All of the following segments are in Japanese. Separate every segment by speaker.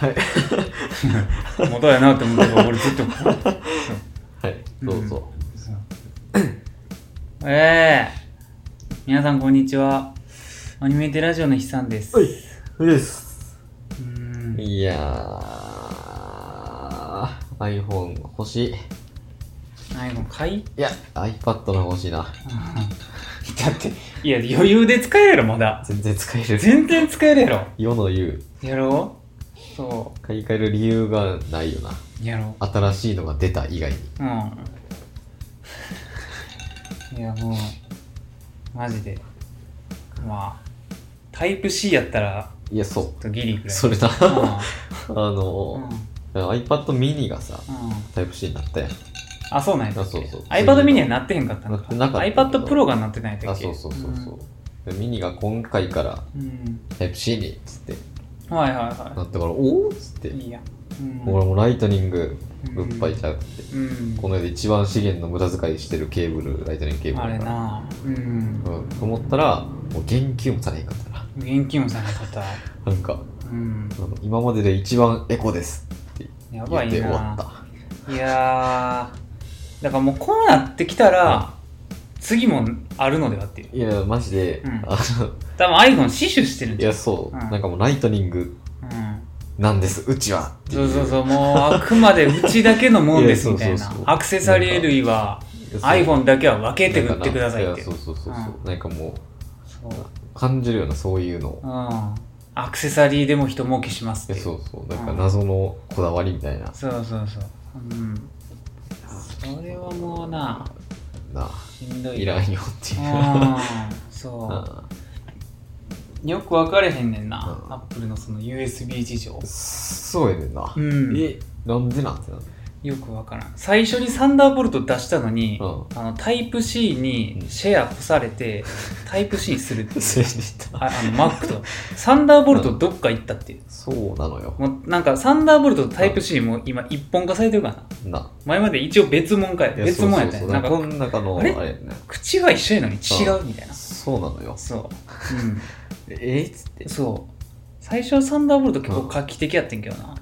Speaker 1: はい
Speaker 2: 元やなって思ったけど俺ずっと
Speaker 1: はいどうぞ、
Speaker 2: うん えー、皆さんこんにちはアニメテラジオの悲惨です
Speaker 1: はいです
Speaker 2: うん
Speaker 1: いやー iPhone 欲しいい
Speaker 2: iPhone 買 い
Speaker 1: や iPad の欲しいな
Speaker 2: だっていや余裕で使えるやろまだ
Speaker 1: 全然使える
Speaker 2: 全然使えるやろ
Speaker 1: 世の言う
Speaker 2: やろうそ
Speaker 1: 買い替える理由がないよな
Speaker 2: うやろ
Speaker 1: 新しいのが出た以外に
Speaker 2: ううんいやもうマジでまあタイプ C やったら
Speaker 1: いやそ
Speaker 2: ちょっとギリぐ
Speaker 1: う
Speaker 2: らい
Speaker 1: それな
Speaker 2: うん
Speaker 1: あ
Speaker 2: うん
Speaker 1: の、iPad mini がさ
Speaker 2: うん
Speaker 1: タイプ C になったやん
Speaker 2: あ、そうなんやったっけ。
Speaker 1: あそうそう
Speaker 2: iPad mini はなってへんかったの
Speaker 1: なってなかった
Speaker 2: iPad Pro がなってない
Speaker 1: あ
Speaker 2: だけ。
Speaker 1: そうそうそうそう、でミニが今回から
Speaker 2: うん。
Speaker 1: タイプ C にっつって
Speaker 2: うん。はいはいは
Speaker 1: なったからおおっつって、
Speaker 2: い。いいや。うん。
Speaker 1: 俺もライトニングぶ
Speaker 2: う
Speaker 1: っ
Speaker 2: ん
Speaker 1: ぱいちゃうって、
Speaker 2: うん。
Speaker 1: この世で一番資源の無駄遣いしてるケーブルライトニングケーブ
Speaker 2: あ
Speaker 1: ル
Speaker 2: れ
Speaker 1: だから
Speaker 2: なうん。
Speaker 1: うん、と思ったらもう言及もされへんかったな
Speaker 2: 現金もさなかった。
Speaker 1: なんか
Speaker 2: うん。
Speaker 1: あの今までで一番エコですって言
Speaker 2: や
Speaker 1: って
Speaker 2: ばいな
Speaker 1: 終わった
Speaker 2: いやー。だからもうこうなってきたら、次もあるのではっていう。
Speaker 1: いやマジで、
Speaker 2: うん
Speaker 1: あの
Speaker 2: 多分 iPhone 死守してるん
Speaker 1: い
Speaker 2: じゃ
Speaker 1: やそう、
Speaker 2: うん
Speaker 1: なんかもうライトニング
Speaker 2: ん。うん。
Speaker 1: なんですうちはってい
Speaker 2: そうそうそう、もうあくまでうちだけのもんですみたい
Speaker 1: いや
Speaker 2: な
Speaker 1: そうそう。そう
Speaker 2: アクセサリー類は
Speaker 1: いやそう
Speaker 2: iPhone だけは分けて売ってください
Speaker 1: な
Speaker 2: っ
Speaker 1: んか
Speaker 2: て
Speaker 1: な。やそうそうそうそう、なんかもう
Speaker 2: そう
Speaker 1: 感じるようなそういうのを
Speaker 2: うんアクセサリーでも人儲けします
Speaker 1: い
Speaker 2: っ
Speaker 1: や
Speaker 2: て
Speaker 1: そうそうなんか謎のこだわりみたいな、
Speaker 2: そうそうそううんそれはもうな
Speaker 1: な
Speaker 2: しんどい
Speaker 1: いらんよっていう
Speaker 2: うん そ
Speaker 1: あ
Speaker 2: うよく分かれへんねんな
Speaker 1: うん
Speaker 2: アップルのその USB 事情
Speaker 1: そうやねんな、
Speaker 2: うん
Speaker 1: えなんでなんてなる
Speaker 2: よく分からん最初にサンダーボルト出したのに
Speaker 1: うん
Speaker 2: あのタイプ C に
Speaker 1: うん
Speaker 2: シェア越さ れてタイプ C にするっていう
Speaker 1: そうやねんな
Speaker 2: ああの Mac とサンダーボルトどっか行ったっていう
Speaker 1: そうなのよ
Speaker 2: もうなんかサンダーボルトとタイプ C も今一本化されてるからな
Speaker 1: な
Speaker 2: 前まで一応別物かい
Speaker 1: いや
Speaker 2: 別物やったん
Speaker 1: そ
Speaker 2: や
Speaker 1: うそうそう
Speaker 2: な
Speaker 1: なんん
Speaker 2: か
Speaker 1: かこの中のあ
Speaker 2: あ
Speaker 1: れ
Speaker 2: れ
Speaker 1: やね
Speaker 2: 口が一緒やのに違うみたいな
Speaker 1: そうなのよ
Speaker 2: そう、うん、
Speaker 1: えっつって
Speaker 2: そう最初はサンダーボルト結構画期的やってんけどな、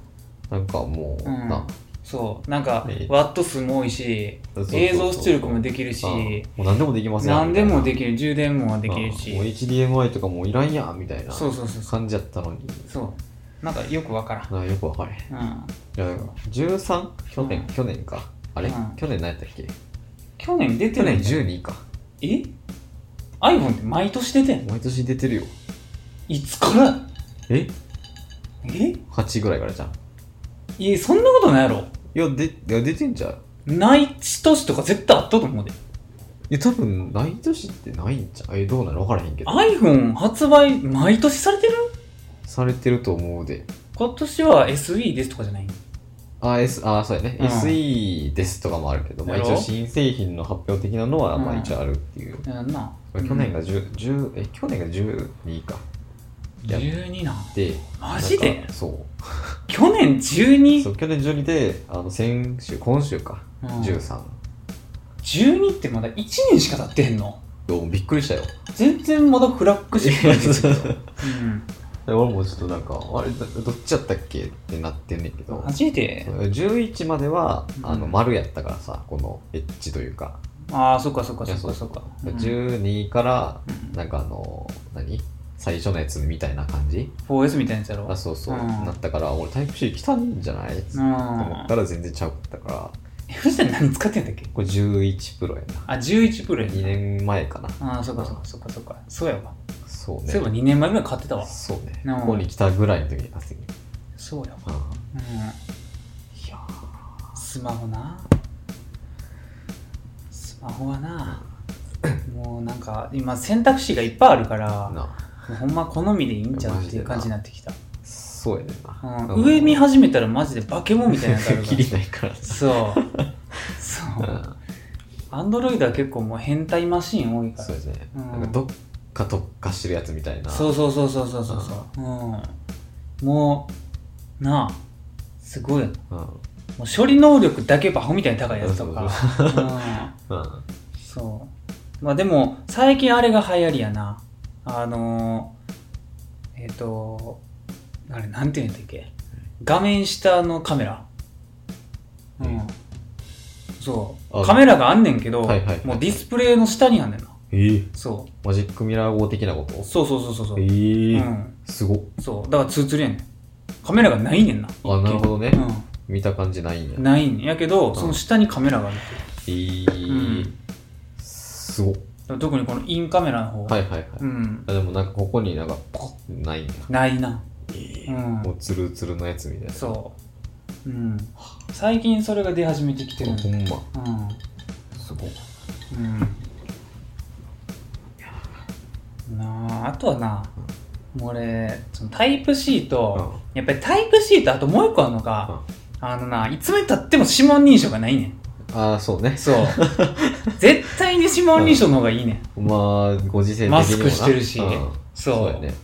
Speaker 1: なんかもう、
Speaker 2: うん
Speaker 1: な
Speaker 2: そうなんか
Speaker 1: ええ
Speaker 2: ワット数も多いし
Speaker 1: そうそうそう
Speaker 2: 映像出力もできるし
Speaker 1: うんもう何でもできますよ
Speaker 2: 何でもで
Speaker 1: き
Speaker 2: きる充電もできる
Speaker 1: もう
Speaker 2: し
Speaker 1: HDMI とかもういらんやんみたいな
Speaker 2: そうそうそうそう
Speaker 1: 感じやったのに
Speaker 2: そうなんかよくわから
Speaker 1: なんかよくわかれへん
Speaker 2: ん、うん、
Speaker 1: いやだから 13? 去年、
Speaker 2: うん
Speaker 1: 去年かあれ、
Speaker 2: うん
Speaker 1: 去年何やったっけ
Speaker 2: 去年出て
Speaker 1: 去
Speaker 2: ない
Speaker 1: 年12位か
Speaker 2: え iPhone って毎年出てんの
Speaker 1: 毎年出てるよ
Speaker 2: いつから
Speaker 1: え
Speaker 2: え
Speaker 1: 8ぐらいからじゃん
Speaker 2: いやそんなことないやろ
Speaker 1: いやでいや出てんじゃん
Speaker 2: ない年とか絶対あったと思うで
Speaker 1: いや多分ない年ってないんじゃんえどうなの分からへんけど
Speaker 2: iPhone 発売毎年されてる
Speaker 1: されてると思うで
Speaker 2: 今年は SE ですとかじゃない
Speaker 1: あ、S、あ、そうやね。
Speaker 2: うん
Speaker 1: SE ですとかもあるけど、まあ
Speaker 2: や
Speaker 1: 一
Speaker 2: ろ
Speaker 1: 応新製品の発表的なのは、
Speaker 2: うん
Speaker 1: まあ一応あるっていう。
Speaker 2: やんな
Speaker 1: 去年が10、10え、去年が12か。やっ
Speaker 2: 12な
Speaker 1: で、
Speaker 2: マジで
Speaker 1: なんかそう。
Speaker 2: 去年
Speaker 1: そ
Speaker 2: 12?12
Speaker 1: う、去年12で、あの、先週、今週か。
Speaker 2: うん
Speaker 1: 13。
Speaker 2: ってまだ1年しか経ってへんの
Speaker 1: どうもびっくりしたよ。、
Speaker 2: 全然まだフラッグシップなんですけど
Speaker 1: 俺もちょっとなんか、あれ、どっちやったっけってなってんねんけ
Speaker 2: う
Speaker 1: ど
Speaker 2: ん、マ。ジで
Speaker 1: 11までは、あの、
Speaker 2: うん
Speaker 1: 丸やったからさ、このエッジというか。
Speaker 2: ああそっかそっか
Speaker 1: い
Speaker 2: そ
Speaker 1: や
Speaker 2: っ
Speaker 1: そう
Speaker 2: かそっかうん
Speaker 1: 12から、
Speaker 2: うん
Speaker 1: なんかあの、何最初のやつみたいな感じ
Speaker 2: 4S みたいなやつやろ
Speaker 1: あ、そうそう、
Speaker 2: うん
Speaker 1: なったから、俺タイプ C 来たんじゃないって
Speaker 2: う
Speaker 1: 思
Speaker 2: ん
Speaker 1: ったら全然ちゃうかったから、
Speaker 2: え藤谷何使ってんだっけ
Speaker 1: これ11プロやな。
Speaker 2: あ11プロや
Speaker 1: 2年前かな。
Speaker 2: ああそっかそっかそっかそっかそうやわ
Speaker 1: そうね。
Speaker 2: そういえば2年前ぐらい買ってたわ
Speaker 1: そうね。
Speaker 2: うん
Speaker 1: ここに来たぐらいの時に稼ぎ。
Speaker 2: そうやわ
Speaker 1: うん
Speaker 2: うん
Speaker 1: いや
Speaker 2: スマホなスマホは なもうなんか今選択肢がいっぱいあるから
Speaker 1: ー
Speaker 2: も
Speaker 1: な、
Speaker 2: うほんま好みでいいんちゃうっていう感じになってきた、
Speaker 1: そうやねんな。
Speaker 2: うん、上見
Speaker 1: は
Speaker 2: 始めたらマジで化け物みたいなの があるか
Speaker 1: き
Speaker 2: ら
Speaker 1: りないからさ。
Speaker 2: そうそううんアンドロイドは結構もう変態マシン多いか
Speaker 1: そうで
Speaker 2: ら
Speaker 1: すね。
Speaker 2: うん
Speaker 1: なんかどっか特化してるやつみたいな。
Speaker 2: そうそうそうそうそうそうそううんもうなあすごいも
Speaker 1: うん。
Speaker 2: う処理能力だけバホみたいに高いやつとかうん
Speaker 1: うん。
Speaker 2: そう。まあでも、最近あれが流行りやな。あのー、えっ、と、あれ、なんて言うんだっけ。画面下のカメラ。う
Speaker 1: うん
Speaker 2: ん。そ
Speaker 1: あ
Speaker 2: う。カメラがあんねんけど、
Speaker 1: はいはいはい
Speaker 2: もうディスプレイの下にあんねんな。
Speaker 1: えー、
Speaker 2: そ
Speaker 1: マジックミラー号的なこと
Speaker 2: う。そうそうそうそうそう。
Speaker 1: えー
Speaker 2: うん。
Speaker 1: すごっ
Speaker 2: そう。だからツーツルやねん。カメラがないねんな。
Speaker 1: あなるほどね
Speaker 2: 一、軒
Speaker 1: 見た感じないんや
Speaker 2: うん。ないんやけど、
Speaker 1: ん
Speaker 2: その下にカメラがある。
Speaker 1: えー
Speaker 2: うん
Speaker 1: すごっ
Speaker 2: だから特にこのインカメラの方。
Speaker 1: はいはいはい、
Speaker 2: うん。
Speaker 1: あでもなんかここになんかポコッてないんや、
Speaker 2: ないな。
Speaker 1: えー
Speaker 2: うん
Speaker 1: もうツルツルのやつみたいな
Speaker 2: そう。うん。最近それが出始めてきてる
Speaker 1: あ
Speaker 2: ん
Speaker 1: ほ
Speaker 2: で。
Speaker 1: んます
Speaker 2: ごうんなああとはなもう俺そのタイプ C と、やっぱりタイプ C とあともう一個あるのが、あのないつまでたっても指紋認証がないねん
Speaker 1: ああそうね
Speaker 2: そう絶対に指紋認証の方がいいねん、
Speaker 1: まあご時世的にもな
Speaker 2: マスクしてるし
Speaker 1: うん
Speaker 2: そう
Speaker 1: そうやね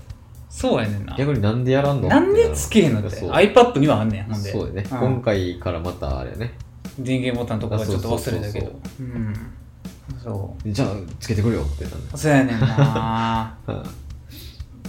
Speaker 2: そうやねんな
Speaker 1: 逆になんでやらんの
Speaker 2: なんでつけへんのって
Speaker 1: そう
Speaker 2: iPad にはあんねんほんで
Speaker 1: そうだね、
Speaker 2: ん
Speaker 1: 今回からまたあれね
Speaker 2: 電源ボタンのとこがちょっと忘れたけ
Speaker 1: あそ
Speaker 2: ど
Speaker 1: う
Speaker 2: うんそ
Speaker 1: じゃあつけてくれよってなんだ
Speaker 2: うそうやねんな
Speaker 1: うん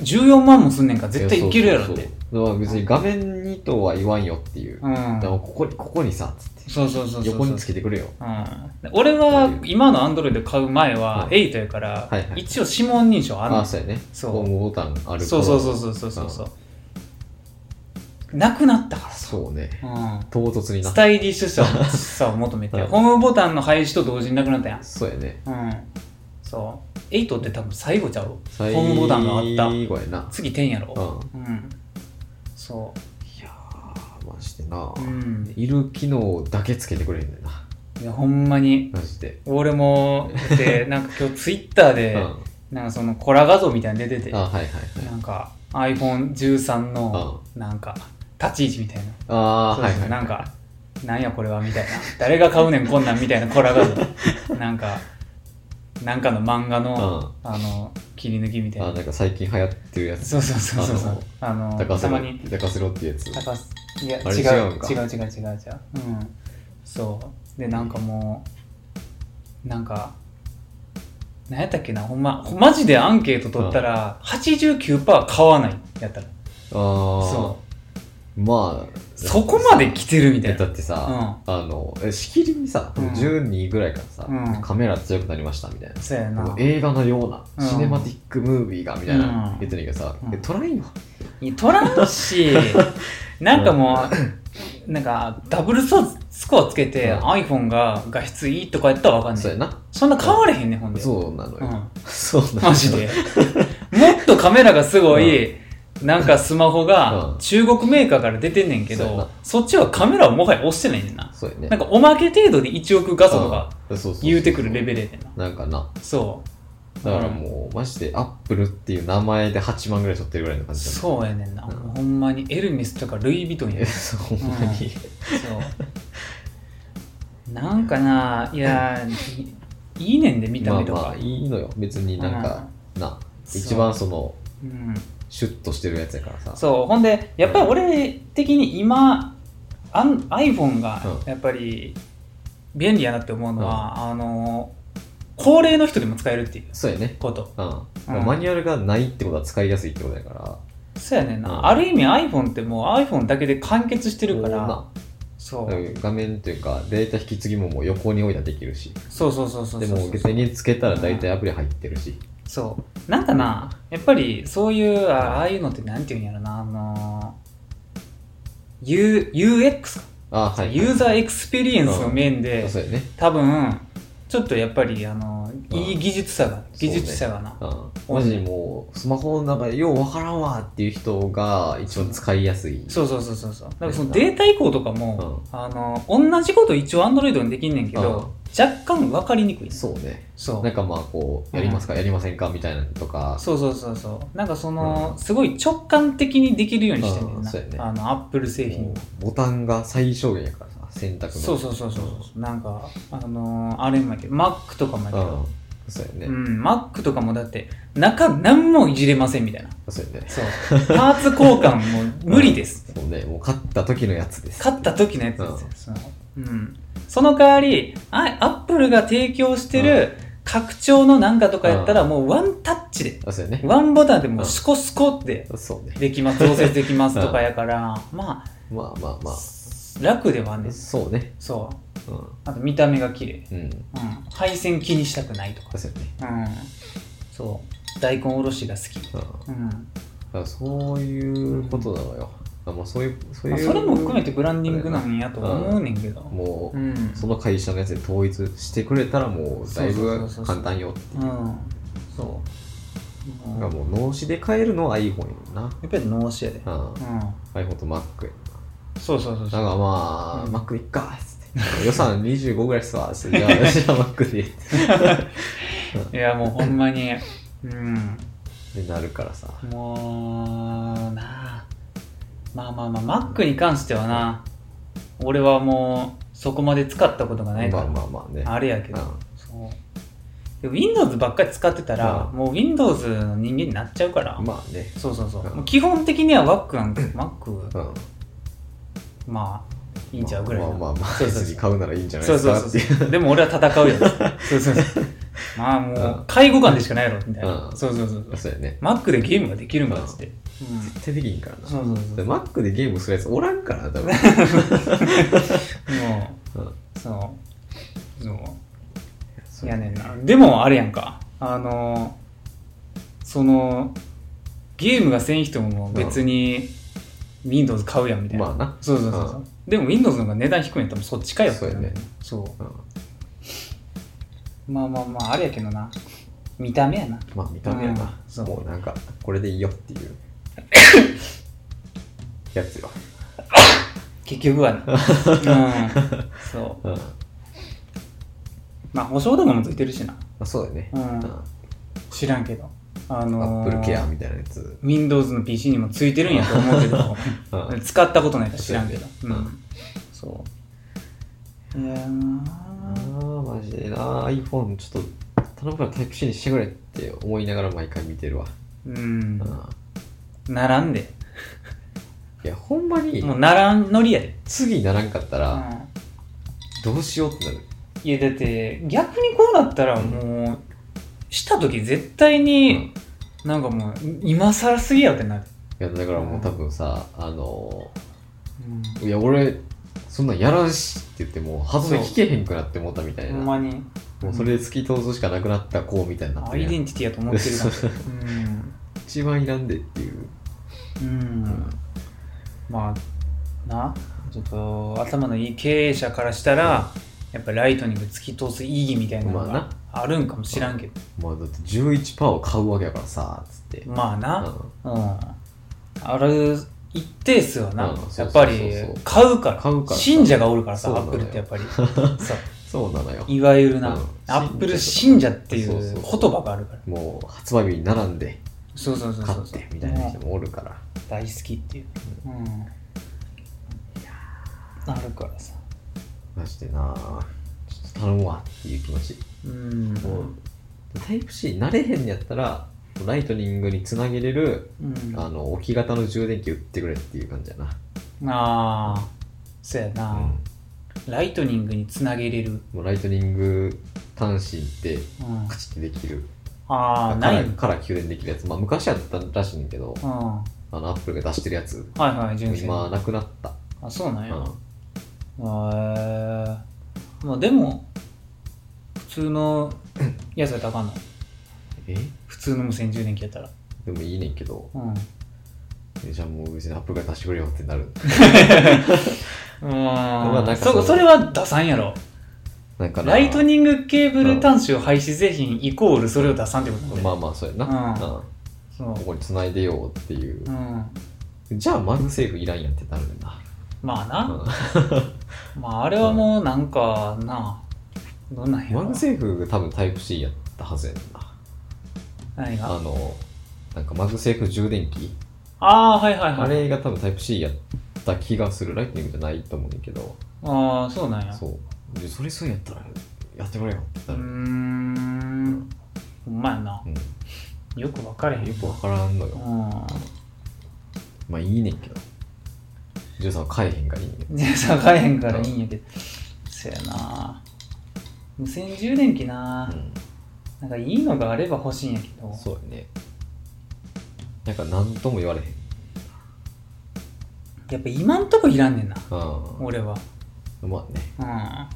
Speaker 2: 14万もすんねんから絶対いけるやろって
Speaker 1: いそうそうそうだから別に画面にとは言わんよっていう、
Speaker 2: うん
Speaker 1: でもここにここにさつって
Speaker 2: そうそうそうそう
Speaker 1: 横につけてくれよ
Speaker 2: うん、俺は今のアンドロイド買う前は
Speaker 1: うん
Speaker 2: 8やから、
Speaker 1: はいはい
Speaker 2: 一応指紋認証あん
Speaker 1: あ
Speaker 2: の、
Speaker 1: あそうやね
Speaker 2: そう
Speaker 1: ホームボタンある
Speaker 2: そうそうそう
Speaker 1: う
Speaker 2: そうそうそうそうなくなったか
Speaker 1: そうね
Speaker 2: ら、うん、
Speaker 1: 唐突にな
Speaker 2: ス
Speaker 1: った
Speaker 2: タイリッシュさをさを求めて、
Speaker 1: うん
Speaker 2: ホームボタンの廃止と同時になくなったやん
Speaker 1: そうやね
Speaker 2: うんそう8って多分最後ちゃうホームボタンがあっ
Speaker 1: 最後やな
Speaker 2: た次10や
Speaker 1: うん
Speaker 2: ろうん、そ
Speaker 1: いやーマジでな、
Speaker 2: ううん
Speaker 1: いる機能だけつけてくれへんねんない
Speaker 2: やほんまに
Speaker 1: マジで、
Speaker 2: 俺もで なんか今日ツイッターで、
Speaker 1: うん
Speaker 2: なんかそのコラ画像みたいなの出てて
Speaker 1: あはいはいはい
Speaker 2: なんか iPhone13 のなんか立ち位置みたいな。
Speaker 1: あー
Speaker 2: そう
Speaker 1: は
Speaker 2: そう
Speaker 1: いはい
Speaker 2: なんか、なんやこれはみたいな。誰が買うねんこんなんみたいなコラ画像。なんか、なんかの漫画の、あの、切り抜きみたい
Speaker 1: あ
Speaker 2: な。
Speaker 1: なんか最近流行ってるやつ
Speaker 2: そうそうそうそうそう。あの、
Speaker 1: 高
Speaker 2: た
Speaker 1: 瀬
Speaker 2: ま
Speaker 1: ロ
Speaker 2: に
Speaker 1: 高瀬ロってやつ
Speaker 2: 高すいや
Speaker 1: あれ
Speaker 2: 違
Speaker 1: 違
Speaker 2: う
Speaker 1: うんか
Speaker 2: 違う違う違う違ううんそうでなんかもうなんかなんやったっけなほんまほマジでアンケート取ったら89%買わないやった
Speaker 1: ああ
Speaker 2: らそう
Speaker 1: まあ
Speaker 2: うそこまで来てるみた
Speaker 1: え
Speaker 2: い
Speaker 1: だ
Speaker 2: な
Speaker 1: ってさ、あのえしきりにさ、
Speaker 2: うん
Speaker 1: 12ぐらいからさ、
Speaker 2: うん
Speaker 1: カメラ強くなりましたみたいな、
Speaker 2: そうや
Speaker 1: も
Speaker 2: な
Speaker 1: う映画のような、
Speaker 2: うん
Speaker 1: シネマティックムービーがみたいな、
Speaker 2: う
Speaker 1: 言っ
Speaker 2: ん
Speaker 1: てんだけどさ、
Speaker 2: うん
Speaker 1: えトライよ
Speaker 2: いや取らん しなんかもうなんかダブルソスコアつけて、
Speaker 1: うん
Speaker 2: iPhone が画質いいとかやったらわかんな
Speaker 1: そう
Speaker 2: い
Speaker 1: やな
Speaker 2: そんな変われへんねんほんで
Speaker 1: そうなの
Speaker 2: う
Speaker 1: よ、
Speaker 2: ん
Speaker 1: そうなのよ
Speaker 2: マジで。もっとカメラがすごい、なんかスマホ
Speaker 1: う
Speaker 2: が
Speaker 1: ん
Speaker 2: 中国メーカーから出てんねんけ
Speaker 1: そうやな
Speaker 2: ど、そっちはカメラをもはや押してないねんな。
Speaker 1: そうやね
Speaker 2: なんかおまけ程度で1億画素とか
Speaker 1: うんそうそうそう
Speaker 2: 言うてくるレベルやねんな。
Speaker 1: なんかな
Speaker 2: そ
Speaker 1: だからもう、マジでアップルっていう名前で8万ぐらい取ってるぐらいの
Speaker 2: う。
Speaker 1: 感じだね
Speaker 2: そうやねんな。
Speaker 1: うん
Speaker 2: ほんまにエルメスとかルイ・ヴィトンやね
Speaker 1: え
Speaker 2: ん。
Speaker 1: そうほんまに、
Speaker 2: そう。なんかな、いやー、いいいねんで見た
Speaker 1: まあ
Speaker 2: 目とか。
Speaker 1: まあいいのよ別になんか、な
Speaker 2: そう
Speaker 1: 一番その
Speaker 2: うん
Speaker 1: シュッとしてるやつやからさ
Speaker 2: そうほんでやっぱり俺的に今あん iPhone が
Speaker 1: うん
Speaker 2: やっぱり便利やなって思うのは、あの高齢の人でも使えるっていう
Speaker 1: そうやね
Speaker 2: こと
Speaker 1: うん、
Speaker 2: うん
Speaker 1: マニュアルがないってことは使いやすいってことやから
Speaker 2: そうやねんな、
Speaker 1: うん
Speaker 2: ある意味 iPhone ってもう iPhone だけで完結してるから、
Speaker 1: こ
Speaker 2: そう
Speaker 1: うなだから画面というかデータ引き継ぎももう横に置いたらできるし
Speaker 2: そうそうそうそう
Speaker 1: で
Speaker 2: そう
Speaker 1: も
Speaker 2: そう
Speaker 1: 別につけたら大体アプリ入ってるし、
Speaker 2: そうなんかなやっぱりそういうあああいうのってなんていうんやろなあの U UX か、
Speaker 1: あはい
Speaker 2: ユーザーエクスペリエンスの面で、
Speaker 1: そうやね
Speaker 2: 多分ちょっとやっぱりあの
Speaker 1: うん
Speaker 2: いい技術さが技術さがな、
Speaker 1: うん、マジにもうスマホの中でようわからんわっていう人が一番使いやすい
Speaker 2: そうそうそうそうそうだからそのデータ移行とかも、あの同じこと一応 Android にできんねんけど、若干分かりにくいね
Speaker 1: そうね
Speaker 2: そう
Speaker 1: なんかまあこうやりますか、やりませんかみたいなのとか
Speaker 2: そうそうそうそうなんかその、
Speaker 1: うん
Speaker 2: すごい直感的にできるようにしてんねん
Speaker 1: うん
Speaker 2: な、
Speaker 1: そうやね
Speaker 2: あの Apple 製
Speaker 1: も
Speaker 2: 品
Speaker 1: うボタンが最小限やからさ選択の
Speaker 2: そうそうそうそうそうなんかあのあれもやけど Mac とかもやけ
Speaker 1: うん
Speaker 2: ど、
Speaker 1: そうやね、
Speaker 2: うん Mac とかもだって中何もいじれませんみたいな
Speaker 1: そうやね
Speaker 2: そうパーツ交換も無理です、
Speaker 1: そうねもう勝った時のやつです
Speaker 2: 勝った時のやつですよ、そのうん、その代わりあアップルが提供してる、拡張のなんかとかやったらもうワンタッチで、
Speaker 1: あそうよね
Speaker 2: ワンボタンでもうスコスコって
Speaker 1: そうね
Speaker 2: できます、調節できますとかやから、ま
Speaker 1: まあまあま
Speaker 2: あ
Speaker 1: あ、
Speaker 2: 楽ではあんです。
Speaker 1: そうね
Speaker 2: そう。
Speaker 1: う
Speaker 2: あと見た目が綺麗。
Speaker 1: んうん
Speaker 2: うん。配線気にしたくないとか。
Speaker 1: そうよね
Speaker 2: うん。そう。大根おろしが好き。
Speaker 1: うん
Speaker 2: うん。
Speaker 1: だからそういうことなのよ、あもうそういうそう
Speaker 2: まあ、
Speaker 1: いう、
Speaker 2: それも含めてブランディングなんやと思うねんけど。
Speaker 1: もう、
Speaker 2: うん。うん。
Speaker 1: その会社のやつに統一してくれたらもうだいぶ
Speaker 2: そうそうそうそう
Speaker 1: 簡単よ
Speaker 2: そう。
Speaker 1: だ
Speaker 2: も
Speaker 1: から
Speaker 2: う
Speaker 1: もう脳死で変えるのは iPhone やんな、
Speaker 2: やっぱり脳死やで。
Speaker 1: うん、
Speaker 2: う
Speaker 1: iPhone と Mac や
Speaker 2: ん。そうそうそう
Speaker 1: なだ
Speaker 2: そう。
Speaker 1: からまあ、
Speaker 2: うん
Speaker 1: Mac でいっかっつって予算25ぐらいっすわっつってじゃあ私は Mac でっ
Speaker 2: いや、もうほんまに。うん。
Speaker 1: てなるからさ
Speaker 2: もうなあまあまあまあマックに関してはな俺はもうそこまで使ったことがないか
Speaker 1: ま
Speaker 2: ら、
Speaker 1: あまあまあね
Speaker 2: あれやけど、
Speaker 1: うん
Speaker 2: そうで Windows ばっかり使ってたら、
Speaker 1: う
Speaker 2: もう Windows の人間になっちゃうから、
Speaker 1: まあね
Speaker 2: そうそうそう、
Speaker 1: うん
Speaker 2: もう基本的には Mac なんて Mac
Speaker 1: うん
Speaker 2: まあいいんちゃうぐらい
Speaker 1: ま
Speaker 2: の
Speaker 1: あまあまあ
Speaker 2: そうそう
Speaker 1: 別に買うならいいんじゃない
Speaker 2: そう
Speaker 1: です
Speaker 2: そう
Speaker 1: か
Speaker 2: そう
Speaker 1: っていう
Speaker 2: そうでも俺は戦うやつそうそうそうまあも
Speaker 1: う
Speaker 2: うん介護官でしかないやろみたいな、
Speaker 1: うん
Speaker 2: そうそうそうそう
Speaker 1: そうやね
Speaker 2: Mac でゲームができるんだっつって、うん
Speaker 1: 絶対できんからな
Speaker 2: そうそうそう
Speaker 1: で Mac でゲームするやつおらんからな多分
Speaker 2: も
Speaker 1: うん
Speaker 2: う、そう。そう。
Speaker 1: そう
Speaker 2: いやねんな。でも、あれやんか。あの、その、ゲームがせん人も別に Windows 買うやんみたいな。
Speaker 1: まあな
Speaker 2: そうそうそうそう。でも Windows の方が値段低いんやったらもうそっちかよってなる
Speaker 1: そうやね
Speaker 2: そ
Speaker 1: う
Speaker 2: う。
Speaker 1: ん
Speaker 2: まあまあまあ、あれやけどな。見た目やな。
Speaker 1: まあ見た目や
Speaker 2: うん
Speaker 1: な、
Speaker 2: そう
Speaker 1: もうなんかこれでいいよっていうやつよ、
Speaker 2: 結 局はね。うん。そう。
Speaker 1: うんま
Speaker 2: まあ、保証とかもついてるしな。
Speaker 1: あ、そうだよね、
Speaker 2: うん
Speaker 1: ア
Speaker 2: 知らんけど。あの
Speaker 1: ップ
Speaker 2: ー
Speaker 1: ルケアみたいなやつ
Speaker 2: Windows の PC にもついてるんやと思う けど、
Speaker 1: うん
Speaker 2: 使ったことないから知らんけど。
Speaker 1: うん
Speaker 2: そう。いやー
Speaker 1: あーマジでな iPhone ちょっと頼むからタイプ C にしてくれって思いながら毎回見てるわ、
Speaker 2: うん
Speaker 1: う。ん
Speaker 2: 並んで。
Speaker 1: いやほんまに
Speaker 2: もう並ん乗りやで。
Speaker 1: 次ならんかった
Speaker 2: う
Speaker 1: ら
Speaker 2: ん
Speaker 1: どうしようってなる、
Speaker 2: いや、だって、逆にこうなったらもう、した時絶対に、なんかもう、今更すぎやろってなる。
Speaker 1: いやだからもう多分さあのーいや俺そんなんやらんしって言ってもう歯止め聞けへんくなって思ったみたい
Speaker 2: ほ
Speaker 1: なん
Speaker 2: まに。
Speaker 1: もうそれで突き通すしかなくなった子みたいになっ
Speaker 2: ア
Speaker 1: てる
Speaker 2: イ
Speaker 1: やん
Speaker 2: デンティティやと思って る
Speaker 1: そう
Speaker 2: から。
Speaker 1: 一番いらんでっていう、
Speaker 2: うん。うん。まあなちょっと頭のいい経営者からしたら、やっぱライトニング突き通す意義みたいなの
Speaker 1: ま
Speaker 2: があるんかもしらんけど
Speaker 1: まあだって11%を買うわけやからさつって、うん、
Speaker 2: まあな、
Speaker 1: 買
Speaker 2: うんある一定数はな、
Speaker 1: うんそうそうそうそう
Speaker 2: やっぱり買うから
Speaker 1: うから
Speaker 2: 信者がおるからさ
Speaker 1: そう
Speaker 2: ア
Speaker 1: なのよ
Speaker 2: ップルってやっぱり そう
Speaker 1: そうなのよ
Speaker 2: いわゆるな、
Speaker 1: うん
Speaker 2: アップル信者っていう
Speaker 1: そう
Speaker 2: 言
Speaker 1: そうそう
Speaker 2: 葉があるから
Speaker 1: もう発売日に並んで
Speaker 2: そうそうそう
Speaker 1: 買
Speaker 2: そう
Speaker 1: っ
Speaker 2: そう
Speaker 1: てみたいな人もおるから
Speaker 2: 大好きっていう、うんあるからさ
Speaker 1: マジでなちょっと頼むわっていう気持ち、
Speaker 2: うん
Speaker 1: もうタイプ C 慣れへんやったらライトニングにつなげれる、
Speaker 2: うん
Speaker 1: あの置き型の充電器売ってくれっていう感じやな、
Speaker 2: ああそうやな、
Speaker 1: うん
Speaker 2: ライトニングにつなげれる、
Speaker 1: もうライトニング端子って
Speaker 2: うん
Speaker 1: カ、チッてできる
Speaker 2: ああ
Speaker 1: か
Speaker 2: ない
Speaker 1: ら
Speaker 2: うん
Speaker 1: から給電できるやつ、まあ、昔やったらしいねんだけど、
Speaker 2: は
Speaker 1: あのアップルが出してるやつ
Speaker 2: いはい純正
Speaker 1: 今なくなった、
Speaker 2: あそうなん
Speaker 1: う
Speaker 2: やへ
Speaker 1: ん
Speaker 2: えまあでも普 通のやつやったらあかんの
Speaker 1: え
Speaker 2: 普通の無線充電器やったら
Speaker 1: でもいいねんけど
Speaker 2: うん
Speaker 1: えじゃあもう別にアップルが出してくれよってなるあ
Speaker 2: う
Speaker 1: なんんかそう
Speaker 2: そそれは出さんやろ
Speaker 1: なんかな
Speaker 2: ライトニングケーブル端子を廃止製品イコールそれを出さんってことだよね、
Speaker 1: まあまあそうやな、
Speaker 2: うん
Speaker 1: うん
Speaker 2: そう
Speaker 1: ここに繋いでようっていう
Speaker 2: う、ん
Speaker 1: じゃあマグセーフいらんやんってなるんだ、
Speaker 2: まあ
Speaker 1: う
Speaker 2: な、
Speaker 1: ん
Speaker 2: まああれはもうなんかなどんなんや
Speaker 1: マ
Speaker 2: ろ
Speaker 1: グセーフが多分タイプ C やったはずやねんな
Speaker 2: 何が
Speaker 1: あのなんかマグセーフ充電器
Speaker 2: ああーはいはいはい
Speaker 1: あれが多分タイプ C やった気がするライトニングじゃないと思うねんだけど
Speaker 2: ああそうなんや
Speaker 1: そうでそれそうやったらやってくれよって
Speaker 2: う
Speaker 1: な
Speaker 2: ー
Speaker 1: る、
Speaker 2: んほんまやな
Speaker 1: うん
Speaker 2: よく分かれへん
Speaker 1: よくわからんのよ、
Speaker 2: う
Speaker 1: まあいいねんけど。ジューさんは買えへんからいいねんけど。
Speaker 2: ん 全然買えへんからいいんやけどそやな無線充電器な、
Speaker 1: うん
Speaker 2: なんかいいのがあれば欲しいんやけど
Speaker 1: そうやねなんか何とも言われへん
Speaker 2: やっぱ今んとこいらんねんな
Speaker 1: う
Speaker 2: 俺は
Speaker 1: んまあね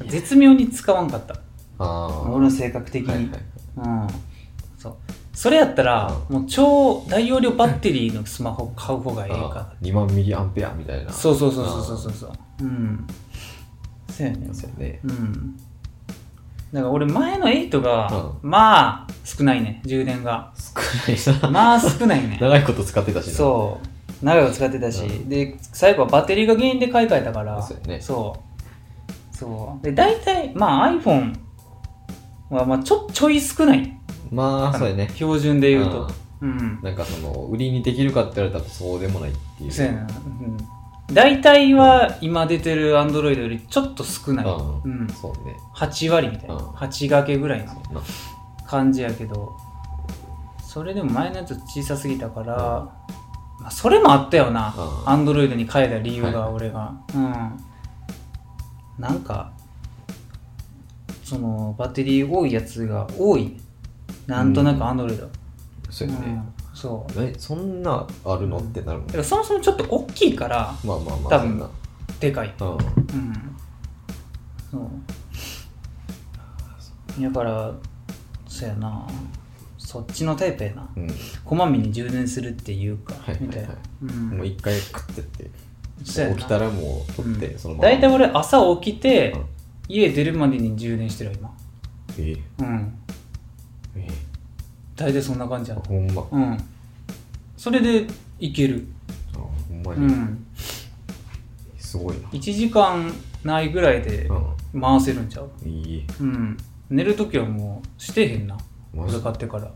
Speaker 2: うん絶妙に使わんかった
Speaker 1: ああ
Speaker 2: 俺の性格的に、
Speaker 1: はいはい
Speaker 2: うんそうそれやったら、もう超大容量バッテリーのスマホ買う方がええか
Speaker 1: あー2万ミリアンペアみたいな
Speaker 2: そうそうそうそうそうそううんそうやねん
Speaker 1: そうやね
Speaker 2: うんだから俺前の8が、
Speaker 1: う
Speaker 2: まあ少ないね充電が
Speaker 1: 少ないな
Speaker 2: まあ少ない ね
Speaker 1: 長いこと使ってたしな
Speaker 2: そう長いこと使ってたし、
Speaker 1: うん
Speaker 2: で最後はバッテリーが原因で買い替えたから
Speaker 1: そうやね
Speaker 2: そうそうで大体まあ iPhone はまあちょちょい少ない
Speaker 1: まあそうやね
Speaker 2: 標準で言うとうん
Speaker 1: なんかその売りにできるかって言われたらそうでもないっていう
Speaker 2: そうやな、うん、大体は今出てる Android よりちょっと少ない、
Speaker 1: うん
Speaker 2: うん、
Speaker 1: そうね
Speaker 2: 8割みたいな、
Speaker 1: うん
Speaker 2: 8掛けぐらいの
Speaker 1: な
Speaker 2: 感じやけどそれでも前のやつ小さすぎたから、まあ、それもあったよな、
Speaker 1: うん
Speaker 2: アンドロイドに変えた理由
Speaker 1: は
Speaker 2: が
Speaker 1: い
Speaker 2: 俺が、うんなんかそのバッテリー多いやつが多いなんとなくアンドロイド
Speaker 1: そうやね
Speaker 2: そう
Speaker 1: えそんなあるのってなるもん
Speaker 2: だからそもそもちょっと大きいから
Speaker 1: まあまあまあ
Speaker 2: 多分
Speaker 1: そ
Speaker 2: でかい
Speaker 1: んなうん
Speaker 2: うんそうだからそやなそっちのタイプやな
Speaker 1: うん
Speaker 2: こまめに充電するっていうか、
Speaker 1: はいはい
Speaker 2: みたいな
Speaker 1: は、
Speaker 2: う
Speaker 1: い
Speaker 2: ん
Speaker 1: もう一回食ってって
Speaker 2: そうやな
Speaker 1: 起きたらもう取っ
Speaker 2: う
Speaker 1: て
Speaker 2: ん
Speaker 1: そのまま
Speaker 2: 大体俺朝起きて、
Speaker 1: うん
Speaker 2: 家出るまでに充電してるわ
Speaker 1: ええ
Speaker 2: 今うん
Speaker 1: ええ
Speaker 2: 大体そんな感じやな
Speaker 1: ほんま
Speaker 2: うんそれでいける
Speaker 1: あほんま
Speaker 2: う
Speaker 1: に
Speaker 2: ん
Speaker 1: すごいな
Speaker 2: 1時間ないぐらいで
Speaker 1: う
Speaker 2: 回せるんちゃうん
Speaker 1: いい
Speaker 2: うん寝るときはもうしてへんな
Speaker 1: マ
Speaker 2: 俺
Speaker 1: ジ
Speaker 2: 買ってから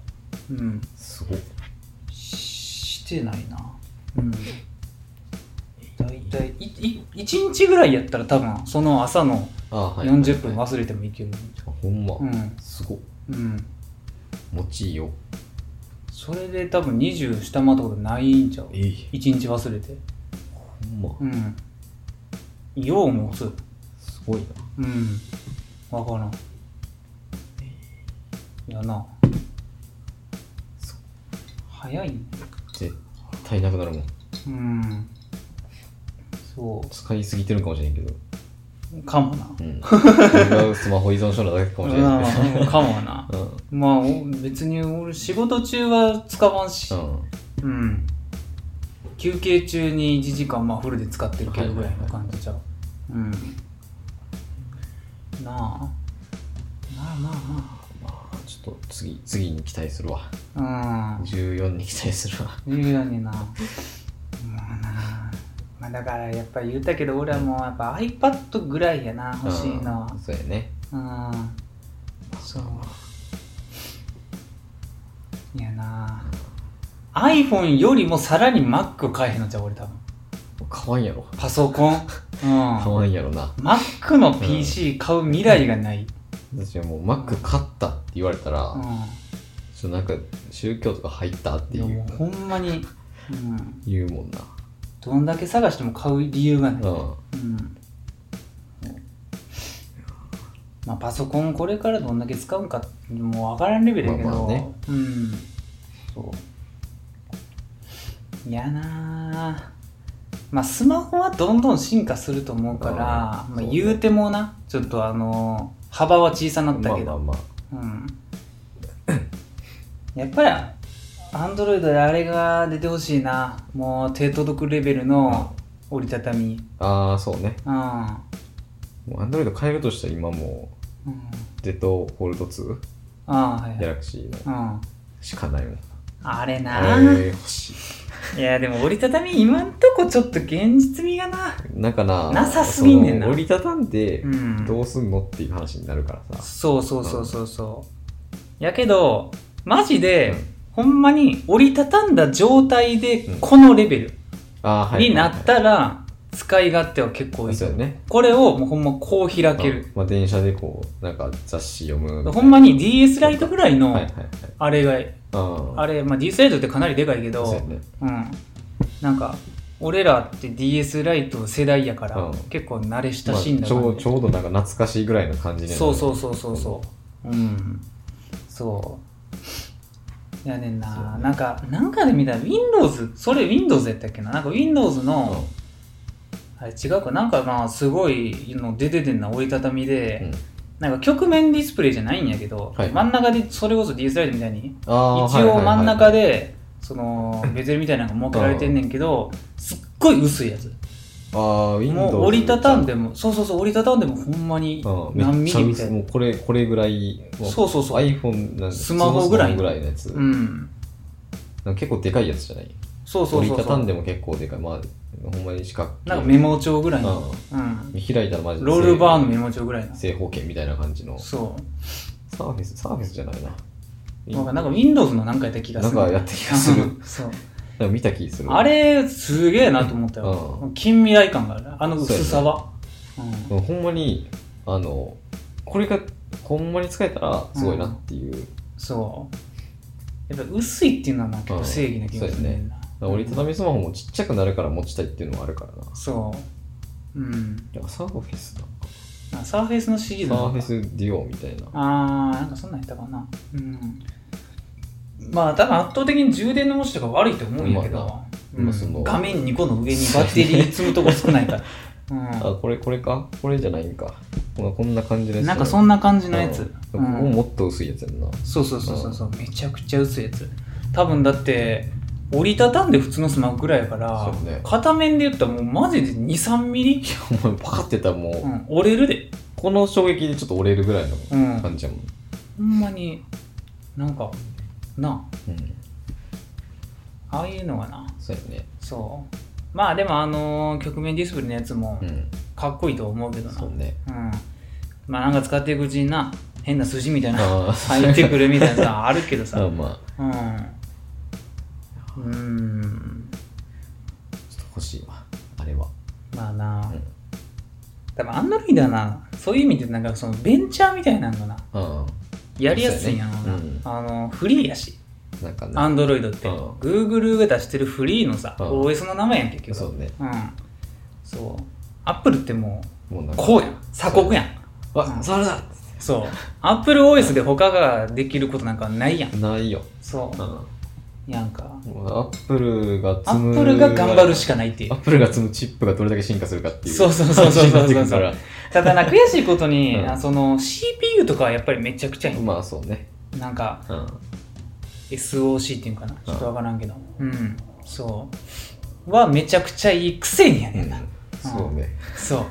Speaker 2: うん
Speaker 1: すごい
Speaker 2: してないなうん大体いい1日ぐらいやったら多分その朝の
Speaker 1: あはい
Speaker 2: 40分
Speaker 1: はい
Speaker 2: 忘れてもいける、
Speaker 1: あほんま
Speaker 2: うん
Speaker 1: すごい
Speaker 2: うん
Speaker 1: 持ちいいよ
Speaker 2: それで多分20下回ったことないんちゃう
Speaker 1: ええ
Speaker 2: 1日忘れて
Speaker 1: ほんま
Speaker 2: うんよう持つ
Speaker 1: すごいな
Speaker 2: うんわからんやな
Speaker 1: そ
Speaker 2: 早いね
Speaker 1: 絶対なくなるもん
Speaker 2: うんそ
Speaker 1: 使いすぎてるんかもしれんけど
Speaker 2: うかもな
Speaker 1: うん違うスマホ依存症なだけかもしれんけ
Speaker 2: うんかもな
Speaker 1: どうん
Speaker 2: まあお別に俺仕事中は使わんし
Speaker 1: うん
Speaker 2: うん休憩中に1時間まあフルで使ってるけどぐらいの感じじゃう、うんなあまあ
Speaker 1: まあちょっと次次に期待するわ
Speaker 2: まあまあうん
Speaker 1: 14に期待するわ
Speaker 2: 言うようになもうなまあだからやっぱ言ったけど俺はもうやっぱ iPad ぐらいやな欲しいのは
Speaker 1: うんそうやね
Speaker 2: うんそういやな iPhone よりもさらに Mac 買えへんのじゃう俺多分
Speaker 1: かわいいやろ
Speaker 2: パソコン うん
Speaker 1: かわいいやろな
Speaker 2: Mac の PC 買う未来がない、
Speaker 1: 私はもう Mac 買ったって言われたら、
Speaker 2: うん
Speaker 1: ちょっとなんか宗教とか入ったって
Speaker 2: い
Speaker 1: い
Speaker 2: や
Speaker 1: う
Speaker 2: もうほんまに、うん、
Speaker 1: 言うもんな
Speaker 2: どんだけ探しても買う理由がない、
Speaker 1: うん
Speaker 2: うんまあ、パソコンこれからどんだけ使うんかもう分からんレベルだけど、
Speaker 1: まあまあね
Speaker 2: うんそういやなあまあスマホはどんどん進化すると思うから、
Speaker 1: ああ
Speaker 2: まあ、
Speaker 1: そうね
Speaker 2: 言うてもなちょっとあの幅は小さなった
Speaker 1: まあ
Speaker 2: け
Speaker 1: まあ
Speaker 2: ど、
Speaker 1: まあ
Speaker 2: うん、やっぱりアンドロイドであれが出てほしいなもう手届くレベルの折りたたみ
Speaker 1: ああそうね
Speaker 2: うん
Speaker 1: もう Android 変えるとしたら今も
Speaker 2: うん
Speaker 1: う Z フォルト2
Speaker 2: ああはいはい
Speaker 1: Galaxy の
Speaker 2: うん
Speaker 1: しかないもん
Speaker 2: あれな
Speaker 1: あれ欲しい
Speaker 2: いやでも折りたたみ今んとこちょっと現実味がな
Speaker 1: なんかな
Speaker 2: なさすぎんねん
Speaker 1: そ
Speaker 2: な
Speaker 1: の折りたたんで
Speaker 2: うん
Speaker 1: どうすんのっていう話になるからさ、
Speaker 2: そうそうそうそうそうやけどマジで、ほんまに折りたたんだ状態で
Speaker 1: うん
Speaker 2: このレベル
Speaker 1: ああーはい
Speaker 2: になったら使い勝手は結構
Speaker 1: はいい
Speaker 2: いと
Speaker 1: そう
Speaker 2: 思
Speaker 1: よ
Speaker 2: う
Speaker 1: ね
Speaker 2: これをもうほんまこう開け
Speaker 1: う
Speaker 2: る
Speaker 1: んまあ、電車でこうなんか雑誌読むみたいな
Speaker 2: ほんまに DS ライトぐらい
Speaker 1: はい
Speaker 2: の
Speaker 1: はいはい
Speaker 2: あれが
Speaker 1: あ
Speaker 2: あれまあ DS ライトってかなりでかいけ
Speaker 1: そうや
Speaker 2: ど
Speaker 1: ね
Speaker 2: うんなんか俺らって DS ライト世代やから、
Speaker 1: うん
Speaker 2: 結構慣れ親
Speaker 1: まあ
Speaker 2: しんだ
Speaker 1: ち
Speaker 2: 感じ、
Speaker 1: ょうちょうどなんか懐かしいぐらいの感じね
Speaker 2: そうそうそうそうそううんそうやねん
Speaker 1: そう
Speaker 2: な、
Speaker 1: ね
Speaker 2: なんかなんかで見たら Windows それ Windows やったっけななんか Windows
Speaker 1: うん
Speaker 2: の、あれ違うかなんかまあすごいの出ててんな折りたたみで、
Speaker 1: うん
Speaker 2: なんか局面ディスプレイじゃないんやけど、
Speaker 1: はい
Speaker 2: 真ん中でそれこそ DS ライトみたいに
Speaker 1: あー
Speaker 2: 一応
Speaker 1: はいはいはい
Speaker 2: 真ん中でそのベゼルみたいなのが設けられてんねんけどすっごい薄いやつ
Speaker 1: ああ Windows
Speaker 2: もう折りたたんでもそうそうそう折りたたんでもほんまに
Speaker 1: うん
Speaker 2: 何
Speaker 1: めっ
Speaker 2: ミ
Speaker 1: ちゃ
Speaker 2: リみた
Speaker 1: 薄い
Speaker 2: い
Speaker 1: も
Speaker 2: な
Speaker 1: うこれこれぐらいも
Speaker 2: そうそうそう
Speaker 1: iPhone なん
Speaker 2: スマホぐら
Speaker 1: ス
Speaker 2: い
Speaker 1: マぐらいのやつ、
Speaker 2: うん
Speaker 1: なんか結構でかいやつじゃない
Speaker 2: そうそうそ
Speaker 1: 折
Speaker 2: う
Speaker 1: りた
Speaker 2: そ
Speaker 1: たん
Speaker 2: う
Speaker 1: でも結構でかいまあほんまに四角形
Speaker 2: なんかメモ帳ぐらいの、
Speaker 1: う
Speaker 2: うん、
Speaker 1: ん開いたらマジで
Speaker 2: ロールバーのメモ帳ぐらいの
Speaker 1: 正方形みたいな感じの
Speaker 2: そ
Speaker 1: サーフェスサーフェスじゃないな
Speaker 2: うなんかなんか Windows のなんかやった気がする
Speaker 1: なんかやった気がする
Speaker 2: そう
Speaker 1: なんか見た気する
Speaker 2: あれすげえなと思ったよ、
Speaker 1: う
Speaker 2: 近未来感があるあの薄さはう,、
Speaker 1: でもほんまにあのこれがほんまに使えたらすごいなっていう、
Speaker 2: んそうやっぱ薄いっていうのはまあ結構正義な気がするねんな、
Speaker 1: だから折りたたみスマホもちっちゃくなるから持ちたいっていうのもあるからな
Speaker 2: そううん
Speaker 1: だからサーフェスだ
Speaker 2: あサーフェイスのシリーズ
Speaker 1: サ
Speaker 2: なの
Speaker 1: ーフ
Speaker 2: か
Speaker 1: ェスデュオみたいな
Speaker 2: あーなんかそんなんやったかなうんまあ多分圧倒的に充電の持ちとか悪いと思うんやけ
Speaker 1: まあ
Speaker 2: ど、
Speaker 1: ま
Speaker 2: う
Speaker 1: あその
Speaker 2: ん、画面2個の上にバッテリー積むとこ少な いから、
Speaker 1: あこれこれかこれじゃないんかこんこんな感じで
Speaker 2: う
Speaker 1: す
Speaker 2: ん、なんかそんな感じのやつ、
Speaker 1: う
Speaker 2: うん
Speaker 1: ここ
Speaker 2: ん、
Speaker 1: もっと薄いやつやんな、
Speaker 2: そうそうそうそうそうめちゃくちゃ薄いやつ多分だって折りたたんで普通のスマホぐらいやから、
Speaker 1: そうね
Speaker 2: 片面で言ったらもうマジで23ミリ、
Speaker 1: お前パカってたらもう、
Speaker 2: うん、折れるで
Speaker 1: この衝撃でちょっと折れるぐらいの
Speaker 2: うん
Speaker 1: 感じやもん、
Speaker 2: ほんまになんかな
Speaker 1: うん、
Speaker 2: あああいうのがな
Speaker 1: そうやね
Speaker 2: そうまあでもあのー局面ディスプレイのやつも
Speaker 1: うん
Speaker 2: かっこいいと思うけどな、、
Speaker 1: そううんね
Speaker 2: まあなんか使っていくうちにな変な筋みたいな
Speaker 1: あー
Speaker 2: 入ってくるみたいなさあるけど
Speaker 1: あ
Speaker 2: さ
Speaker 1: まあ
Speaker 2: うんうん
Speaker 1: ちょっと欲しいわあれは
Speaker 2: まあな、
Speaker 1: うん
Speaker 2: 多分アンドロイドはなそういう意味でなんかそのベンチャーみたいなのが
Speaker 1: う
Speaker 2: な
Speaker 1: ん
Speaker 2: やりやすいんやろうな、
Speaker 1: そうやね
Speaker 2: あのフリーやし
Speaker 1: なんかね
Speaker 2: アンドロイドって、
Speaker 1: うん
Speaker 2: Google が出してるフリーのさ、
Speaker 1: うん
Speaker 2: OS の名前やん結局
Speaker 1: そうね
Speaker 2: うんそうアップルっても
Speaker 1: もうな
Speaker 2: うん
Speaker 1: か
Speaker 2: こうやん鎖国やん
Speaker 1: わそれだ
Speaker 2: そうアップル OS で他ができることなんかないやん
Speaker 1: ないよ
Speaker 2: そ
Speaker 1: うんも
Speaker 2: うやんか
Speaker 1: うアップルが
Speaker 2: ア
Speaker 1: 積む
Speaker 2: ップルが頑張るしかないってい
Speaker 1: ア
Speaker 2: う
Speaker 1: ップルが積むチップがどれだけ進化するかっていう
Speaker 2: そうそうそ うそうそうそう
Speaker 1: 話になってくるから
Speaker 2: ただな悔しいことに、
Speaker 1: うん
Speaker 2: あその CPU とかはやっぱりめちゃくちゃいい
Speaker 1: まあそうね
Speaker 2: なんか
Speaker 1: うん
Speaker 2: SOC っていうんかなちょっとわからんけどうんそうはめちゃくちゃいいくせにや
Speaker 1: う
Speaker 2: ねん
Speaker 1: ん
Speaker 2: な、
Speaker 1: そうね
Speaker 2: そ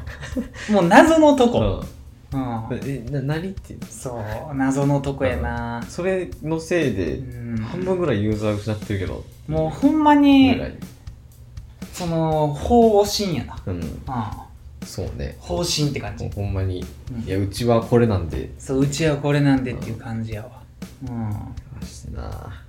Speaker 2: うもう謎のとこ、うん
Speaker 1: うんえな何って
Speaker 2: そう謎のとこやな
Speaker 1: それのせいで
Speaker 2: うん
Speaker 1: 半分ぐらいユーザー失ってるけど
Speaker 2: もうほんま
Speaker 1: ぐ
Speaker 2: に
Speaker 1: らい
Speaker 2: その方針やな
Speaker 1: うん
Speaker 2: う
Speaker 1: そうね
Speaker 2: ん方針って感
Speaker 1: も
Speaker 2: じ
Speaker 1: うほんまに
Speaker 2: うん
Speaker 1: いやうちはこれなんで
Speaker 2: そううちはこれなんでっていう感じやわうん
Speaker 1: マジでな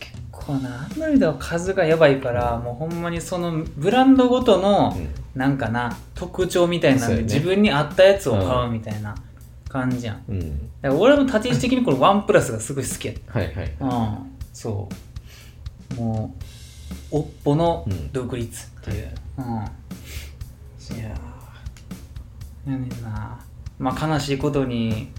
Speaker 2: 結構なアンドロイドは数がやばいからもうほんまにそのブランドごとの
Speaker 1: うん
Speaker 2: なんかな特徴みたいなん
Speaker 1: そう
Speaker 2: で
Speaker 1: やね
Speaker 2: 自分に合ったやつを買うみたいな感じやん
Speaker 1: うん
Speaker 2: だから俺も立ち位置的にこのワンプラスがすごい好きやった
Speaker 1: はいはい
Speaker 2: うん、そう。もう、おっぽの独立っていう。うん。いやーやねんな。まあ、悲しいことに、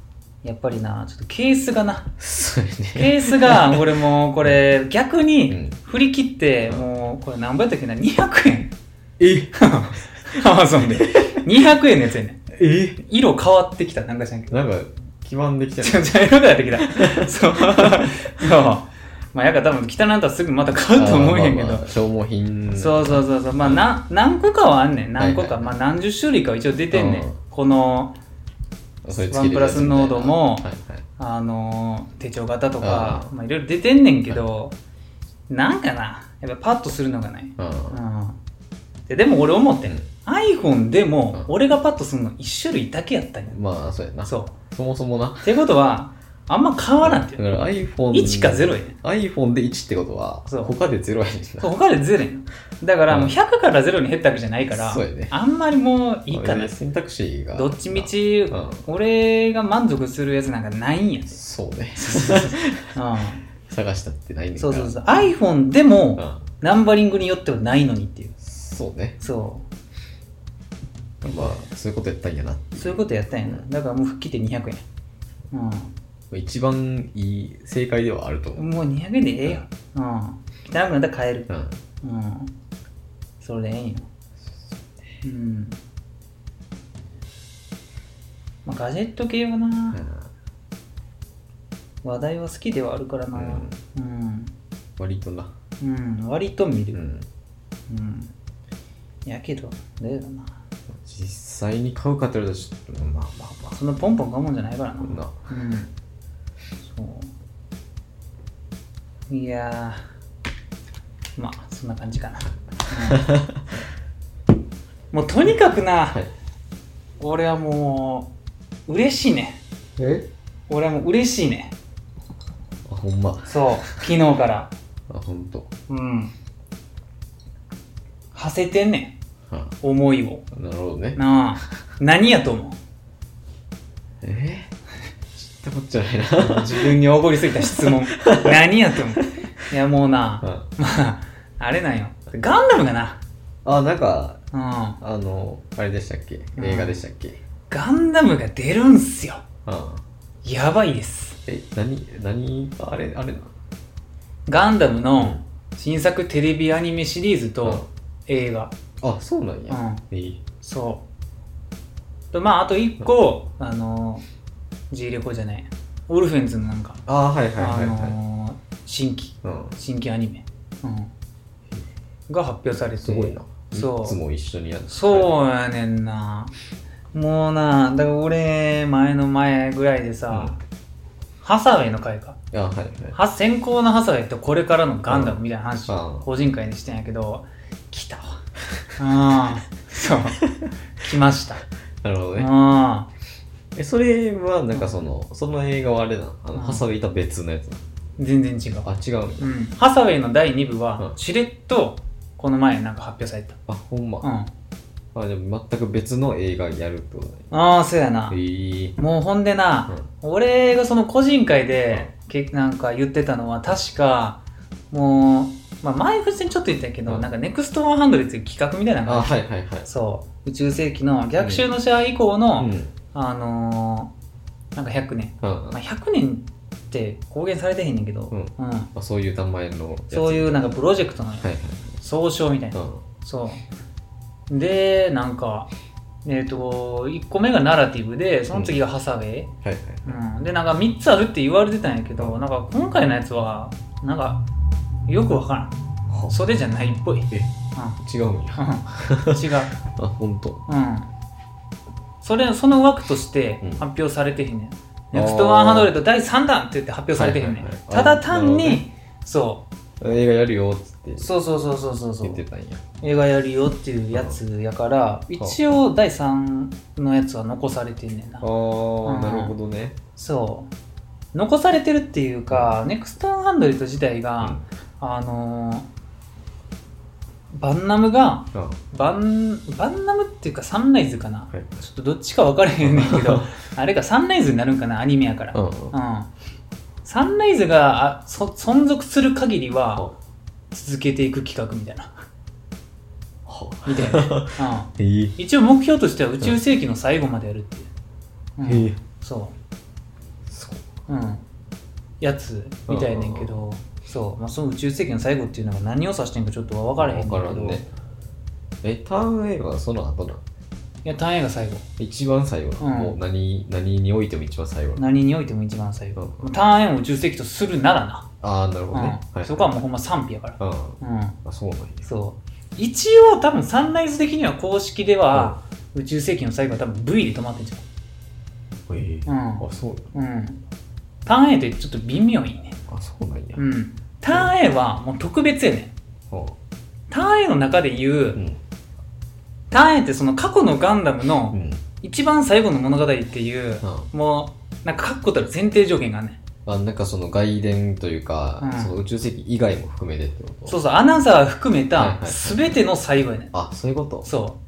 Speaker 2: やっぱりな、ちょっとケースがな、
Speaker 1: そうやね
Speaker 2: ケースが、俺もうこれ、逆
Speaker 1: うん
Speaker 2: に振り切って、もう、これ何倍やったっけな、200円。
Speaker 1: え
Speaker 2: アマゾンで。200円のやつやねん。
Speaker 1: え
Speaker 2: 色変わってきた、なんかじゃんけど。
Speaker 1: なんか基盤できてる
Speaker 2: ちょ茶色くなって きた。そう。そう。まあ、やから多分汚なったらすぐまた買うと思うんやけ
Speaker 1: あー
Speaker 2: ど。
Speaker 1: まあまあ消耗品
Speaker 2: そうそうそうそう。まあ、な何個かはあんねん。何個か。
Speaker 1: はい
Speaker 2: まあ、何十種類かは一応出てんね
Speaker 1: うん
Speaker 2: ん。この、
Speaker 1: それつけれるやつみたいな
Speaker 2: ワンプラスノードも
Speaker 1: はいはい
Speaker 2: あのー手帳型とか、
Speaker 1: うん
Speaker 2: まあ、いろいろ出てんねんけど、なんかな、やっぱパッとするのがない。
Speaker 1: うん
Speaker 2: うん。ででも俺思ってん、
Speaker 1: うん
Speaker 2: iPhone でも
Speaker 1: う、ん
Speaker 2: 俺がパッとするの1種類だけやったんや。
Speaker 1: まあそうやな
Speaker 2: そう。
Speaker 1: そもそもな
Speaker 2: っていうことは、あんま変わらんって
Speaker 1: だ
Speaker 2: い
Speaker 1: か
Speaker 2: う。
Speaker 1: ら iPhone
Speaker 2: 1か0やねん。
Speaker 1: iPhone で1ってことは
Speaker 2: そう
Speaker 1: 他で0やねんな
Speaker 2: そう他でゼロやんだからもう
Speaker 1: うん
Speaker 2: 100からゼロに減ったわけじゃないから、
Speaker 1: そうやね
Speaker 2: あんまりもういいかな、
Speaker 1: 俺選択肢が
Speaker 2: どっちみ
Speaker 1: あ
Speaker 2: ち
Speaker 1: うん
Speaker 2: 俺が満足するやつなんかないんやで、
Speaker 1: そうね
Speaker 2: う
Speaker 1: 探したってないね
Speaker 2: ん、
Speaker 1: ん
Speaker 2: そ
Speaker 1: か
Speaker 2: う
Speaker 1: ら
Speaker 2: そうそう iPhone でも
Speaker 1: う
Speaker 2: ナンバリングによってはないのにっていう
Speaker 1: そうね
Speaker 2: そ
Speaker 1: まあそういうことやったんやな
Speaker 2: うそういうことやったんやなだからもう吹っ切って200円
Speaker 1: 一番いい正解ではあると
Speaker 2: う
Speaker 1: 思う、
Speaker 2: んもう200円でええようん汚くなったら買える
Speaker 1: うん、
Speaker 2: うんそれでええんようんまあガジェット系はな話題は好きではあるからなうん
Speaker 1: 割とな
Speaker 2: うん割と見
Speaker 1: う
Speaker 2: る
Speaker 1: ん
Speaker 2: うんやけどどうやろな
Speaker 1: 実際に買うかって言われたらちょっとまあまあまあ
Speaker 2: そんなポンポン買うもんじゃないからな
Speaker 1: そんな
Speaker 2: うんそういやーまあそんな感 じかな、うんもうとにかくな、
Speaker 1: はい
Speaker 2: 俺はもう嬉しいね
Speaker 1: え
Speaker 2: 俺はもう嬉しいね
Speaker 1: あほんま
Speaker 2: そう昨日から
Speaker 1: あほんと
Speaker 2: うん馳せてんね
Speaker 1: は
Speaker 2: ん思いを
Speaker 1: あなるほどね
Speaker 2: なあ何やと思う
Speaker 1: え知ったこっちゃ ないな
Speaker 2: 自分におごりすぎた質 問何やと思ういやもうな、
Speaker 1: うん
Speaker 2: まああれなんよガンダムがな
Speaker 1: あなんか
Speaker 2: うん
Speaker 1: あのあれでしたっけ
Speaker 2: うん
Speaker 1: 映画でしたっけうん
Speaker 2: ガンダムが出るんすよやばいです
Speaker 1: え何何あれあれな
Speaker 2: ガンダムの新作テレビアニメシリーズと映画
Speaker 1: あそうなん
Speaker 2: う
Speaker 1: や、
Speaker 2: ん
Speaker 1: えい
Speaker 2: そうとまああと1個あの G レコじゃないオルフェンズのなんか
Speaker 1: あはいはいは
Speaker 2: あ
Speaker 1: いはい、
Speaker 2: の新規
Speaker 1: うん
Speaker 2: 新規アニメうんが発表されて
Speaker 1: すごいな。
Speaker 2: そう
Speaker 1: いつも一緒にやる。
Speaker 2: そうやねんな。もうな、だから俺、前の前ぐらいでさ、
Speaker 1: うん
Speaker 2: ハサウェイの回か。
Speaker 1: あ、はいはい。
Speaker 2: は先行のハサウェイとこれからのガンダムみたいな話、
Speaker 1: うん
Speaker 2: 個人会にしてんやけど、来たわ。 ああ、そう。来ました。
Speaker 1: なるほどね。
Speaker 2: ああ、
Speaker 1: え、それは、なんかその、その映画はあれなの。あ
Speaker 2: うん
Speaker 1: の、ハサウェイいた別のやつな
Speaker 2: 全然違う
Speaker 1: の。。あ、違うん
Speaker 2: う
Speaker 1: だ。
Speaker 2: ん、ハサウェイの第2部は
Speaker 1: う、ん
Speaker 2: しれっと、この前なんか発表された。
Speaker 1: あ、ほん
Speaker 2: う
Speaker 1: ま。
Speaker 2: ん。
Speaker 1: あ、でも全く別の映画やるってことね。
Speaker 2: ああ、そうやな
Speaker 1: え。ー。
Speaker 2: もうほんでな、俺がその個人会で、けなんか言ってたのは確かもう、まあ、前普通にちょっと言ったけど、
Speaker 1: うん
Speaker 2: なんかネクストワンハンドレっていう企画みたいなのが
Speaker 1: あ、はいはいはい。
Speaker 2: そう宇宙世紀の逆襲のシェア以降の、
Speaker 1: うん。
Speaker 2: あのーなんか100年、
Speaker 1: うん
Speaker 2: まあ、100年って公言されてへんねんけど、
Speaker 1: うんまあ、そういう名前のやつ。
Speaker 2: そ
Speaker 1: う。
Speaker 2: ういうなんかプロジェクトの
Speaker 1: はいはい。
Speaker 2: 総称みたいな、
Speaker 1: う
Speaker 2: そうでなんかえっ、と1個目がナラティブでその次がハサウェイ、
Speaker 1: ん。はいはい。
Speaker 2: うん、でなんか3つあるって言われてたんやけどなんか今回のやつはなんかよくわからん
Speaker 1: は
Speaker 2: それじゃないっぽい、うん、
Speaker 1: え、違うんや。
Speaker 2: 違う、
Speaker 1: あ、ほんと。
Speaker 2: うん、それその枠として
Speaker 1: うん
Speaker 2: 発表されてへんねん「
Speaker 1: あー
Speaker 2: ネクストワンハンドレッド第3弾」って言って発表されてへんねん、
Speaker 1: はいはいはい
Speaker 2: ただ単
Speaker 1: あなるほど
Speaker 2: に、そ
Speaker 1: 映画やるよっつって
Speaker 2: うそうそうそうそうそうそ
Speaker 1: 言
Speaker 2: う
Speaker 1: ってたんや。
Speaker 2: 映画やるよっていうやつやから一応第3のやつは残されてんねんな
Speaker 1: あー、
Speaker 2: ん
Speaker 1: なるほどね。
Speaker 2: そう残されてるっていうか、ネクストハンドリット自体
Speaker 1: うん。
Speaker 2: が、あのーバンナムが
Speaker 1: うん
Speaker 2: バンバンナムっていうかサンライズかな、
Speaker 1: はい。
Speaker 2: ちょっとどっちか分からへんねん けどあれかサンライズになるんかなアニメやから、
Speaker 1: う
Speaker 2: うん
Speaker 1: ん。
Speaker 2: サンライズがあそ存続する限りは
Speaker 1: は
Speaker 2: 続けていく企画みたいな
Speaker 1: は
Speaker 2: みたい な、
Speaker 1: えー
Speaker 2: うん、一応目標としては宇宙世紀の最後までやるっていう、うん
Speaker 1: えー
Speaker 2: そう
Speaker 1: すごい
Speaker 2: うん、やつみたいねんけど、そう、まあ、その宇宙世紀の最後っていうのが何を指してんかちょっとは分からへんねんけ
Speaker 1: わから
Speaker 2: ど、
Speaker 1: んねえターン A はその後なの
Speaker 2: いや単位が最後
Speaker 1: 一番最後なの、
Speaker 2: うん
Speaker 1: もう何何においても一番最後なの
Speaker 2: 何においても一番最後、
Speaker 1: うん
Speaker 2: 単円を宇宙世紀とするならな、
Speaker 1: ああなるほどね、
Speaker 2: うん
Speaker 1: はい
Speaker 2: そこはもうほんま賛否やから、
Speaker 1: うん
Speaker 2: う
Speaker 1: あそうなんや
Speaker 2: ん、そう一応多分サンライズ的には公式では、宇宙世紀の最後は多分 V で止まってんじ
Speaker 1: へえ
Speaker 2: ゃん
Speaker 1: あそう
Speaker 2: うん、うん、単円ってちょっと微妙いね
Speaker 1: あそうなんや、
Speaker 2: うん単円はもう特別やねん
Speaker 1: うん
Speaker 2: 単円の中で言う、
Speaker 1: うん
Speaker 2: ターンエってその過去のガンダム
Speaker 1: う
Speaker 2: の
Speaker 1: ん
Speaker 2: 一番最後の物語っていう、もうなんか確固たる前提条件があんね
Speaker 1: あなんかその外伝というか、
Speaker 2: うん
Speaker 1: その宇宙世紀以外も含めてってこと
Speaker 2: んそううそうアナザー含め
Speaker 1: はい
Speaker 2: た
Speaker 1: はいはい
Speaker 2: 全ての最後やねん、
Speaker 1: あそういうこと
Speaker 2: そ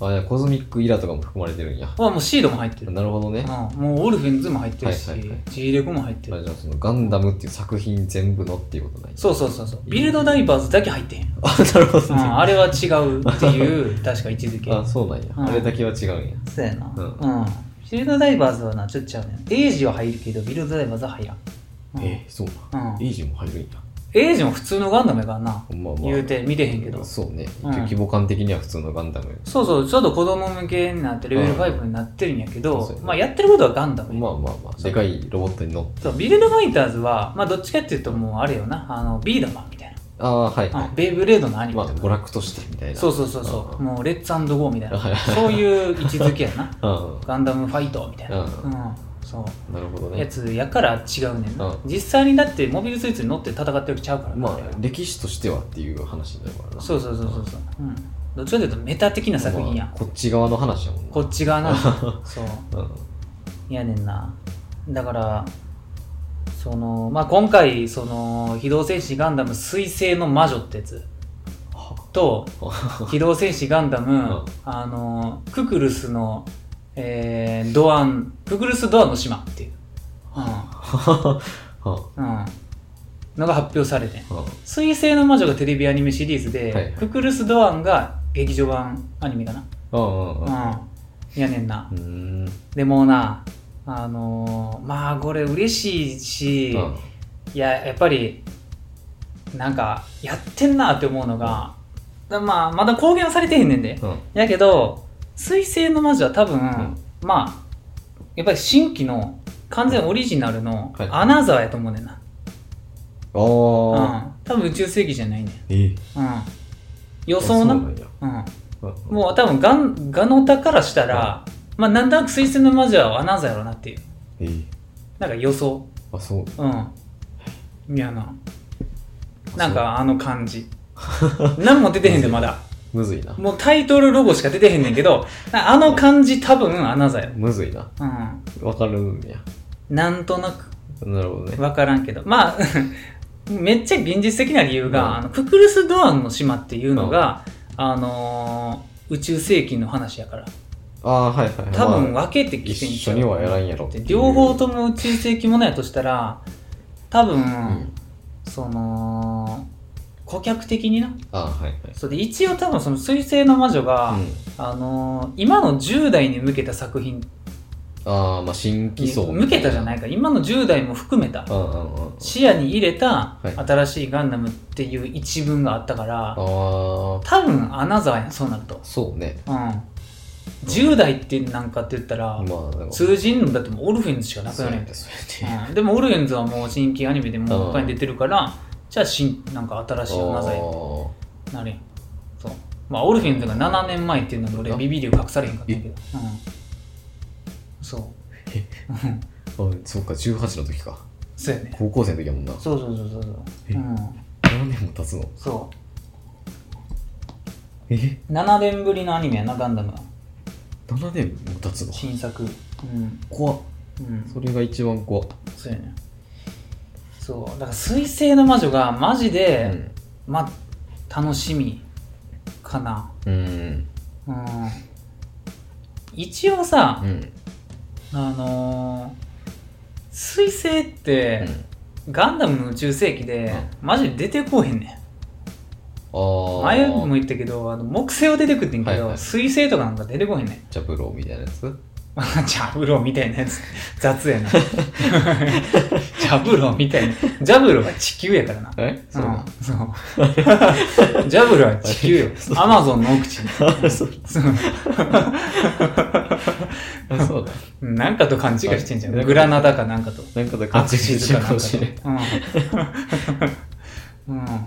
Speaker 1: あ、じゃあコズミックイラとかも含まれてるんや。
Speaker 2: はもうシードも入ってる、
Speaker 1: なるほどね。
Speaker 2: うん、もうオルフェンズも入ってるし、
Speaker 1: はいはいはい
Speaker 2: ジーレコも入って
Speaker 1: あ
Speaker 2: る
Speaker 1: じゃあそのガンダムっていう作品全部のっていうことない
Speaker 2: そうそうそうそうビルドダイバーズだけ入ってへん、うん、
Speaker 1: あ、なるほどね。
Speaker 2: あれは違うっていう 確か位置づけ
Speaker 1: あ、そうなんや。
Speaker 2: うん
Speaker 1: あれだけは違うんや。
Speaker 2: そうやな
Speaker 1: う
Speaker 2: うん、ビルドダイバーズはなちょっとちゃうねんエイジは入るけどビルドダイバーズは入らん、うん
Speaker 1: えー、そうなん。
Speaker 2: うん
Speaker 1: エイジも入るんや。
Speaker 2: エイジも普通のガンダムやからな、
Speaker 1: まあまあ
Speaker 2: 言うて見てへんけど
Speaker 1: そうね。一
Speaker 2: う
Speaker 1: 応
Speaker 2: ん
Speaker 1: 規模感的には普通のガンダムや。
Speaker 2: そうそうちょっと子供向けになってレベル5になってるんやけ
Speaker 1: う
Speaker 2: ど、
Speaker 1: んそうそう
Speaker 2: まあ、やってることはガンダムや
Speaker 1: まあまあまあ、でかいロボットに乗って。
Speaker 2: そうビルドファイターズは、まあ、どっちかっていうともうあれよなあのビーダマンみたい
Speaker 1: ああ、はい
Speaker 2: な、
Speaker 1: は
Speaker 2: ベイブレードのアニ
Speaker 1: い。
Speaker 2: メ
Speaker 1: ま
Speaker 2: と
Speaker 1: あ、
Speaker 2: か、
Speaker 1: 娯楽としてみたいな。
Speaker 2: そうそうそうそう、
Speaker 1: うん
Speaker 2: もうレッツゴーみたい
Speaker 1: はい
Speaker 2: なそういう位置づけやな
Speaker 1: うん。
Speaker 2: ガンダムファイトみたいな、
Speaker 1: う
Speaker 2: うんんそ
Speaker 1: なるほど
Speaker 2: うや
Speaker 1: ね。
Speaker 2: つやから違うねんな、
Speaker 1: うん
Speaker 2: 実際にだってモビルスーツに乗って戦ってるわけちゃうからな、
Speaker 1: ま
Speaker 2: れは
Speaker 1: あ、歴史としてはっていう話になるからな。
Speaker 2: そうそうそうそうそう、うん、どっちかというとメタ的な作品や、
Speaker 1: まあこっち側の話やもんな
Speaker 2: こっち側な そう
Speaker 1: うん。
Speaker 2: やねんなだからそのまあ今回その「機動戦士ガンダム水星の魔女」ってやつ
Speaker 1: は
Speaker 2: と「機動戦士ガンダム」
Speaker 1: ん
Speaker 2: あのククルスの、えードアンククルスドアの島っていう、
Speaker 1: はは
Speaker 2: うんうん、のが発表されてん
Speaker 1: は
Speaker 2: 水星の魔女がテレビアニメシリーズで、
Speaker 1: はい
Speaker 2: ククルスドアンが劇場版アニメかな、
Speaker 1: うんうんうん
Speaker 2: うん、やねんな、
Speaker 1: うーん
Speaker 2: でもなあのーまあこれ嬉しいし、
Speaker 1: うん
Speaker 2: いややっぱりなんかやってんなって思うのが、だまあまだ公言はされてへんねんで、
Speaker 1: うん
Speaker 2: やけど彗星の魔女は多分、まあやっぱり新規の完全オリジナルの
Speaker 1: はい
Speaker 2: アナザーやと思うねんな、う
Speaker 1: あ
Speaker 2: ん
Speaker 1: あ
Speaker 2: 多分宇宙世紀じゃないねん、
Speaker 1: え
Speaker 2: うん、予想な
Speaker 1: あそうなんや
Speaker 2: うん
Speaker 1: うん
Speaker 2: もう多分ガンガノタからしたら、まあなんとなく彗星の魔女はアナザーやろうなっていう
Speaker 1: えー
Speaker 2: なんか予想
Speaker 1: あそう
Speaker 2: うんいやななんかあの感じ何も出てへんでまだ
Speaker 1: むずいな
Speaker 2: もうタイトルロゴしか出てへんねんけどなあの感じ多分アナザよ
Speaker 1: むずいな
Speaker 2: うん
Speaker 1: わかるんや
Speaker 2: なんとなく
Speaker 1: なるほどね
Speaker 2: 分からんけどまあ めっちゃ現実的な理由が、
Speaker 1: うん
Speaker 2: あのククルス・ドアンの島っていうのが、あのー宇宙世紀の話やから
Speaker 1: ああはいはいはい
Speaker 2: 多分
Speaker 1: まあ
Speaker 2: 分けてきてん
Speaker 1: 一緒にはやらんやろっていう
Speaker 2: 両方とも宇宙世紀ものやとしたら多分、
Speaker 1: うん
Speaker 2: その顧客的にな
Speaker 1: ああはいはい
Speaker 2: そうで一応多分その「水星の魔女が」
Speaker 1: うん
Speaker 2: あのー今の10代に向けた作品
Speaker 1: ああまあ新規
Speaker 2: に
Speaker 1: 層
Speaker 2: 向けたじゃ
Speaker 1: い
Speaker 2: ないか今の10代も含めた
Speaker 1: うんうんうん
Speaker 2: 視野に入れた
Speaker 1: はい
Speaker 2: 新しいガンダムっていう一文があったから、
Speaker 1: ああ
Speaker 2: 多分アナザーやんそうなると、
Speaker 1: そうね
Speaker 2: うん、10代ってなんかって言ったら、
Speaker 1: まあなんか
Speaker 2: 通じんのだってもうオルフェンズしかなく
Speaker 1: そう
Speaker 2: な
Speaker 1: や
Speaker 2: るやん
Speaker 1: ねそうやね
Speaker 2: うんでもオルエンズはもう新規アニメでもう他に出てるからじゃあ新なんか新しいアナザーに
Speaker 1: あ
Speaker 2: なるやんそうまあオルフェンズが7年前っていうのも俺
Speaker 1: あ
Speaker 2: ビビりを隠されへんかったんやけど、うん、そううん
Speaker 1: ーあそうか18の時か
Speaker 2: そうやね
Speaker 1: 高校生の時やもんな
Speaker 2: そうそうそうそうそう
Speaker 1: え
Speaker 2: うん
Speaker 1: 何年も経つの
Speaker 2: そ
Speaker 1: え
Speaker 2: う7年ぶりのアニメやなガンダムは
Speaker 1: 7年も経つの
Speaker 2: 新作うん
Speaker 1: 怖っ
Speaker 2: うん
Speaker 1: それが一番怖っ
Speaker 2: そうやねそうだから「水星の魔女」がマジで、まあ楽しみかな
Speaker 1: うん
Speaker 2: うん一応さ
Speaker 1: う、ん
Speaker 2: あのー、彗星って、
Speaker 1: うん
Speaker 2: ガンダムの宇宙世紀で、マジで出てこうへんね
Speaker 1: あ
Speaker 2: ん
Speaker 1: あ
Speaker 2: 前も言ったけどあの木星は出てくってんけど、
Speaker 1: はいはい
Speaker 2: 彗星とかなんか出てこへんね ん
Speaker 1: チャプローみたいなやつ
Speaker 2: ジャブローみたいなやつ雑やな ジャブローみたいなジャブローは地球やからな
Speaker 1: えそうな
Speaker 2: うんそう ジャブローは地球 よ
Speaker 1: そう
Speaker 2: アマゾンの奥地に
Speaker 1: あ そう
Speaker 2: そう
Speaker 1: あそうだ
Speaker 2: なんかと勘違いしてんじゃん。
Speaker 1: はい
Speaker 2: グラナダかなんかと。
Speaker 1: なんかだ
Speaker 2: ア
Speaker 1: 感
Speaker 2: ク
Speaker 1: じ
Speaker 2: シ
Speaker 1: して
Speaker 2: ズ
Speaker 1: るか
Speaker 2: かなん
Speaker 1: も
Speaker 2: かと
Speaker 1: しれん。
Speaker 2: うん。うん。
Speaker 1: うん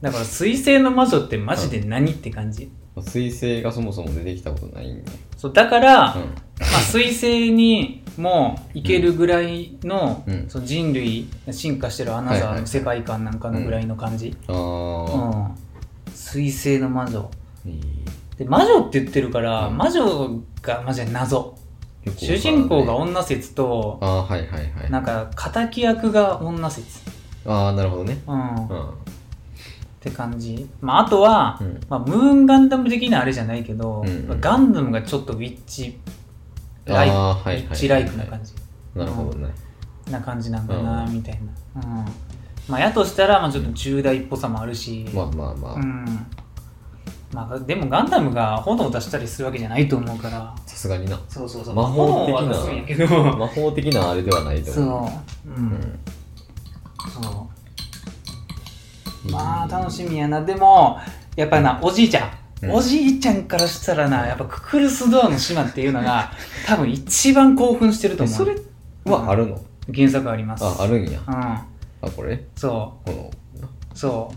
Speaker 2: だから、水星の魔女ってマジで何って感じ。
Speaker 1: 水星がそもそも出てきたことないんで
Speaker 2: そう、だから、
Speaker 1: う
Speaker 2: ま
Speaker 1: ん
Speaker 2: あ、水星にも行けるぐらいの、
Speaker 1: うん
Speaker 2: その人類、進化してるアナザーの世界観なんかのぐらいの感じ。
Speaker 1: ああ
Speaker 2: うん。水星の魔女。
Speaker 1: いい
Speaker 2: で、魔女って言ってるから、
Speaker 1: うん
Speaker 2: 魔女がマジで謎。
Speaker 1: よくわからない
Speaker 2: 主人公が女説と、
Speaker 1: ああーはいはいはい
Speaker 2: なんか、敵役が女説。
Speaker 1: ああなるほどね
Speaker 2: うん
Speaker 1: う。ん
Speaker 2: って感じ。まあ、あとは、
Speaker 1: うん
Speaker 2: まあ、ムーンガンダム的なあれじゃないけど、
Speaker 1: うんうん
Speaker 2: まあガンダムがちょっとウィッチライク、
Speaker 1: あーはいはいはいはい
Speaker 2: ウィッチライクな感じ、
Speaker 1: なるほどね。
Speaker 2: な感じなんかな、
Speaker 1: う
Speaker 2: みたいな。うん。まあ、やとしたら、まあ、ちょっと重大っぽさもあるし、
Speaker 1: まあまあまあ、
Speaker 2: うん。まあ、でもガンダムが炎を出したりするわけじゃないと思うから。
Speaker 1: さすがにな。
Speaker 2: そうそう
Speaker 1: そう魔法的な
Speaker 2: 炎は出すんやけど。
Speaker 1: 魔法的なあれではないと思う。
Speaker 2: そう。うん。
Speaker 1: うん
Speaker 2: そ。
Speaker 1: いうい
Speaker 2: まあ、楽しみやな。でも、やっぱりな、おじいちゃん。
Speaker 1: うん
Speaker 2: おじいちゃんからしたらな、やっぱククルスドアの島っていうのが、多分一番興奮してると
Speaker 1: え
Speaker 2: 思う。
Speaker 1: それはあるの
Speaker 2: 原作あります。
Speaker 1: あ、あるんや。
Speaker 2: うん。
Speaker 1: あ、これ
Speaker 2: そう。
Speaker 1: この。
Speaker 2: そ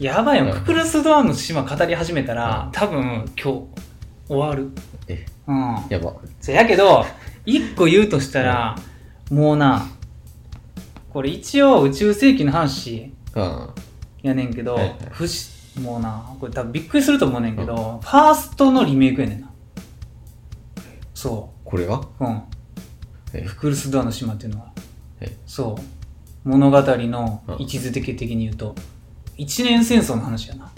Speaker 2: う。やばいよ、
Speaker 1: うん
Speaker 2: ククルスドアの島語り始めたら、
Speaker 1: うん
Speaker 2: 多分今日終わる。
Speaker 1: え、
Speaker 2: うん。
Speaker 1: やば。
Speaker 2: せやけど、一個言うとしたら、もうな、これ一応宇宙世紀の話
Speaker 1: うん。
Speaker 2: やねんけど、
Speaker 1: はいはい
Speaker 2: 不思もうな、これ多分びっくりすると思うねんけど、ファーストのリメイクやねんな。そ
Speaker 1: これが
Speaker 2: う。うん。
Speaker 1: え
Speaker 2: ククルスドアの島っていうのは
Speaker 1: え。
Speaker 2: そう。物語の
Speaker 1: うん
Speaker 2: 位置づけ的に言うと、一年戦争の話やな。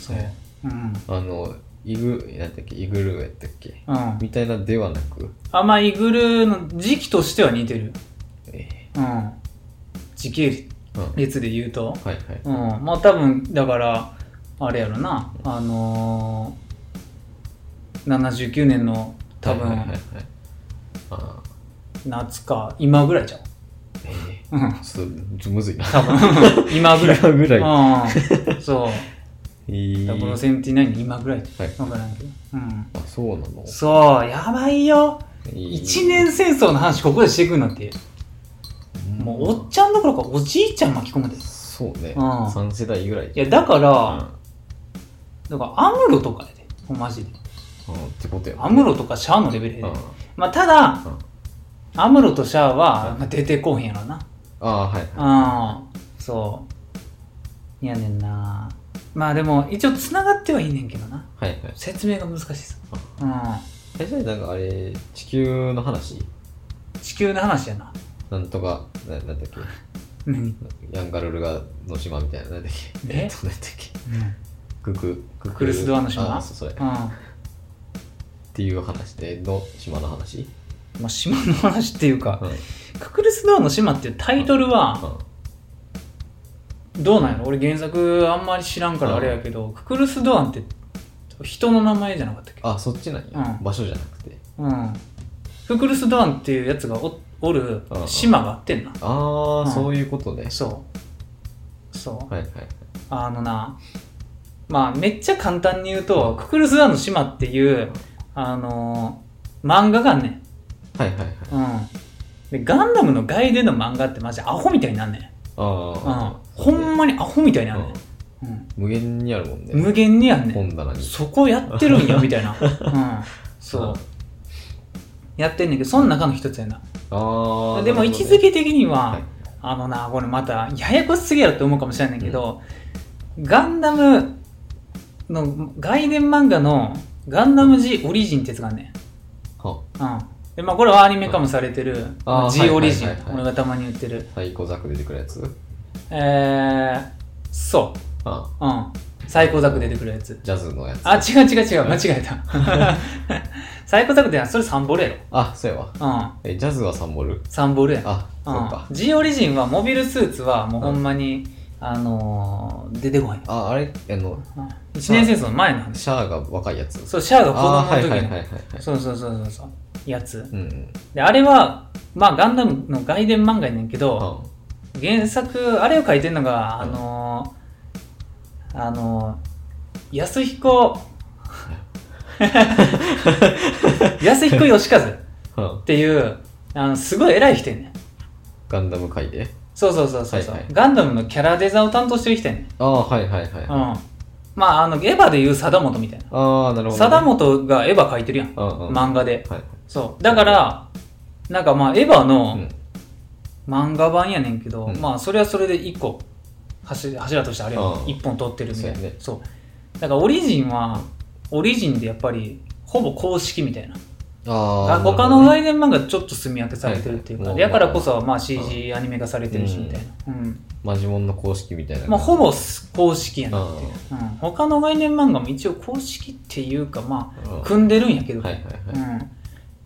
Speaker 2: そう
Speaker 1: え。
Speaker 2: うん。
Speaker 1: あの、イグ、なんだっけ、イグルーやったっけ
Speaker 2: うん。
Speaker 1: みたいなではなく、
Speaker 2: あんまイグルーの時期としては似てる。
Speaker 1: え
Speaker 2: うん。時系
Speaker 1: ーうん。
Speaker 2: 列で言うと。
Speaker 1: はいはい。
Speaker 2: うん。まあ多分、だから、あれやろな。あのー、79年の多
Speaker 1: はいはいはい
Speaker 2: 分、
Speaker 1: はい。あ
Speaker 2: 夏か、今ぐらいちゃう。
Speaker 1: ーえ
Speaker 2: うん。
Speaker 1: ーちょっと、ちょむずいな。
Speaker 2: 多分、 今ぐらい。
Speaker 1: 今ぐらい。
Speaker 2: う ん。そう。
Speaker 1: えー
Speaker 2: だからこの79の今ぐらい。
Speaker 1: はい。
Speaker 2: わからんけど。うん。
Speaker 1: あ、そうなの
Speaker 2: そう、やばいよ。一
Speaker 1: 一
Speaker 2: 年戦争の話ここでしてくるなんて。もうお
Speaker 1: っ
Speaker 2: っちゃんどころかおじいちゃん巻き込むで。い
Speaker 1: そうね、
Speaker 2: うん
Speaker 1: 三世代ぐらい
Speaker 2: や、だから、
Speaker 1: う
Speaker 2: だからアムロとかやで。ほんまマジで。
Speaker 1: ん、うんってことや
Speaker 2: アムロとかシャアのレベル
Speaker 1: うん
Speaker 2: やで。まあ、ただ
Speaker 1: うん、
Speaker 2: アムロとシャア
Speaker 1: う
Speaker 2: は
Speaker 1: ん
Speaker 2: まあ出てこうへんやろな。
Speaker 1: ああーはい
Speaker 2: うん。そう。いやねんな。まあでも、一応繋がってはいいねんけどな。
Speaker 1: はいはい
Speaker 2: 説明が難しいさ。う
Speaker 1: えじゃあなんかあれ地球の話
Speaker 2: ん。地球の話やな。
Speaker 1: なんとかななんだっけ
Speaker 2: 何
Speaker 1: ヤンガルルガの島みたいななんだっけ
Speaker 2: え
Speaker 1: っとなんだっけククク
Speaker 2: クルスドアの島
Speaker 1: あーそうそれっ
Speaker 2: うん。
Speaker 1: ていう話での島の話
Speaker 2: まあ、島の話っていうか、
Speaker 1: うんうん
Speaker 2: ククルス・ドアの島っていうタイトルは、どうなんやろ俺原作あんまり知らんからあれやけど、ククルス・ドアンって人の名前じゃなかったっけ
Speaker 1: あそっちなんや、
Speaker 2: うん
Speaker 1: 場所じゃなくて
Speaker 2: うん。ククルス・ドアンっていうやつがおおる
Speaker 1: うん
Speaker 2: 島があってんな。
Speaker 1: ああ、
Speaker 2: うん
Speaker 1: そういうことね
Speaker 2: そう。そう。
Speaker 1: はいはい
Speaker 2: あのな、まあ、めっちゃ簡単に言うと、ククルス・ドアンの島っていう、あのー漫画があんねん。
Speaker 1: はいはいはい
Speaker 2: うん。で、ガンダムの外伝の漫画ってマジアホみたいになんねん。うん
Speaker 1: ああ、
Speaker 2: ほんまにアホみたいにあんねん
Speaker 1: うん
Speaker 2: うん
Speaker 1: 無限にあるもんね
Speaker 2: 無限にやんねん
Speaker 1: 本棚に
Speaker 2: そこやってるんやみ たいな、うん、そうやってんねんけどその中の一つやな
Speaker 1: ああ
Speaker 2: でも位置づけ的には、
Speaker 1: はい
Speaker 2: あのなこれまたややこしすぎやろって思うかもしれないけど、ガンダムの外伝漫画の「ガンダム G オリジン」ってやつがあんねん、
Speaker 1: は
Speaker 2: うんでまあ、これはアニメ化もされてる「
Speaker 1: あー
Speaker 2: まあ G オリジン
Speaker 1: はいはい」はいはい
Speaker 2: 俺がたまに言ってる
Speaker 1: サイコザク出てくるやつ
Speaker 2: えー、そ
Speaker 1: あ
Speaker 2: ううん最高ザク出てくるやつ
Speaker 1: ジャズのやつ
Speaker 2: あ、違う違う違う、間違えた。 サイコザクってのはそれ3ボールやろ。
Speaker 1: あそうやわ
Speaker 2: うん。
Speaker 1: えジャズはサンボル
Speaker 2: 3ボールや。
Speaker 1: あそうか
Speaker 2: うん。G オリジンはモビルスーツはもうほんまに、あのー、出てこない。
Speaker 1: ああれあの
Speaker 2: うん一年戦争の前の話。
Speaker 1: シャアが若いやつ
Speaker 2: そう、シャアが子
Speaker 1: ああはいはい
Speaker 2: 供の時
Speaker 1: はいはい
Speaker 2: の。
Speaker 1: はい
Speaker 2: そうそうそうそうそう。やつ。
Speaker 1: うんうん
Speaker 2: で、あれは、まあガンダムの外伝漫画やねんけど、
Speaker 1: あ
Speaker 2: 原作、あれを書いてんのが、あ
Speaker 1: うん
Speaker 2: のー、あのー、安彦、安彦義和。
Speaker 1: うん
Speaker 2: っていうあのすごい偉い人やねん
Speaker 1: ガンダム界で
Speaker 2: そうそうそうそうそう、
Speaker 1: はいはい
Speaker 2: ガンダムのキャラデザを担当してる人やねん、うん、
Speaker 1: ああはいはいはいあ
Speaker 2: まああのエヴァでいう貞本みたいな
Speaker 1: あなるほど
Speaker 2: 貞本がエヴァ描いてるやん
Speaker 1: 本
Speaker 2: 漫画で
Speaker 1: はい
Speaker 2: そうだからなんかまあエヴァ
Speaker 1: う
Speaker 2: の
Speaker 1: ん
Speaker 2: 漫画版やねんけど、
Speaker 1: うん
Speaker 2: まあそれはそれで一個柱柱としてあれやん
Speaker 1: うん
Speaker 2: 一本取ってるみたいな
Speaker 1: そうやね
Speaker 2: そうだからオリジンはオリジンでやっぱりほぼ公式みたいな
Speaker 1: あ
Speaker 2: あ
Speaker 1: あ
Speaker 2: 他の概念漫画ちょっと住み分けされてるっていうか、
Speaker 1: はいはい
Speaker 2: だからこそまあ CG アニメ化されてるしみたいな、うん
Speaker 1: マジモンの公式みたいな。
Speaker 2: まあ、ほぼ
Speaker 1: う
Speaker 2: 公式やなっていう、うん、他の概念漫画も一応公式っていうかま
Speaker 1: ん。
Speaker 2: あ
Speaker 1: は
Speaker 2: 組んでるんやけ
Speaker 1: い
Speaker 2: ど、
Speaker 1: はいはい。
Speaker 2: うんま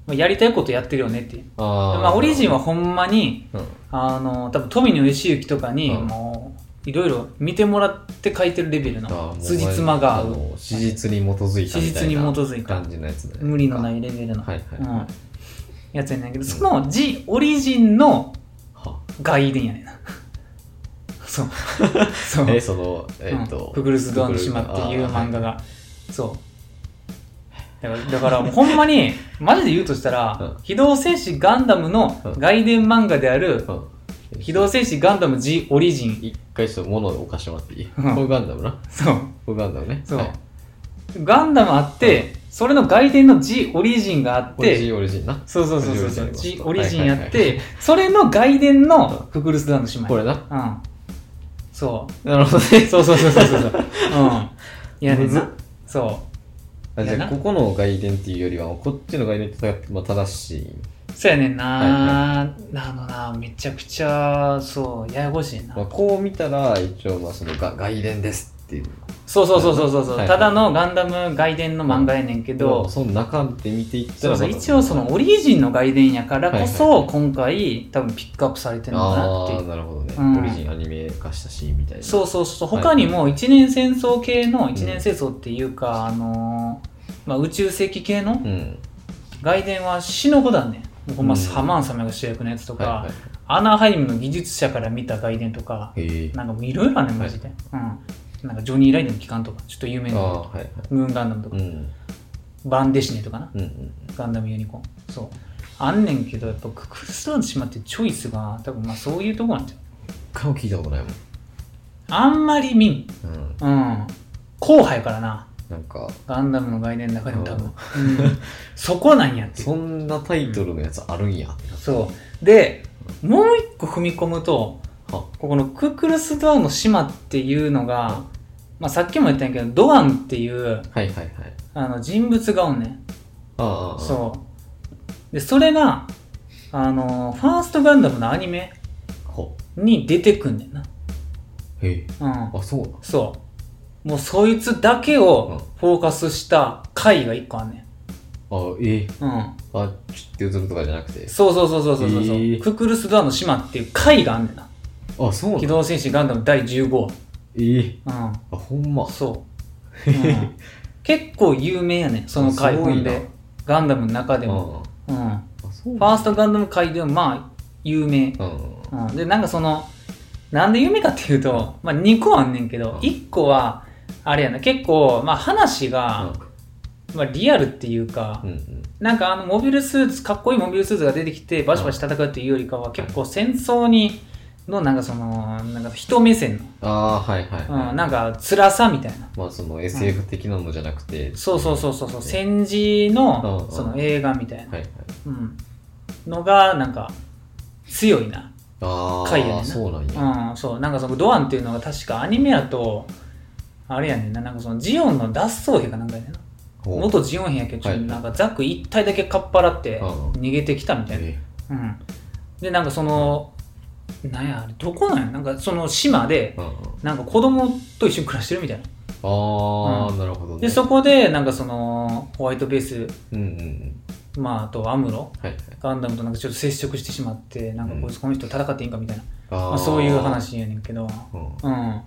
Speaker 2: あ、やりたいことやってるよねっていう
Speaker 1: あー
Speaker 2: まあ、オリジンは、ほんまに
Speaker 1: うん、
Speaker 2: あの多分富野義行とかに、
Speaker 1: うん
Speaker 2: もういろいろ見てもらって書いてるレベ
Speaker 1: あ
Speaker 2: ル
Speaker 1: ーも
Speaker 2: の
Speaker 1: う
Speaker 2: 辻褄が合
Speaker 1: あ
Speaker 2: う
Speaker 1: の史実に基づいたみ
Speaker 2: 史
Speaker 1: た
Speaker 2: 実に
Speaker 1: い
Speaker 2: 基
Speaker 1: な
Speaker 2: づいた
Speaker 1: 感じのやつね。。
Speaker 2: 無理のないいレベルの、
Speaker 1: はいはい。
Speaker 2: うん
Speaker 1: は、
Speaker 2: やつやねんけどその「ジ・オリジン」の外伝やねんな そうそう
Speaker 1: え、その、えっと
Speaker 2: うん、プグルス・ドアの島っていう漫画が、そうだからだからもうほんまに マジで言うとしたら「
Speaker 1: うん
Speaker 2: 機動戦士ガンダム」の外伝漫画である
Speaker 1: 画。うん
Speaker 2: 「機動戦士ガンダム G オリジン
Speaker 1: 一回ちょっと物を貸してもらっていいこ
Speaker 2: うん
Speaker 1: れガンダムな」
Speaker 2: そう
Speaker 1: これガンダムね。
Speaker 2: そう、
Speaker 1: はい
Speaker 2: ガンダムあってそれの外伝の G オリジンがあっ
Speaker 1: オリジ
Speaker 2: て
Speaker 1: ンオリジンな。
Speaker 2: そうそうそうそうそう
Speaker 1: オリジン
Speaker 2: G オリジンやって、
Speaker 1: はいはい
Speaker 2: それの外伝のククルス・ドアンの姉妹
Speaker 1: これな。
Speaker 2: うんそ
Speaker 1: なるほどね。
Speaker 2: うそうそうそうそうそうそううんいやねん
Speaker 1: むずっ
Speaker 2: なそう
Speaker 1: あじ
Speaker 2: いや
Speaker 1: ゃ
Speaker 2: な
Speaker 1: あ、ここの外伝っていうよりは、こっちの外伝って、まあ、正しい。
Speaker 2: そうやねんな、あのなめちゃくちゃそうややこしいな、
Speaker 1: まあ、こう見たら、一応、まあ、そのが外伝ですっていう。
Speaker 2: そうそうそうそうそうそう、
Speaker 1: はいはい
Speaker 2: ただのガンダム外伝の漫画やねんけ
Speaker 1: けど、
Speaker 2: ど、
Speaker 1: その中で見ていった
Speaker 2: そう
Speaker 1: ら
Speaker 2: そう
Speaker 1: また
Speaker 2: 一応そのオリジンの外伝やからこ
Speaker 1: はい
Speaker 2: そ
Speaker 1: はい
Speaker 2: 今回多分ピックアップされてるのかな
Speaker 1: あ
Speaker 2: ってい
Speaker 1: あ
Speaker 2: う
Speaker 1: ー、なるほどね、
Speaker 2: うん
Speaker 1: オリジンアニメ化したシーンみたいな。。
Speaker 2: そううそうそう
Speaker 1: はい
Speaker 2: 他にも一年戦争系の一年戦争っていうか、あのーまあ、宇宙世紀系の
Speaker 1: ん。
Speaker 2: 外伝は死ぬほどあんねんもうほんま、
Speaker 1: うん
Speaker 2: ハマンサメが主役のやつとか、
Speaker 1: はいは
Speaker 2: アナハイムの技術者から見た外伝とか、
Speaker 1: い。へえ。
Speaker 2: なんかもういろいろあるね、マジで。うん。なんかジョニー・ライデンの機関とか、ちょっと有名
Speaker 1: あ
Speaker 2: な、
Speaker 1: あ、はいはい。
Speaker 2: ムーンガンダムとか
Speaker 1: う、ん。
Speaker 2: バンデシネとかな、
Speaker 1: うんうん。
Speaker 2: ガンダムユニコーン。そう。あんねんけど、やっぱククルス・ドアンの島ってチョイスが、多分まあそういうとこなんじゃう
Speaker 1: 顔聞いたことないもん。
Speaker 2: あんまり見ん。
Speaker 1: うん。
Speaker 2: うん。後輩からな、
Speaker 1: なんか、
Speaker 2: ガンダムの概念の中でも多分、
Speaker 1: うん
Speaker 2: うんそこなんやっていう。
Speaker 1: そんなタイトルのやつあるんやってな
Speaker 2: そう。で、もう一個踏み込むと、
Speaker 1: は
Speaker 2: ここのククルス・ドアンの島っていうのが、まあさっきも言ったんやけど、ドアンっていう、
Speaker 1: はいはいはい。
Speaker 2: あの人物がおんねん
Speaker 1: ああああ、
Speaker 2: そうでそれがあのファーストガンダムのアニメ
Speaker 1: ほ
Speaker 2: に出てくんねんな
Speaker 1: う。へえ。
Speaker 2: うん
Speaker 1: あ、そうなん。
Speaker 2: そうもうそいつだけ
Speaker 1: うん
Speaker 2: をフォーカスした回が一個あんね
Speaker 1: あ、ええ。
Speaker 2: んうん
Speaker 1: あ、ちょっと譲るとかじゃなくて。
Speaker 2: そうそうそうそうそうそうそう、
Speaker 1: えー
Speaker 2: ククルス・ドアの島っていう回があんねんな
Speaker 1: あ、そうな
Speaker 2: 機
Speaker 1: ん。
Speaker 2: 動戦士ガンダム第15話
Speaker 1: ええ。
Speaker 2: うん
Speaker 1: あ、ほんま。
Speaker 2: そ う、うん、結構有名やねんその回
Speaker 1: あすごいな
Speaker 2: ほんでガンダムの中でも、
Speaker 1: あ
Speaker 2: うん、ファ
Speaker 1: あ、あそう
Speaker 2: ーストガンダム回でもまあ有名
Speaker 1: ト。うん。
Speaker 2: うん、でなんかそのなんで夢かっていうと、まあ、2個あんねんけ
Speaker 1: う
Speaker 2: ど
Speaker 1: ん
Speaker 2: 1個はあれやな結構、まあ、話が、まあ、リアルっていうか、
Speaker 1: うんうん。
Speaker 2: なんかあのモビルスーツかっこいいモビルスーツが出てきてバシバシ戦うっていうよりかは結構戦争にのなんかそのなんか人目線
Speaker 1: ああー、はいはい
Speaker 2: の、
Speaker 1: は
Speaker 2: う
Speaker 1: い。
Speaker 2: ん、なんか辛さみたいな
Speaker 1: まあ、その SF 的なのじゃなくて。
Speaker 2: そうそうそうそうそう
Speaker 1: うん
Speaker 2: 戦時の
Speaker 1: うん
Speaker 2: その映画みたいな、
Speaker 1: はいはい。
Speaker 2: うん、のがなんか強いな
Speaker 1: あ
Speaker 2: 回やねんな
Speaker 1: あ、そうなんや。
Speaker 2: うん、そう、なんかそのドアンっていうのが確かアニメやと、あれやねんな、なんかそのジオンの脱走兵かなんかやねんな。
Speaker 1: ほう
Speaker 2: 元ジオン兵やけど、ちょっと
Speaker 1: はい
Speaker 2: なんかザク一体だけかっぱらって
Speaker 1: うん
Speaker 2: 逃げてきたみたいな。
Speaker 1: え
Speaker 2: うん。で、なんかその、なんや、あれどこなんや、なんかその島で
Speaker 1: え、うんうん
Speaker 2: なんか子供と一緒に暮らしてるみたいな。
Speaker 1: あ
Speaker 2: う
Speaker 1: あ、なるほどね。
Speaker 2: で、そこで、なんかその、ホワイトベース、
Speaker 1: うんうんうん。
Speaker 2: まあ、あとアムロ、
Speaker 1: はいはい。
Speaker 2: ガンダムとなんかちょっと接触してしまって、なんかこいつこの人戦っていいんかみたいな、
Speaker 1: あ
Speaker 2: まあ、
Speaker 1: あ、
Speaker 2: そういう。話やねんけど、
Speaker 1: うん。
Speaker 2: うん。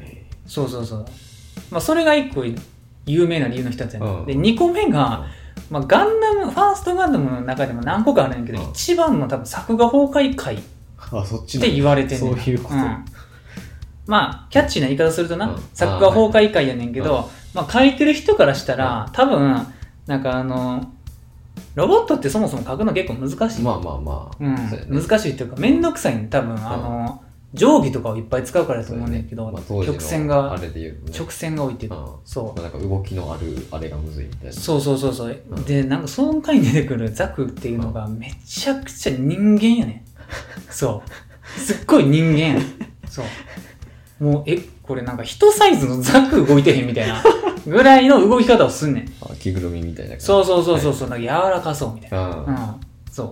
Speaker 1: え
Speaker 2: そうそうそう。まあ、それが一個有名な理由の一つやね、
Speaker 1: うん
Speaker 2: で、二個目が、
Speaker 1: え
Speaker 2: まあ、ガンダム、ファーストガンダムの中でも何個かあるんやけど、
Speaker 1: うん
Speaker 2: 一番の多分作画崩壊回っ
Speaker 1: あ、そっちの
Speaker 2: て言われてんねん。
Speaker 1: そういうこと
Speaker 2: んまあ、キャッチーな言い方するとな、
Speaker 1: うん
Speaker 2: 作画崩壊回やねんけど、まあ、書いてる人からしたら、多分、なんかあの、ロボットってそもそも書くの結構難しい。
Speaker 1: まあまあまあ。
Speaker 2: うん
Speaker 1: そうやね
Speaker 2: 難しいっていうか、めんどくさいねん多分、あの、定規とかをいっぱい使うからだと思うねんけど、
Speaker 1: まあ当時の
Speaker 2: 曲線
Speaker 1: あ
Speaker 2: が、
Speaker 1: れで言うとね
Speaker 2: 直線が置いてる。
Speaker 1: うん
Speaker 2: そ。
Speaker 1: まあなんか動きのあるあれがむずいみたいうな。
Speaker 2: そうそうそうそう。
Speaker 1: うん
Speaker 2: で、なんかその回に出てくるザクっていうのがめちゃくちゃ人間やねん。そう。すっごい人間やねん。そう。もう、え、これなんか人サイズのザク動いてへんみたいなぐらいの動き方をすんねん。
Speaker 1: あ着ぐるみみたいな感じ。
Speaker 2: そうそうそうそう、そうなんか柔らかそうみたいな。
Speaker 1: うん。
Speaker 2: うん。そ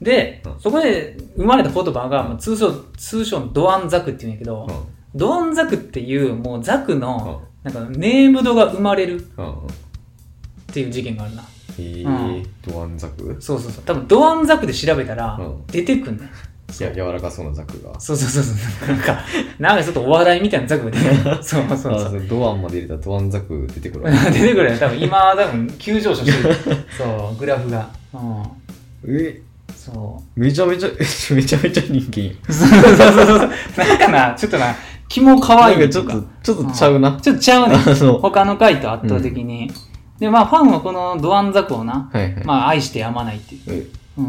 Speaker 2: う。で、
Speaker 1: うん
Speaker 2: そこで生まれた言葉が、
Speaker 1: うん
Speaker 2: まあ、通称、通称のドアンザクって言うんやけど、
Speaker 1: うん
Speaker 2: ドアンザクっていう、もうザクの、なんかネームドが生まれるっ
Speaker 1: うんうん
Speaker 2: ていう事件があるな。
Speaker 1: えー
Speaker 2: うん
Speaker 1: ドアンザク
Speaker 2: そうそうそう。多分ドアンザクで調べたら
Speaker 1: うん、
Speaker 2: 出てくんね、
Speaker 1: いや柔らかそうなザクが
Speaker 2: そうそうそうそう。なんか、なんかちょっとお笑いみたいなザクが出てく る。そうそうそう
Speaker 1: あ。そうドアンまで入れたらドアンザク出てくるわ
Speaker 2: 出てくるよね多分今多分急上昇してるそうグラフがうん
Speaker 1: え
Speaker 2: そ
Speaker 1: めちゃめ ちゃめちゃめちゃ人間や
Speaker 2: うそうそうそうそうなんかなちょっとな気も可愛い
Speaker 1: なんかちょ
Speaker 2: という
Speaker 1: っ
Speaker 2: か
Speaker 1: とちょっとちゃうな
Speaker 2: ちょっとちゃうね
Speaker 1: あの
Speaker 2: 他の回と圧倒的に、でまあファンはこのドアンザクをな、
Speaker 1: はいはい、
Speaker 2: まあ愛してやまないっていう、
Speaker 1: え
Speaker 2: う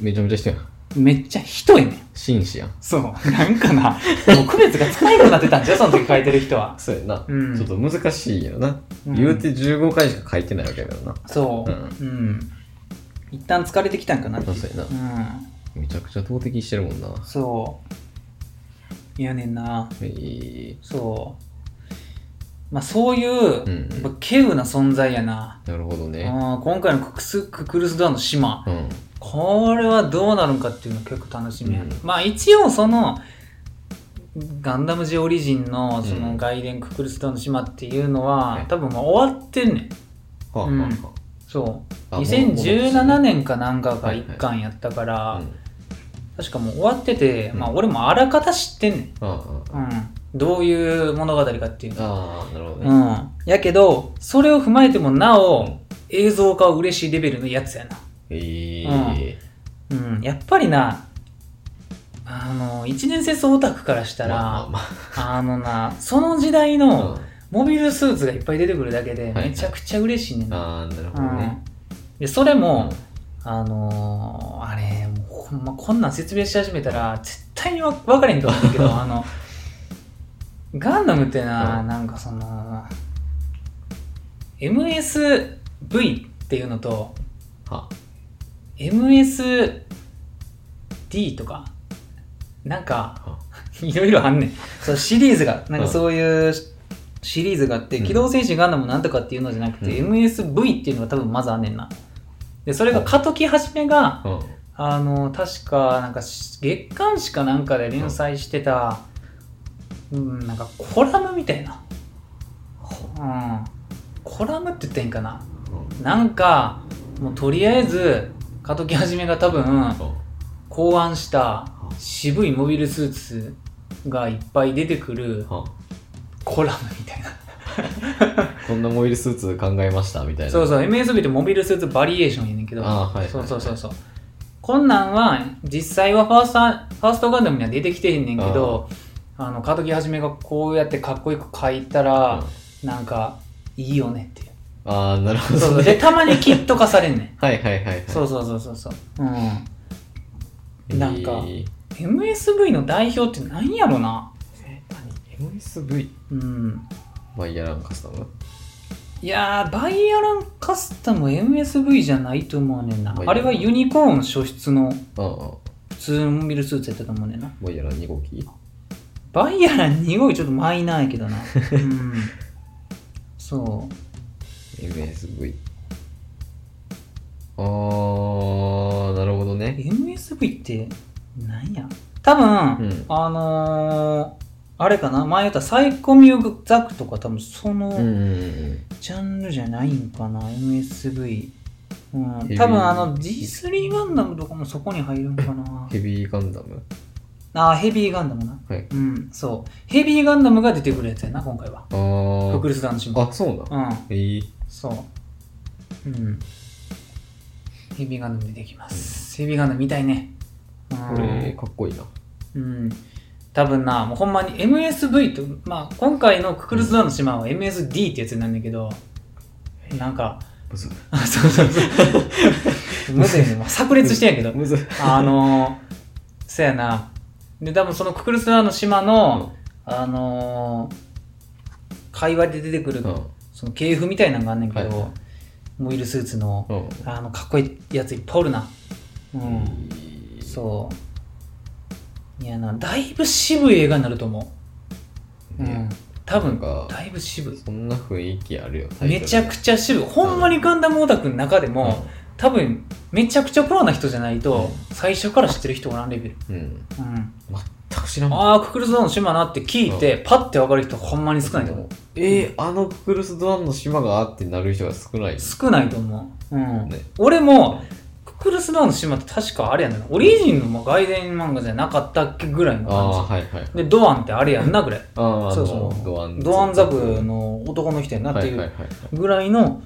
Speaker 1: めちゃめちゃ人やん
Speaker 2: ん、めっちゃ人やねん
Speaker 1: 紳士やん
Speaker 2: そうなんかなもう区別がつかないくなってたんじゃうその時書いてる人は
Speaker 1: そうやな、
Speaker 2: うん
Speaker 1: ちょっと難しいよな、
Speaker 2: うん
Speaker 1: 言うて15回しか書いてないわけやからな
Speaker 2: そう
Speaker 1: うん
Speaker 2: うん、一旦疲れてきたんかなっていう
Speaker 1: そうやな
Speaker 2: うん
Speaker 1: めちゃくちゃ投擲してるもんな
Speaker 2: そう。いやねんな。
Speaker 1: えー
Speaker 2: そう。まあそういう、
Speaker 1: う
Speaker 2: や
Speaker 1: ん
Speaker 2: っぱ稀有な存在やな。
Speaker 1: なるほど
Speaker 2: う
Speaker 1: ね
Speaker 2: ん、今回のククスククルスドアの島。
Speaker 1: うん
Speaker 2: これはどうなるんかっていうの結構楽しみや、
Speaker 1: うん
Speaker 2: まあ一応その、ガンダム G オリジンのそうの
Speaker 1: ん
Speaker 2: 外伝ククルスドアの島っていうのは、
Speaker 1: ね
Speaker 2: 多分もう終わってんね
Speaker 1: は
Speaker 2: ん。
Speaker 1: あはあ
Speaker 2: うん
Speaker 1: は
Speaker 2: そう。
Speaker 1: あもうもう
Speaker 2: 2017年かなんかが一巻やったから、
Speaker 1: あうん
Speaker 2: 確かもう終わってて、
Speaker 1: うん
Speaker 2: まあ俺もあらかた知ってんねん。
Speaker 1: ああ
Speaker 2: うん、どういう物語かっていうの、
Speaker 1: ああなるほどね、
Speaker 2: うん、やけどそれを踏まえてもなお、
Speaker 1: うん
Speaker 2: 映像化は嬉しいレベルのやつやな、
Speaker 1: ええ
Speaker 2: うん、やっぱりなあの1年生オタクからしたら、
Speaker 1: まあまあ
Speaker 2: あのなその時代
Speaker 1: まあ、
Speaker 2: のモビルスーツがいっぱい出てくるだけで
Speaker 1: はいはい
Speaker 2: めちゃくちゃ嬉しいねんな、
Speaker 1: ああなるほ
Speaker 2: う
Speaker 1: ど
Speaker 2: ん
Speaker 1: ね、
Speaker 2: でそれ
Speaker 1: う
Speaker 2: も、あのーあれ、もうほんま、こんなん説明し始めたら、絶対にわ分かれへんと思うんだ けど、あの、ガンダムってな、
Speaker 1: うん
Speaker 2: なんかその、MSV っていうのと、
Speaker 1: は
Speaker 2: MSD とか、なんか、いろいろあんねん。そう、シリーズが、なんかそういうシリーズがあって、
Speaker 1: うん
Speaker 2: 機動戦士ガンダムなんとかっていうのじゃなくて、
Speaker 1: う
Speaker 2: MSV っていうのが多分まずあんねんな。で、それが、カトキ始めが、
Speaker 1: うん
Speaker 2: あの確かなんかし月刊誌かなんかで連載してた、うん、なんかコラムみたいな、うん、コラムって言ったらいいんかななんかもうとりあえず加藤木はじめが多分考案した渋いモビルスーツがいっぱい出てくる
Speaker 1: は
Speaker 2: コラムみたいな
Speaker 1: こんなモビルスーツ考えましたみたいな
Speaker 2: そう
Speaker 1: う
Speaker 2: そう MSB ってモビルスーツバリエーションやねんけど
Speaker 1: あーはいはい
Speaker 2: そうそうそうそうこんなんは実際はファーストファーストガンダムには出てきてへんねんけどあのカトキはじめがこうやってかっこよく書いたら、なんかいいよねっていう
Speaker 1: ああなるほ
Speaker 2: そうそ
Speaker 1: ど
Speaker 2: う
Speaker 1: ね
Speaker 2: でたまにキット化されんねん
Speaker 1: はいはいはいはい
Speaker 2: そうそうそうそうそううん
Speaker 1: えー
Speaker 2: なんか MSV の代表って何やろな
Speaker 1: え何 MSV
Speaker 2: うん
Speaker 1: バイヤランカスタム
Speaker 2: いやーバイアランカスタム MSV じゃないと思うねんな
Speaker 1: バイアラン
Speaker 2: あれはユニコーン初出
Speaker 1: う
Speaker 2: の
Speaker 1: んうん
Speaker 2: 普通のモビルスーツやったと思うねんな
Speaker 1: バイヤラン2号機
Speaker 2: バイアラン2号ちょっとマイナーやけど な。うん。そ
Speaker 1: MSV あーなるほど
Speaker 2: う。
Speaker 1: ね
Speaker 2: MSV ってなんや多分、
Speaker 1: うん
Speaker 2: あのー、あれかな前言ったサイコミュザクとか多分そ
Speaker 1: うん
Speaker 2: の
Speaker 1: うんうん
Speaker 2: ジャンルじゃないんかな、MSV。うん、
Speaker 1: ビー
Speaker 2: 多分あの G3 ガンダムとかもそこに入るんかな
Speaker 1: ヘビーガンダム
Speaker 2: あーヘビーガンダムな
Speaker 1: はい
Speaker 2: うんそうヘビーガンダムが出てくるやつやな今回は
Speaker 1: あ
Speaker 2: クク
Speaker 1: ー
Speaker 2: ルスダンの島
Speaker 1: あそうなん
Speaker 2: うん
Speaker 1: えー
Speaker 2: そう。うん。ヘビーガンダム出てきます。ヘビーガンダム見たいね。うん
Speaker 1: これかっこいいな
Speaker 2: うん。多分な、もうほんまに MSV と、まあ今回のククルスドアの島は MSD ってやつになるんだけど、なんか、
Speaker 1: むず
Speaker 2: あ、そうそう そう。むずいね。もう炸裂してんやけど。
Speaker 1: むず
Speaker 2: あのー、そやな。で、多分そのククルスドアの島の、あのー、会話で出てくる
Speaker 1: うんうん
Speaker 2: その系譜みたいなのがあんねんけど、
Speaker 1: はいは
Speaker 2: モビルスーツの
Speaker 1: うん
Speaker 2: あのかっこいいやついっぱいおるなうんそういやなだいぶ渋い映画になると思う、うん
Speaker 1: ね、
Speaker 2: 多分
Speaker 1: なんか
Speaker 2: だいぶ渋い
Speaker 1: そんな雰囲気あるよ
Speaker 2: めちゃく
Speaker 1: ゃ
Speaker 2: ちゃ渋いほんまにガンダムオタクの中でも、多分めちゃくちゃプロな人じゃないと最初から知ってる人おらんレベル、
Speaker 1: うん。
Speaker 2: うん、
Speaker 1: 全く知らん
Speaker 2: ああククルス・ドアンの島なって聞いて、パッて分かる人ほんまに少ないと思う
Speaker 1: えー、あのククルス・ドアンの島があってなる人が少ない。
Speaker 2: 少ないと思う、うん
Speaker 1: ね
Speaker 2: 俺もククルス・ドアンの島って確かあれやんなオリジンの外伝漫画じゃなかったっけぐらいの
Speaker 1: ああ
Speaker 2: 感
Speaker 1: ー、はいはい。
Speaker 2: じでドアンってあれやんなぐらい
Speaker 1: ああ、
Speaker 2: そうそう
Speaker 1: ドアン
Speaker 2: ドアンザブの男の人やなってい
Speaker 1: はいは
Speaker 2: う
Speaker 1: いはいはい、
Speaker 2: ぐらいの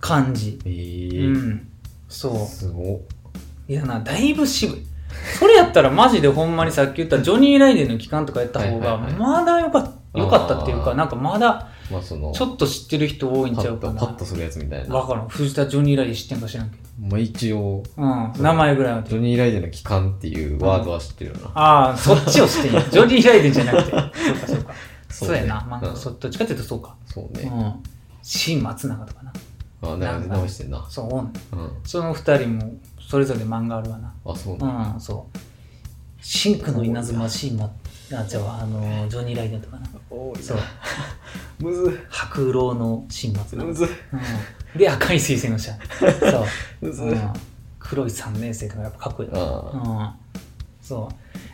Speaker 2: 感じ、
Speaker 1: え
Speaker 2: う
Speaker 1: ー
Speaker 2: んそう
Speaker 1: すごっ
Speaker 2: いやな、だいぶ渋い。それやったらマジでほんまにさっき言ったジョニー・ライデンの期間とかやった方が
Speaker 1: はいはいはい
Speaker 2: まだよかった、よかったっていう
Speaker 1: あ
Speaker 2: か、
Speaker 1: ー
Speaker 2: なんかまだ
Speaker 1: まあその
Speaker 2: ちょっと知ってる人多いん
Speaker 1: パ
Speaker 2: ちゃう
Speaker 1: ッ
Speaker 2: か
Speaker 1: と
Speaker 2: な。
Speaker 1: パッとするやつみたいな、
Speaker 2: わからん。藤田ジョニー・ライデン知ってんか知らんけ
Speaker 1: まあ、一応
Speaker 2: ど。うん。名前ぐらいは。
Speaker 1: ジョニー・ライデンの帰還っていうワードは知ってるよな、
Speaker 2: ああ、そっちを知ってん や。ジョニー・ライデンじゃなくて。そうかそうか。そう
Speaker 1: ね
Speaker 2: やな。ま
Speaker 1: う
Speaker 2: あ、
Speaker 1: ん
Speaker 2: そどっちかっていうとそうか。
Speaker 1: そう
Speaker 2: う
Speaker 1: ね、
Speaker 2: ん。新松永とかな。
Speaker 1: ああなんか直してんな
Speaker 2: そう、おんねん
Speaker 1: うん
Speaker 2: その二人もそれぞれ漫画あるわな。
Speaker 1: あそうな
Speaker 2: うん、そう。シンクの稲妻、シンマ、あ、じゃあ、あの、ジョニー・ライデンとかな。
Speaker 1: 多い
Speaker 2: そう。
Speaker 1: むず
Speaker 2: 白狼の新松な。うん。
Speaker 1: ず
Speaker 2: で、赤い彗星の社。 そう。
Speaker 1: む
Speaker 2: うん、黒い3年生とかやっぱかっこいい。う
Speaker 1: あ
Speaker 2: ん。そ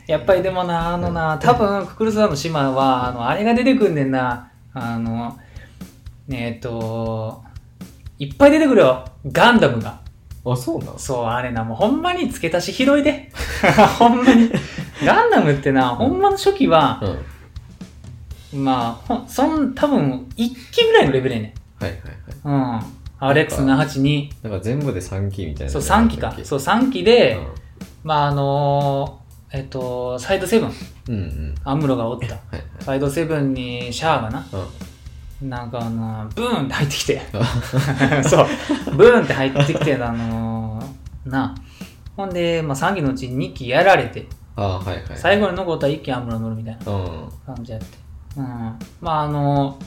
Speaker 2: う。やっぱりでもな、あのな、多分、ククルスワの島は、あの、あれが出てくんねんな。あの、えっ、と、いっぱい出てくるよ。ガンダムが。
Speaker 1: ああそうなん
Speaker 2: そう、あれな、もうほんまに付け足し拾いで。 ほんまに。ガンダムってな、ほんまの初期は、
Speaker 1: うんはい
Speaker 2: まあ、ほんそん、多分、一期ぐらいのレベルやね
Speaker 1: はいはい
Speaker 2: ん。うん。アレックス782。
Speaker 1: なんか全部で3期みたいな
Speaker 2: そう、3期か。そう、3期で、
Speaker 1: う
Speaker 2: まあ、あのーえっと、サイドセブン、
Speaker 1: ん、うんうん
Speaker 2: アムロがおった。
Speaker 1: はいはい
Speaker 2: サイドセブンにシャアがな、
Speaker 1: うん
Speaker 2: なんかあのーブーンって入ってきて。 そう。ブーンって入ってきて、あのーなほんで、まあ、3期のうち2期やられて、
Speaker 1: ああはいはい
Speaker 2: 最後に残ったら一気にアムロ乗るみたいな
Speaker 1: うん
Speaker 2: 感じやって。うん。まああの、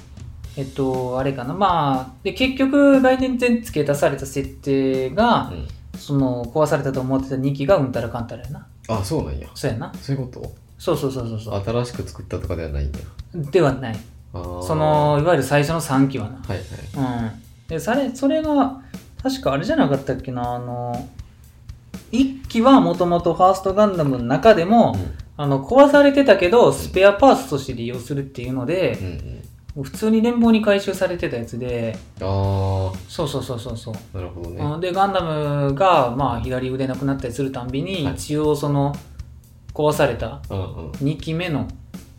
Speaker 2: えっと、あれかな。まあ、で、結局、外伝前付け出された設定が、
Speaker 1: うん
Speaker 2: その、壊されたと思ってた2期がうんたらかんたらやな。
Speaker 1: あそうなんや
Speaker 2: そうやな。
Speaker 1: そういうこ
Speaker 2: そうそうそうそうそ
Speaker 1: と新しく作ったとかではないんだ
Speaker 2: う。ではない。
Speaker 1: あー
Speaker 2: その、いわゆる最初の3期はな。
Speaker 1: はいはい
Speaker 2: うん。で、それ、それが、確かあれじゃなかったっけな、あの、1期はもともとファーストガンダムの中でも、あの、壊されてたけど、スペアパーツとして利用するっていうので、
Speaker 1: うん、うんうん、
Speaker 2: 普通に連邦に回収されてたやつで
Speaker 1: あ
Speaker 2: そうそうそうそうそう、
Speaker 1: あなるほどね
Speaker 2: うんでガンダムが、まあ、左腕なくなったりするたんびに、
Speaker 1: はい
Speaker 2: 一応その壊された
Speaker 1: うんうん
Speaker 2: 2期目の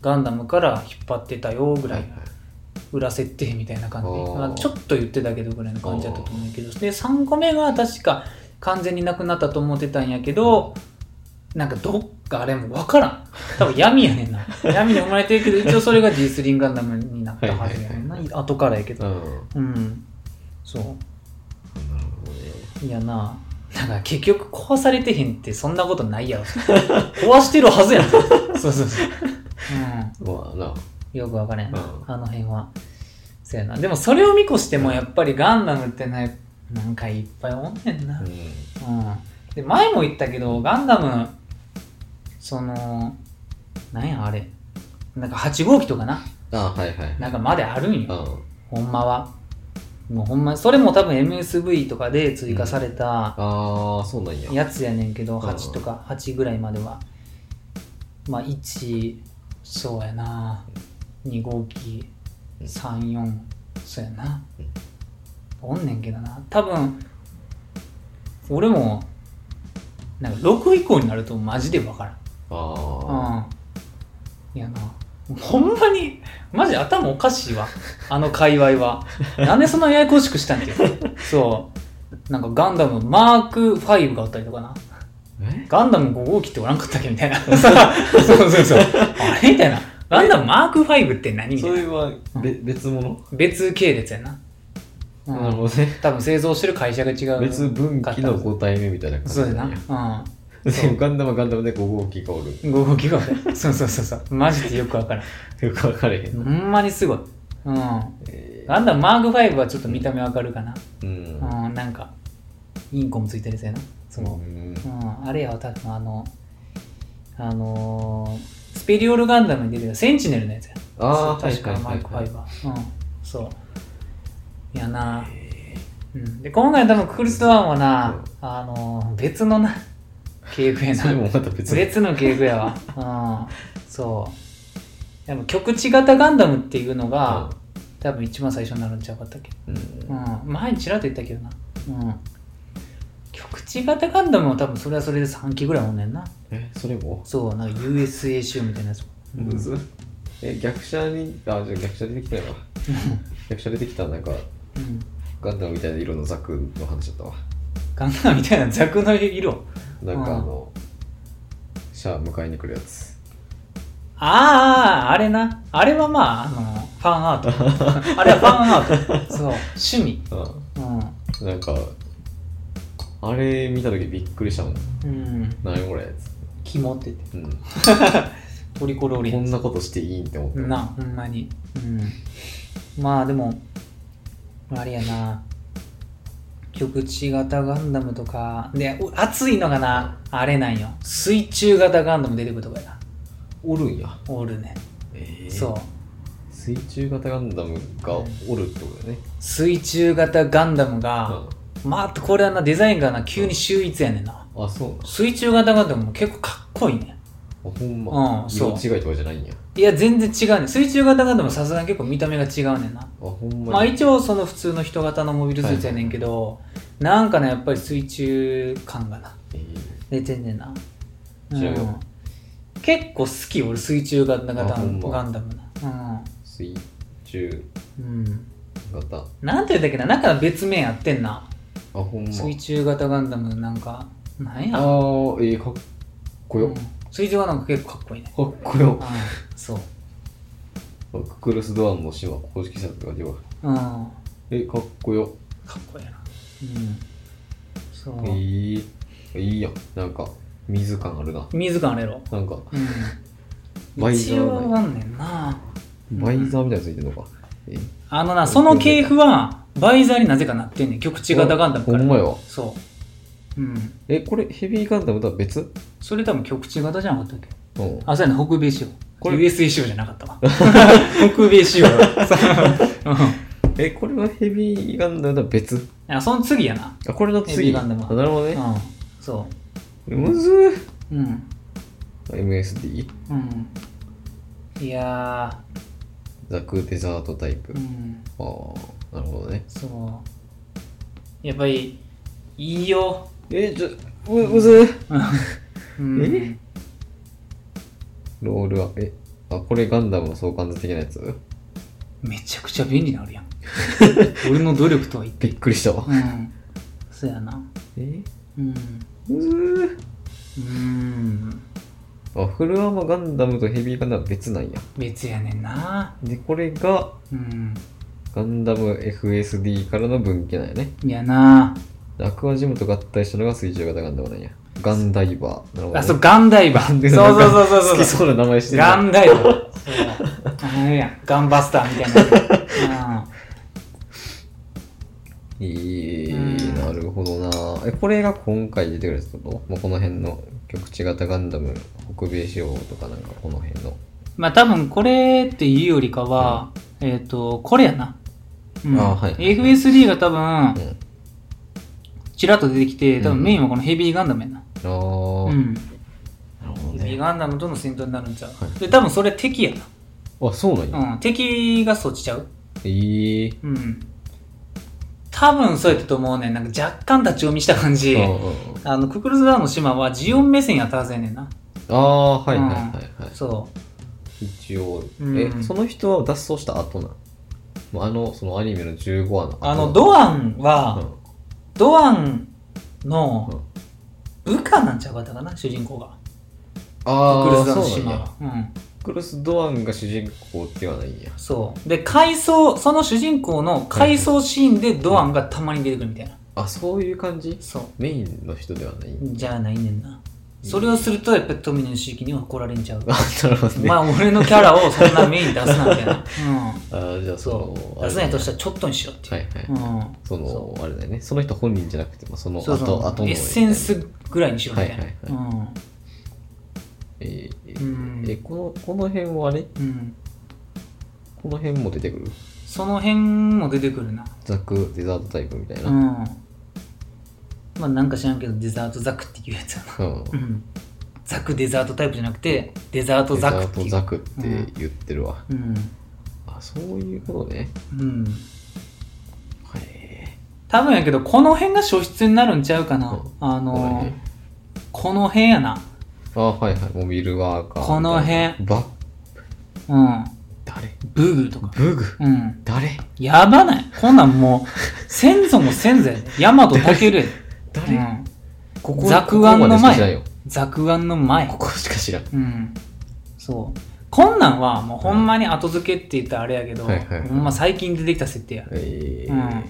Speaker 2: ガンダムから引っ張ってたよぐら
Speaker 1: はい
Speaker 2: い、
Speaker 1: はい
Speaker 2: 裏設定みたいな感じ、
Speaker 1: おー
Speaker 2: まあちょっと言ってたけどぐらいの感じだったと思うんだけどで3個目が確か完全になくなったと思ってたんやけど、なんかどっかあれも分からん多分闇やね んな闇に生まれてるけど一応それが G スリンガンダムになったはずやねんな、
Speaker 1: はいはい
Speaker 2: 後からやけど
Speaker 1: うんなる
Speaker 2: うん。そ
Speaker 1: ほどね
Speaker 2: う。いやな。なんか結局壊されてへんってそんなことない やろ。壊してるはずやん。そうそうそう。
Speaker 1: まあな
Speaker 2: うん。よくわかれん。
Speaker 1: うん
Speaker 2: あの辺は。そうやな。でもそれを見越してもやっぱりガンダムってね、なんかいっぱいおんねんな
Speaker 1: う。
Speaker 2: うん。で、前も言ったけど、ガンダム、その、なんやあれ。なんか8号機とかな。
Speaker 1: んあはいはい
Speaker 2: なんかまであるんよ。
Speaker 1: うん
Speaker 2: ほんまは。もうほんま、それも多分 MSV とかで追加された
Speaker 1: ああそうなんや
Speaker 2: やつやねんけど、
Speaker 1: ん
Speaker 2: 8とか8ぐらいまでは。まあ、1、そうやな。2号機、
Speaker 1: うん
Speaker 2: 3、4、そうやな
Speaker 1: うん。
Speaker 2: おんねんけどな。多分、俺も、なんか6以降になるとマジでわからん。
Speaker 1: あ
Speaker 2: うん。いやな。ほんまに、マジ頭おかしいわ。あの界隈は。なんでそんなややこしくしたんけそう。なんかガンダムマーク5があったりとかな。
Speaker 1: あえ
Speaker 2: ガンダム5号機っておらんかったっけみたいな。そうそうそう。あれみたいな。ガンダムマーク5って何みた
Speaker 1: そ
Speaker 2: いな。
Speaker 1: れはべ別物
Speaker 2: 別系列やな。う
Speaker 1: なる
Speaker 2: ん。
Speaker 1: ほどね
Speaker 2: 多分製造してる会社が違う。
Speaker 1: 別分岐の5体目みたいな感じ
Speaker 2: そうや
Speaker 1: んや
Speaker 2: な。うん。
Speaker 1: でガンダムはガンダムで5号機がおる
Speaker 2: 5号機が。そうそうそうそう。マジでよくわからん。
Speaker 1: よく分かれへん
Speaker 2: ほんまにすごい。うん。
Speaker 1: え
Speaker 2: ガンダムマーク5はちょっと見た目わかるかな。
Speaker 1: ーうん
Speaker 2: うん、なんか、インコもついてるせやな。その、
Speaker 1: うん
Speaker 2: うん、あれやわ、多分あの、あのースペリオルガンダムに出てたセンチネルのやつや。
Speaker 1: ああ
Speaker 2: そう
Speaker 1: はい
Speaker 2: 確
Speaker 1: は
Speaker 2: か
Speaker 1: い
Speaker 2: マ
Speaker 1: は
Speaker 2: イ
Speaker 1: い
Speaker 2: クファイバー。うん、そう。いやなうん、で今回多分クルスワンはな、あの別のな契約や
Speaker 1: それ
Speaker 2: な
Speaker 1: もまた別に
Speaker 2: 別の契約やわ、うん、そうでも局地型ガンダムっていうのが、多分一番最初になるんちゃうかったっけ
Speaker 1: うん
Speaker 2: うん、前にちらっと言ったけどな。うん。局地型ガンダムは多分それはそれで3期ぐらいおんねんな。
Speaker 1: えそれも
Speaker 2: そう、なんか USA 集みたいなやつも。うん
Speaker 1: むずっえ逆車にあじゃあ逆車出てきたよな逆車出てきたなんか
Speaker 2: うん
Speaker 1: ガンダムみたいな色のザクの話だったわ
Speaker 2: ガンダムみたいなザクの色。
Speaker 1: なんか
Speaker 2: う
Speaker 1: あ
Speaker 2: ん
Speaker 1: のシャア迎えに来るやつ
Speaker 2: ああ、あれな。あれはまあ、あの、ファンアート。あれはファンアート。そう、趣味。
Speaker 1: う
Speaker 2: うん
Speaker 1: なんかあれ見た時びっくりしたもん
Speaker 2: ん。うん。
Speaker 1: 何これっつっ
Speaker 2: 肝って言って。
Speaker 1: て、うん、
Speaker 2: トリコローリン
Speaker 1: こんなことしていいんって思った
Speaker 2: なほんまにうんまあでもあれやな局地型ガンダムとかでお熱いのがなあれなんよ水中型ガンダム出てくるとかやな
Speaker 1: おるんや、
Speaker 2: おるね
Speaker 1: ええ
Speaker 2: そう
Speaker 1: 水中型ガンダムがおるってことだよね、
Speaker 2: 水中型ガンダムが、
Speaker 1: あ
Speaker 2: まあこれはなデザインがな急に秀逸やねんな
Speaker 1: あそうなんあ
Speaker 2: 水中型ガンダムも結構かっこいいね
Speaker 1: ほんま、
Speaker 2: うん
Speaker 1: 色
Speaker 2: そう
Speaker 1: 違いとかじゃないんや
Speaker 2: いや全然違うねん水中型ガンダムはさすがに結構見た目が違うねんな
Speaker 1: あほん
Speaker 2: ま
Speaker 1: ま
Speaker 2: あ
Speaker 1: に、
Speaker 2: 一応その普通の人型のモビルスーツやねんけど、なんかねやっぱり水中感がな
Speaker 1: え
Speaker 2: 出てんねんな、うん
Speaker 1: 違うよ
Speaker 2: 結構好き俺水中型の
Speaker 1: あほんま
Speaker 2: ガンダムな
Speaker 1: え水中
Speaker 2: うん、うん、
Speaker 1: 型あ
Speaker 2: なんて言うんだっけななんか別名やってんな、
Speaker 1: ほんま
Speaker 2: 水中型ガンダムなんかなん
Speaker 1: あ
Speaker 2: や、
Speaker 1: ーええかっこよ、
Speaker 2: うん
Speaker 1: かっ
Speaker 2: 水上はなんか結構かっこいいね
Speaker 1: こよ
Speaker 2: うんそう
Speaker 1: クルスドアンの島公式サイトがでは
Speaker 2: うんか
Speaker 1: えかっこよ
Speaker 2: っこいいなうんそう、
Speaker 1: ええいいやんなんか水感あるな
Speaker 2: 水感あれやろ
Speaker 1: なんか
Speaker 2: うん
Speaker 1: バイザ
Speaker 2: 一
Speaker 1: ー
Speaker 2: 応あんねんな
Speaker 1: バイザーみたいなのついてんのか、ええ
Speaker 2: あのな、その系譜は、バイザーになぜかなってんねん。局地型ガンダムか
Speaker 1: ほ
Speaker 2: ら。
Speaker 1: んまやわ
Speaker 2: そう。うん。
Speaker 1: えこれヘビーガンダムとは別
Speaker 2: それ多分局地型じゃなかったっけ
Speaker 1: うん
Speaker 2: あ、そうやな、北米仕様。
Speaker 1: こ
Speaker 2: こ
Speaker 1: れ
Speaker 2: れ USA 仕様じゃなかっ たわ。北米仕様だ。そう
Speaker 1: えこれはヘビーガンダムとは別
Speaker 2: うん。あ、その次やな。
Speaker 1: あこれだと
Speaker 2: ヘ
Speaker 1: 次
Speaker 2: ビーガンダム
Speaker 1: あなるほど
Speaker 2: う
Speaker 1: ね、
Speaker 2: ん。そ
Speaker 1: むずー
Speaker 2: う。うん。
Speaker 1: MSD
Speaker 2: うん。いや
Speaker 1: ザクデザートタイプ、
Speaker 2: ー、うん。
Speaker 1: ああなるほどね
Speaker 2: そう。やっぱり、い いよ。
Speaker 1: えじゃむむずー
Speaker 2: うん。
Speaker 1: えロールはえあこれガンダムの相関図的なやつ
Speaker 2: めちゃくちゃ便利 なるやん。俺の努力とは言って。
Speaker 1: びっくりしたわ
Speaker 2: うん。そうやな。
Speaker 1: え
Speaker 2: うん。
Speaker 1: むずー
Speaker 2: うん。
Speaker 1: あフルアーマーガンダムとヘビーガンダムは別なんや
Speaker 2: 別やねんな。
Speaker 1: でこれが
Speaker 2: うん。
Speaker 1: ガンダム FSD からの分岐なんやね
Speaker 2: やな。
Speaker 1: アクアジムと合体したのが水中型ガンダムなんやガンダイバーなるほどね
Speaker 2: あ、そう、ガンダイバ
Speaker 1: なん
Speaker 2: ー。
Speaker 1: で
Speaker 2: そうそうそ
Speaker 1: な
Speaker 2: う
Speaker 1: んか
Speaker 2: そ
Speaker 1: 好
Speaker 2: う
Speaker 1: き
Speaker 2: そう。
Speaker 1: そうな名前してる
Speaker 2: ガンダイバー。そう。あれやん。ガンバスターみたいな。うん。
Speaker 1: いい、
Speaker 2: うん
Speaker 1: なるほどなえこれが今回出てくるやつってこと、まあ、この辺の局地型ガンダム北米仕様とかなんかこの辺の
Speaker 2: まあ多分これっていうよりかは、えっ、と、これやな。うん、
Speaker 1: あはい
Speaker 2: FSD が多
Speaker 1: う
Speaker 2: 分、
Speaker 1: ん
Speaker 2: ちらっと出てきて、多
Speaker 1: うん
Speaker 2: 分メインはこのヘビーガンダムやな。
Speaker 1: あ
Speaker 2: う
Speaker 1: ー、
Speaker 2: ん。
Speaker 1: なるほど
Speaker 2: ヘビー
Speaker 1: ね
Speaker 2: ガンダムとの戦闘になるんちゃ。
Speaker 1: はいう
Speaker 2: で、多分それ敵やな。
Speaker 1: あそうなんや、
Speaker 2: うん、敵がそっちちゃう
Speaker 1: いい
Speaker 2: うん。多分そうやったと思うねん。なんか若干立ち読みした感じ。
Speaker 1: うんうんうん
Speaker 2: あの、ククルスダウンの島はジオン目線やったはずやねんな。
Speaker 1: あーはいはいはいはい、
Speaker 2: そ
Speaker 1: 一応、
Speaker 2: うん
Speaker 1: えその人は脱走した後なんもうあのそのアニメの15話の後
Speaker 2: う。あの、ドアンは、ドアン
Speaker 1: うん
Speaker 2: の部下なんちゃうかったかな、主人公が。クク
Speaker 1: あ
Speaker 2: ル
Speaker 1: あ
Speaker 2: スダウン
Speaker 1: そ
Speaker 2: の
Speaker 1: う
Speaker 2: 島
Speaker 1: なんや
Speaker 2: は。うん。
Speaker 1: クルス・ドアンが主人公ではないんや
Speaker 2: そう。で、回想、その主人公の回想シーンでドアンがたまに出てくるみたいな。
Speaker 1: あそういう感じ
Speaker 2: そう。
Speaker 1: メインの人ではないんや
Speaker 2: じゃあないねんな。それをすると、やっぱり富野義行には怒られんちゃう。
Speaker 1: あなるほどね、
Speaker 2: まあ俺のキャラをそんなメインに出すなみたいな、
Speaker 1: あーじゃあ
Speaker 2: うん、
Speaker 1: その
Speaker 2: そう
Speaker 1: あれ
Speaker 2: 出すないとしたらちょっとにしろっていう、
Speaker 1: はいはい、
Speaker 2: うん、
Speaker 1: その
Speaker 2: そ
Speaker 1: あれだよねその人本人じゃなくてもその後
Speaker 2: そうそう
Speaker 1: 後の
Speaker 2: エッセンスぐらいにしろみたい
Speaker 1: は
Speaker 2: な、
Speaker 1: いは
Speaker 2: う
Speaker 1: い
Speaker 2: ん
Speaker 1: えーえ
Speaker 2: うん
Speaker 1: えこのこの辺はあれ
Speaker 2: うん
Speaker 1: この辺も出てくる
Speaker 2: その辺も出てくるな
Speaker 1: ザクデザートタイプみたいうな、
Speaker 2: ん
Speaker 1: うん
Speaker 2: まあなんか知らんけどデザートザクっていうやつやなうんザクデザートタイプじゃなくてデザート
Speaker 1: デ
Speaker 2: ザ
Speaker 1: ザ
Speaker 2: クっ
Speaker 1: ー
Speaker 2: て
Speaker 1: ト
Speaker 2: いう
Speaker 1: ザクって言ってるわ、
Speaker 2: うん
Speaker 1: あそういうことね
Speaker 2: うん
Speaker 1: はい
Speaker 2: 多分やけどこの辺が初出になるんちゃうかな、
Speaker 1: うん怖
Speaker 2: あ
Speaker 1: い
Speaker 2: のー
Speaker 1: ね
Speaker 2: この辺やな
Speaker 1: あはいはいモビルワーカー
Speaker 2: この辺
Speaker 1: バ
Speaker 2: うん
Speaker 1: 誰
Speaker 2: ブグとか
Speaker 1: ブグ
Speaker 2: うん
Speaker 1: 誰
Speaker 2: やばないこんなんもう先祖も先祖やでヤマトタ ケルやで
Speaker 1: 誰、
Speaker 2: うん
Speaker 1: こ
Speaker 2: ザクワンの前
Speaker 1: ここまでしか知らんよ
Speaker 2: ザクワンの前
Speaker 1: ここしか知らん
Speaker 2: うんそうこんなんはもうほんまに後付けって言ったらあれやけど、
Speaker 1: はいはいはい
Speaker 2: ほんま最近出てきた設定や
Speaker 1: えー
Speaker 2: うん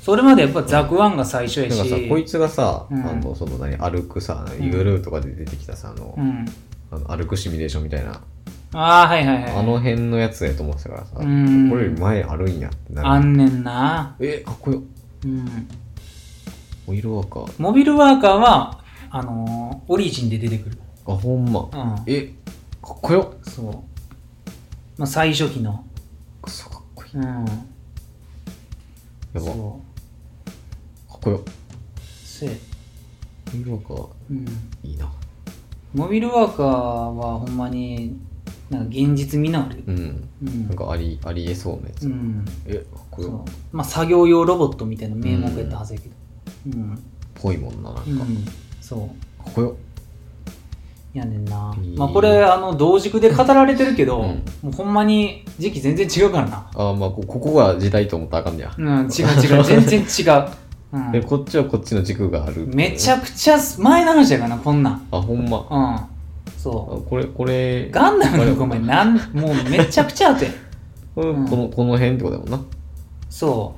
Speaker 2: それまでやっぱザクワンが最初や
Speaker 1: なんか
Speaker 2: し
Speaker 1: さ、こいつがさ、
Speaker 2: うん
Speaker 1: あの、その何、歩くさ、
Speaker 2: ん
Speaker 1: イグルーとかで出てきたさ、あの
Speaker 2: う、ん
Speaker 1: あの歩くシミュレーションみたいな、
Speaker 2: ああはいはいはい
Speaker 1: あの辺のやつやと思ってたからさ、こ
Speaker 2: うん
Speaker 1: れより前あるんやって
Speaker 2: あ
Speaker 1: なる。
Speaker 2: んねんな
Speaker 1: え、かっこよ。
Speaker 2: うん
Speaker 1: お色はか。
Speaker 2: モビルワーカーはあのーオリジンで出てくる
Speaker 1: あ、ほんま
Speaker 2: う。ん
Speaker 1: え、かっこよ。
Speaker 2: そうまあ最初期の
Speaker 1: くそかっこいい。
Speaker 2: うん
Speaker 1: やば。かっ
Speaker 2: そ
Speaker 1: こよ。
Speaker 2: うせ
Speaker 1: お色はか、
Speaker 2: うん
Speaker 1: いいな。
Speaker 2: モビルワーカーはほんまになんか現実味のある
Speaker 1: うん。
Speaker 2: うん
Speaker 1: なんかあり、ありえそうなや
Speaker 2: う
Speaker 1: つ。
Speaker 2: ん
Speaker 1: え、かっこ
Speaker 2: そう
Speaker 1: よ。
Speaker 2: まあ作業用ロボットみたいな名目やったはずやけどうん
Speaker 1: ぽいもんな、なんか。
Speaker 2: うん、
Speaker 1: か
Speaker 2: そう
Speaker 1: っこよ。
Speaker 2: やねんな、
Speaker 1: いい
Speaker 2: まあこれあの同軸で語られてるけど、
Speaker 1: うん
Speaker 2: もうほんまに時期全然違うからな
Speaker 1: あ、まあ、こここが時代と思ったらあかんねや。
Speaker 2: う ん違う違う全然違う、うん
Speaker 1: で、こっちはこっちの軸がある。
Speaker 2: めちゃくちゃ前の話やからなこんなん
Speaker 1: あ、ほんま。
Speaker 2: うん
Speaker 1: あ
Speaker 2: そ
Speaker 1: これ、これ、
Speaker 2: うガンダムのごめんなんもうめちゃくちゃ後や
Speaker 1: これ
Speaker 2: うん
Speaker 1: この、この辺ってことだもんな。
Speaker 2: そ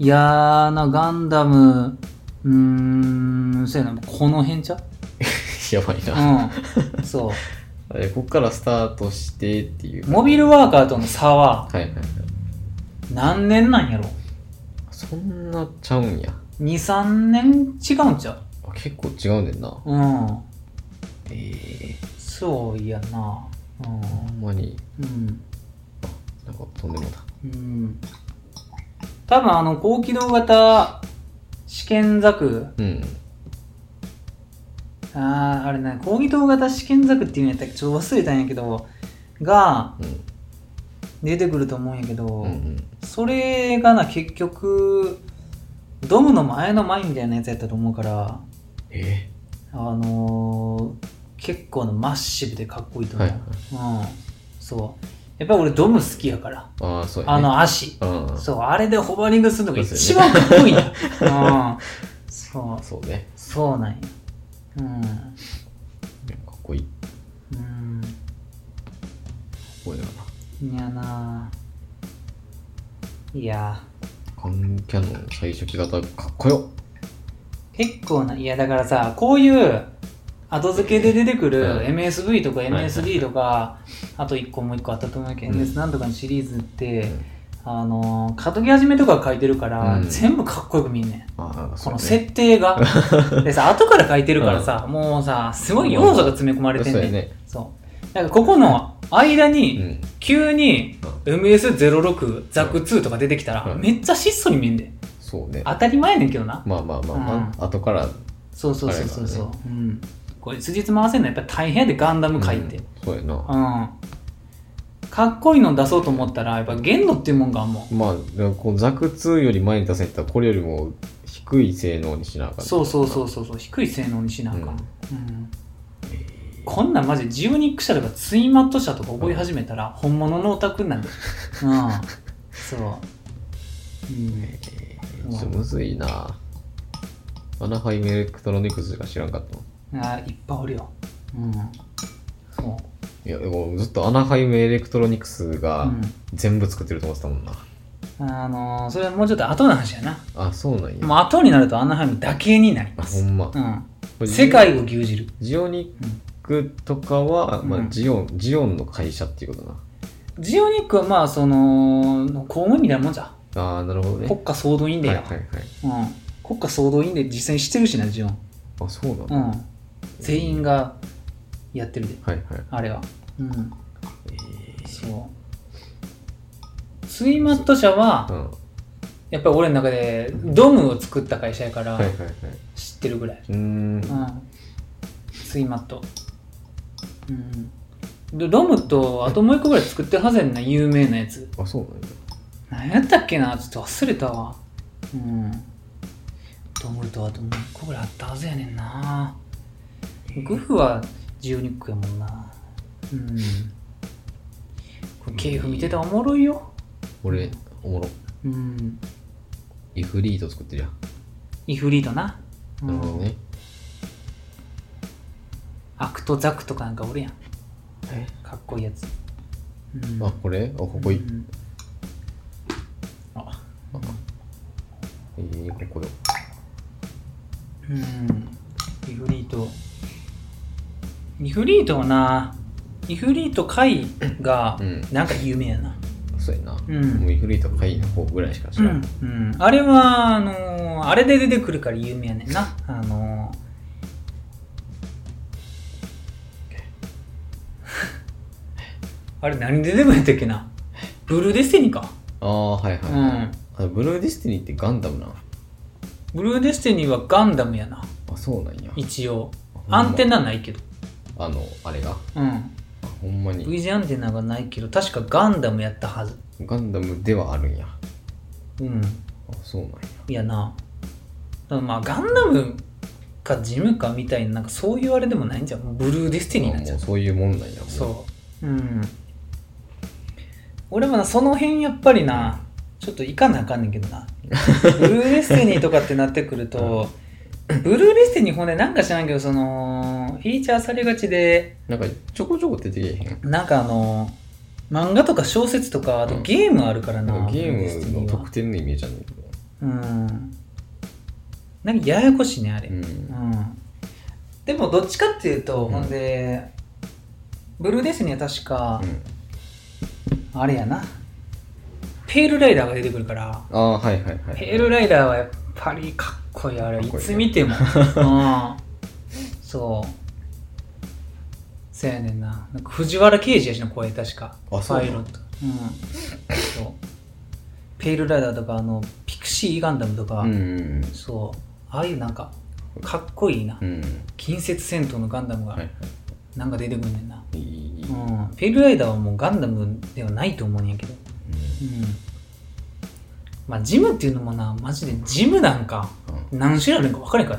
Speaker 2: ういやーなガンダムうーんそうやなこの辺ちゃ
Speaker 1: やばいな。
Speaker 2: ううんそう
Speaker 1: えこっからスタートしてっていう。
Speaker 2: モビルワーカーとの差は
Speaker 1: はいはいはい。
Speaker 2: 何年なんやろ
Speaker 1: そんなちゃうんや。
Speaker 2: 23年違うんちゃ
Speaker 1: あ結構違うねんな。
Speaker 2: ううん
Speaker 1: ええ
Speaker 2: そういやな
Speaker 1: ほんまに、
Speaker 2: うんうん
Speaker 1: なんかとんでもだ。
Speaker 2: うん多分あの高機動型試験ザク
Speaker 1: うん。
Speaker 2: あーあれね高機動型試験ザクっていうんやったっけちょっと忘れたんやけどが
Speaker 1: うん。
Speaker 2: 出てくると思うんやけど、
Speaker 1: うんうん。
Speaker 2: それがな結局ドムの前の前みたいなやつやったと思うから
Speaker 1: え
Speaker 2: あのー結構なマッシブでかっこいいと思う、うんそうやっぱり俺ドム好きやから
Speaker 1: ー、ああ、そうや、ね。
Speaker 2: あの足
Speaker 1: の、うん。
Speaker 2: そう、あれでホバリングするのが
Speaker 1: そう
Speaker 2: 一
Speaker 1: ですよ
Speaker 2: 番
Speaker 1: ね
Speaker 2: かっこいいな。 うん。そう、
Speaker 1: そうね。
Speaker 2: そうなんや。
Speaker 1: かっこいい。か
Speaker 2: う
Speaker 1: っ
Speaker 2: ん。
Speaker 1: こいいよ
Speaker 2: うん。いやなぁ。いや
Speaker 1: な。カンキャノン最初期型、かっこよ。
Speaker 2: 結構な、いやだからさ、こういう後付けで出てくる
Speaker 1: うん
Speaker 2: MSV とか
Speaker 1: いはい
Speaker 2: MSD とか、あと1個もう1個あったと思うけど、
Speaker 1: うん
Speaker 2: MS なんとかのシリーズって
Speaker 1: うん、
Speaker 2: あのー、かとき始めとか書いてるから、
Speaker 1: うん
Speaker 2: 全部かっこよく見えんねん。
Speaker 1: ああ、
Speaker 2: この
Speaker 1: セッ
Speaker 2: 設定 が。でさ、後から書いてるからさ、もうさ、すごい要素が詰め込まれてん
Speaker 1: そう
Speaker 2: ね
Speaker 1: や
Speaker 2: ん。
Speaker 1: ね。
Speaker 2: そう。なんかここの間
Speaker 1: う
Speaker 2: に、
Speaker 1: ん。
Speaker 2: 急に
Speaker 1: うん
Speaker 2: MS06 ザク2とか出てきたら、
Speaker 1: うん
Speaker 2: めっちゃ質素に見えんで。
Speaker 1: そうね。
Speaker 2: 当たり前やねんけどな。
Speaker 1: まあまあまあまあ、後から
Speaker 2: そうそうそうそうそう。うん。これ、辻褄合わせるのやっぱ大変やで、ガンダム書いて
Speaker 1: う。んそうやな。
Speaker 2: うん。かっこいいの出そうと思ったら、やっぱ限度っていうもんがあんもん。
Speaker 1: まあ、だからこのザク2より前に出せたら、これよりも低い性能にしなあかん。
Speaker 2: そうそうそうそうそう低い性能にしなあかん、
Speaker 1: うん
Speaker 2: うんこんなんマジジオニック社とかツイマット社とか覚え始めたら本物のオタクになるうんそう、うん、
Speaker 1: えーちょっとむずいな。アナハイムエレクトロニクスが知らんかったもん
Speaker 2: あーいっぱいおるよ、うん、そ
Speaker 1: いや、でもずっとアナハイムエレクトロニクス
Speaker 2: う
Speaker 1: が
Speaker 2: ん
Speaker 1: 全部作ってると思ってたもんな。
Speaker 2: うあのーそれはもうちょっと後の話やな
Speaker 1: あ、そうなんや。
Speaker 2: もう後になるとアナハイムだけになり
Speaker 1: あ、
Speaker 2: ま
Speaker 1: ほ
Speaker 2: す、
Speaker 1: んま
Speaker 2: う。ん、
Speaker 1: これ
Speaker 2: 世界を牛耳る
Speaker 1: ジオニックとかは、
Speaker 2: うん
Speaker 1: まあ
Speaker 2: うん、
Speaker 1: ジオン、ジオンの会社っていうことな。
Speaker 2: ジオニックはまあその公務員みたいなもんじゃ
Speaker 1: ああ、なるほどね。
Speaker 2: 国家総動員令
Speaker 1: はい
Speaker 2: や
Speaker 1: は
Speaker 2: わ、
Speaker 1: いはい。
Speaker 2: うん、国家総動員令実践してるしなジオン
Speaker 1: あ、そうなんだ。
Speaker 2: う
Speaker 1: はい
Speaker 2: ん、全員がやってるで
Speaker 1: はい。
Speaker 2: あれはうん
Speaker 1: えー
Speaker 2: そうスイマット社は
Speaker 1: うん。は
Speaker 2: やっぱり俺の中でドムを作った会社やか
Speaker 1: い
Speaker 2: ら
Speaker 1: はいはい。
Speaker 2: 知ってるぐらい、
Speaker 1: うーん。
Speaker 2: うん、スイマット、うん、でドムとあともう一個ぐらい作ってるはずやんな有名なやつ
Speaker 1: あ、そうなんや。
Speaker 2: 何やったっけなちょっと忘れたわうんドムとあともう一個ぐらいあったはずやねんなグフは12個やもんなうんこれ系譜見てたらおもろいよ
Speaker 1: 俺、おもろ。
Speaker 2: うん
Speaker 1: イフリート作ってるやん。
Speaker 2: イフリードな、うん、
Speaker 1: なるほどね。
Speaker 2: アクトザクとかなんかおるやん
Speaker 1: え
Speaker 2: かっこいいやつ、うん
Speaker 1: あ、これあ、ここいい。
Speaker 2: うん
Speaker 1: あ、あえー、ここよ。
Speaker 2: うんリフリートリフリートはなリフリート会が
Speaker 1: うん
Speaker 2: なんか有名やな
Speaker 1: そうやな。
Speaker 2: うん
Speaker 1: もうイフリート会の方ぐらいしか知
Speaker 2: うん
Speaker 1: らん。
Speaker 2: うんあれはあのーあれで出てくるから有名やねん なあのーあれ何で出てくるんやったっけなブルーデスティニーか
Speaker 1: ああ、はいはい。
Speaker 2: うん
Speaker 1: あブルーディスティニーってガンダムな。
Speaker 2: ブルーデスティニーはガンダムやな
Speaker 1: あ、そうなんや。
Speaker 2: 一応
Speaker 1: ほんま
Speaker 2: アンテナないけど
Speaker 1: あの、あれが。
Speaker 2: うん
Speaker 1: あほんまに。
Speaker 2: V 字アンテナがないけど確かガンダムやったはず
Speaker 1: ガンダムではあるんや。
Speaker 2: うん
Speaker 1: あ、そうなんや。
Speaker 2: いやなだからまあガンダムかジムかみたいななんかそういうあれでもないんじゃんもうブルーディスティニーなんじ
Speaker 1: あ
Speaker 2: ゃ
Speaker 1: も
Speaker 2: ん
Speaker 1: うそういうもんなんや。もう
Speaker 2: そううん俺もなその辺やっぱりなちょっといかなあかんねんけどなブルーディスティニーとかってなってくるとブルーディスティニーほんでなんか知らんけどそのフィーチャーされがちで
Speaker 1: なんか、ちょこちょこ出てけえへん。
Speaker 2: なんかあの漫画とか小説とかあとゲームあるからな、
Speaker 1: なんかゲームの
Speaker 2: 特
Speaker 1: 特典のイメージあるんだけど。
Speaker 2: うんなんかややこしいねあれ、
Speaker 1: う
Speaker 2: うん
Speaker 1: ん。
Speaker 2: でもどっちかっていうと、
Speaker 1: うん
Speaker 2: ほんでブルーデスには確か
Speaker 1: う、ん
Speaker 2: あれやなペールライダーが出てくるから
Speaker 1: ああ、はいはいはい。
Speaker 2: ペールライダーはやっぱりかっこいいあれ
Speaker 1: かっ
Speaker 2: い
Speaker 1: こいいね
Speaker 2: つ見 てもうんそうそやねんななんか藤原刑事やしの声確か
Speaker 1: あそう
Speaker 2: パイロットうんそうペールライダーとかあのピクシーガンダムとか、
Speaker 1: うんうん
Speaker 2: そうああいうなんかかっこいいな、
Speaker 1: うん。うん。
Speaker 2: 近接戦闘のガンダム
Speaker 1: はいは
Speaker 2: がなんか出てくんねんな、
Speaker 1: い。いい
Speaker 2: うん、ペールライダーはもうガンダムではないと思うんやけど
Speaker 1: う
Speaker 2: うんまあジムっていうのもなマジでジムなんか
Speaker 1: んうん
Speaker 2: 何種類あるのか分からへんか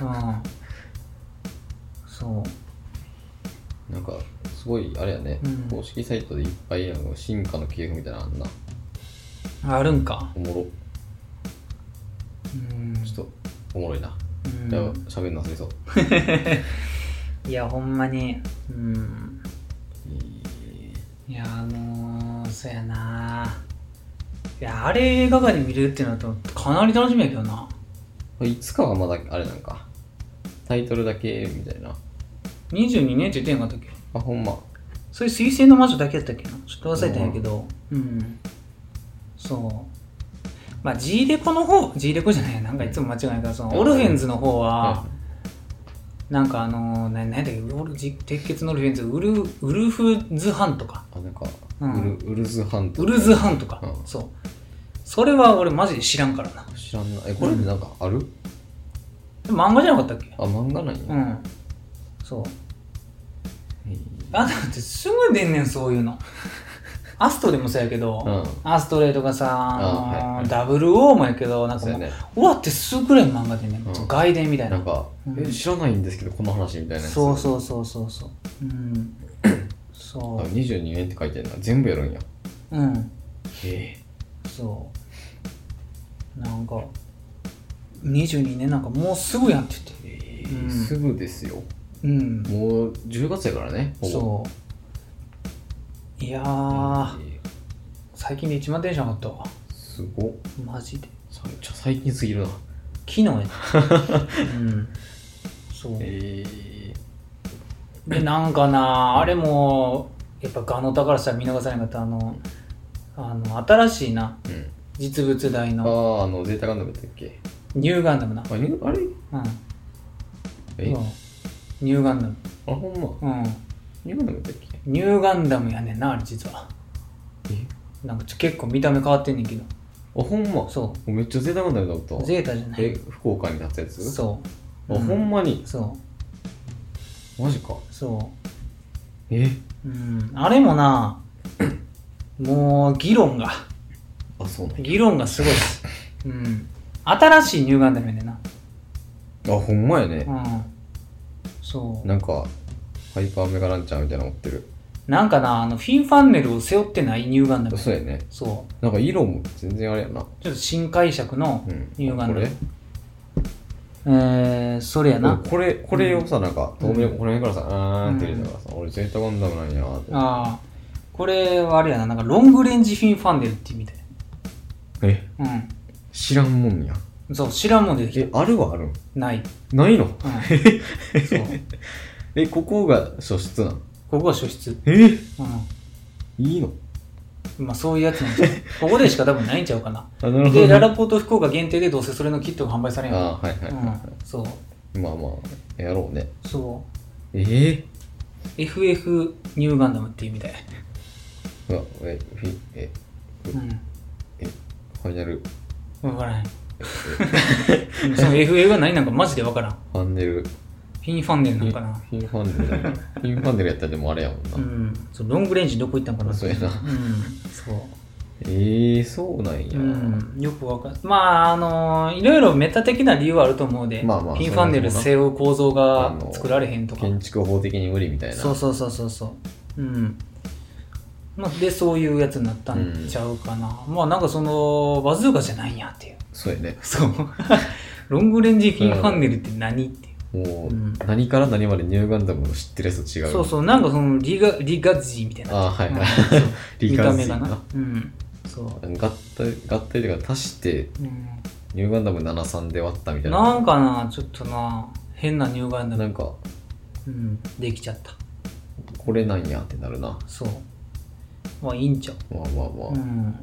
Speaker 2: らなうんそ
Speaker 1: なんか、すごい、あれやね
Speaker 2: うん、
Speaker 1: 公式サイトでいっぱい、あの、進化の系譜みたいなのあんな。
Speaker 2: うあるんか
Speaker 1: おもろ。
Speaker 2: うん
Speaker 1: ちょっと、おもろいな。
Speaker 2: うん
Speaker 1: じゃあ、喋るの忘れそう。
Speaker 2: いやほんまにうん
Speaker 1: いい
Speaker 2: いやあのー、そやないやあれ映画館で見れるってなるとかなり楽しみやけどな
Speaker 1: これいつかはまだ、あれなんか、タイトルだけ、みたいな。
Speaker 2: 22年って言ってへんかったっけ
Speaker 1: あ、ほんま。
Speaker 2: それ水星の魔女だけやったっけなちょっと忘れたんやけどうん、そうまあ G レコの方 G レコじゃないなんかいつも間違えないからそのオルフェンズの方は
Speaker 1: は
Speaker 2: なんかあのー、ななんだっけオルジ鉄血のオルフェンズウルウルフズハンとか
Speaker 1: いあ、なんか、
Speaker 2: うん
Speaker 1: ウルウルズハント。
Speaker 2: ウルズハンとか、
Speaker 1: うん
Speaker 2: そうそれは俺マジで知らんからな
Speaker 1: 知らんな。え、これってなんかある
Speaker 2: 漫画じゃなかったっけ
Speaker 1: あ、漫画なん
Speaker 2: う
Speaker 1: や。
Speaker 2: んそう
Speaker 1: いい
Speaker 2: あだってすぐ出んねんそういうのアストでもそうやけど、
Speaker 1: うん
Speaker 2: アストレイとかさ、
Speaker 1: あはいはい
Speaker 2: ダブルオーもやけどなんか
Speaker 1: そう
Speaker 2: もう
Speaker 1: やね。
Speaker 2: 終わってすぐらいの漫画でね、
Speaker 1: うん
Speaker 2: 外伝みたい
Speaker 1: な
Speaker 2: なん
Speaker 1: か、
Speaker 2: うん
Speaker 1: え、知らないんですけど、この話みたいなやつ。
Speaker 2: そうそうそうそうそううん そ
Speaker 1: あ22年って書いてるな。全部やるんや。
Speaker 2: ううん
Speaker 1: へ
Speaker 2: そうなんか22年なんかもうすぐやってて
Speaker 1: え
Speaker 2: うん
Speaker 1: すぐですよ。
Speaker 2: うん
Speaker 1: もう10月やからね、ほぼ。
Speaker 2: そういやー
Speaker 1: え
Speaker 2: 最近で一番テンション上がったわ
Speaker 1: ーすごっ。
Speaker 2: マジで
Speaker 1: さめっちゃ最近すぎるな。
Speaker 2: 昨日やった うんそう
Speaker 1: え
Speaker 2: でなんかなあれもやっぱガノタからしたら見逃さなかったあのあの新しいな
Speaker 1: ー、うん。
Speaker 2: 実物大
Speaker 1: あ
Speaker 2: の
Speaker 1: ー、あの、ゼータガンダムだったっけ
Speaker 2: ニューガンダムな
Speaker 1: あ、ニューあれ
Speaker 2: うん
Speaker 1: え
Speaker 2: そうニューガンダム
Speaker 1: あ、ほんま。
Speaker 2: うん
Speaker 1: ニューガンダムだったっけ
Speaker 2: ニューガンダムやねんなあれ実は
Speaker 1: え
Speaker 2: なんかちょ結構見た目変わってんねんけど
Speaker 1: あほんまも
Speaker 2: そう
Speaker 1: めっちゃ贅沢なようにな
Speaker 2: う
Speaker 1: った
Speaker 2: ゼータじゃな
Speaker 1: え
Speaker 2: い
Speaker 1: 福岡に立つやつう
Speaker 2: そう
Speaker 1: あ、
Speaker 2: う
Speaker 1: ほんまに
Speaker 2: そ
Speaker 1: マジか
Speaker 2: うそ
Speaker 1: え
Speaker 2: ううんあれもなもう議論が
Speaker 1: あそうなんや
Speaker 2: 議論がすごいっすうん新しい乳がんダメでな
Speaker 1: あほんまやね
Speaker 2: うんそう
Speaker 1: なんかハイパーメガランチャーみたいなの持ってる
Speaker 2: なんかなあのフィンファンネルを背負ってない乳がんダメ
Speaker 1: そうやね
Speaker 2: そう
Speaker 1: なんか色も全然あれやな
Speaker 2: ちょっと新解釈の
Speaker 1: うん
Speaker 2: 乳がん
Speaker 1: これ
Speaker 2: ダメえー、それやな
Speaker 1: これこれをさなんか
Speaker 2: うん
Speaker 1: 透明この辺からさあーんって入れたからさ俺ゼータガンダムなんやなって
Speaker 2: ああこれはあれやななんかロングレンジフィンファンデルっていうみたい
Speaker 1: え
Speaker 2: う
Speaker 1: 知らんもんや
Speaker 2: んそう知らんもんででき
Speaker 1: え
Speaker 2: た
Speaker 1: あるはあるん
Speaker 2: ない、
Speaker 1: ないの
Speaker 2: うんそう
Speaker 1: えここが初出なの
Speaker 2: ここは初出
Speaker 1: え
Speaker 2: う
Speaker 1: いいの
Speaker 2: んまあそういうやつなん ちゃうここでしか多分ないんちゃうかな
Speaker 1: あなる
Speaker 2: でララポート福岡限定でどうせそれのキットが販売されんやん
Speaker 1: あーはいはいはいは
Speaker 2: うんそう
Speaker 1: いまあまあやろうね
Speaker 2: そ
Speaker 1: えー
Speaker 2: う FF ニューガンダムっていうみたいう
Speaker 1: わえフィえ
Speaker 2: うん
Speaker 1: ファイナル
Speaker 2: 分からへん その FF が何なんかマジで分からんフ
Speaker 1: ファンネルフ
Speaker 2: ィンファンデルな
Speaker 1: ィ
Speaker 2: ん
Speaker 1: ン
Speaker 2: かな
Speaker 1: フィンファンネル だねフィンファンネルやったらでもあれやもんな、
Speaker 2: うんそうロングレンジどこ行ったんかな
Speaker 1: そうやな
Speaker 2: うんそう
Speaker 1: ええー、そうなんや、
Speaker 2: うん、よくわかんまああのいろいろメタ的な理由はあると思うで、
Speaker 1: まあまあ
Speaker 2: ピンファンネル背負う構造
Speaker 1: あ
Speaker 2: が
Speaker 1: の
Speaker 2: 作られへんとか
Speaker 1: 建築法的に無理みたいな
Speaker 2: そうそうそうそうそううん、まあ、でそういうやつになったんちゃうかな、まあなんかそのバズーカじゃないんやっていう
Speaker 1: そうやね
Speaker 2: そう ロングレンジフィンファンネルって何っていう
Speaker 1: もう、
Speaker 2: うん
Speaker 1: 何から何までニューガンダムの知ってるやつと違う
Speaker 2: そうそうなんかそのリガリガッジーみたいな
Speaker 1: ああはいはい
Speaker 2: うんそう
Speaker 1: 理
Speaker 2: 見
Speaker 1: 解
Speaker 2: た
Speaker 1: す
Speaker 2: 目
Speaker 1: る
Speaker 2: がなうんそう、
Speaker 1: 合体合体というか足して
Speaker 2: うん、
Speaker 1: ニューガンダム73で割ったみたいな
Speaker 2: なんかなちょっとな変な乳がんだ
Speaker 1: なんか
Speaker 2: うん、できちゃった
Speaker 1: これなんやってなるな
Speaker 2: そうまあいいんちゃう
Speaker 1: まあまあまあ、
Speaker 2: うん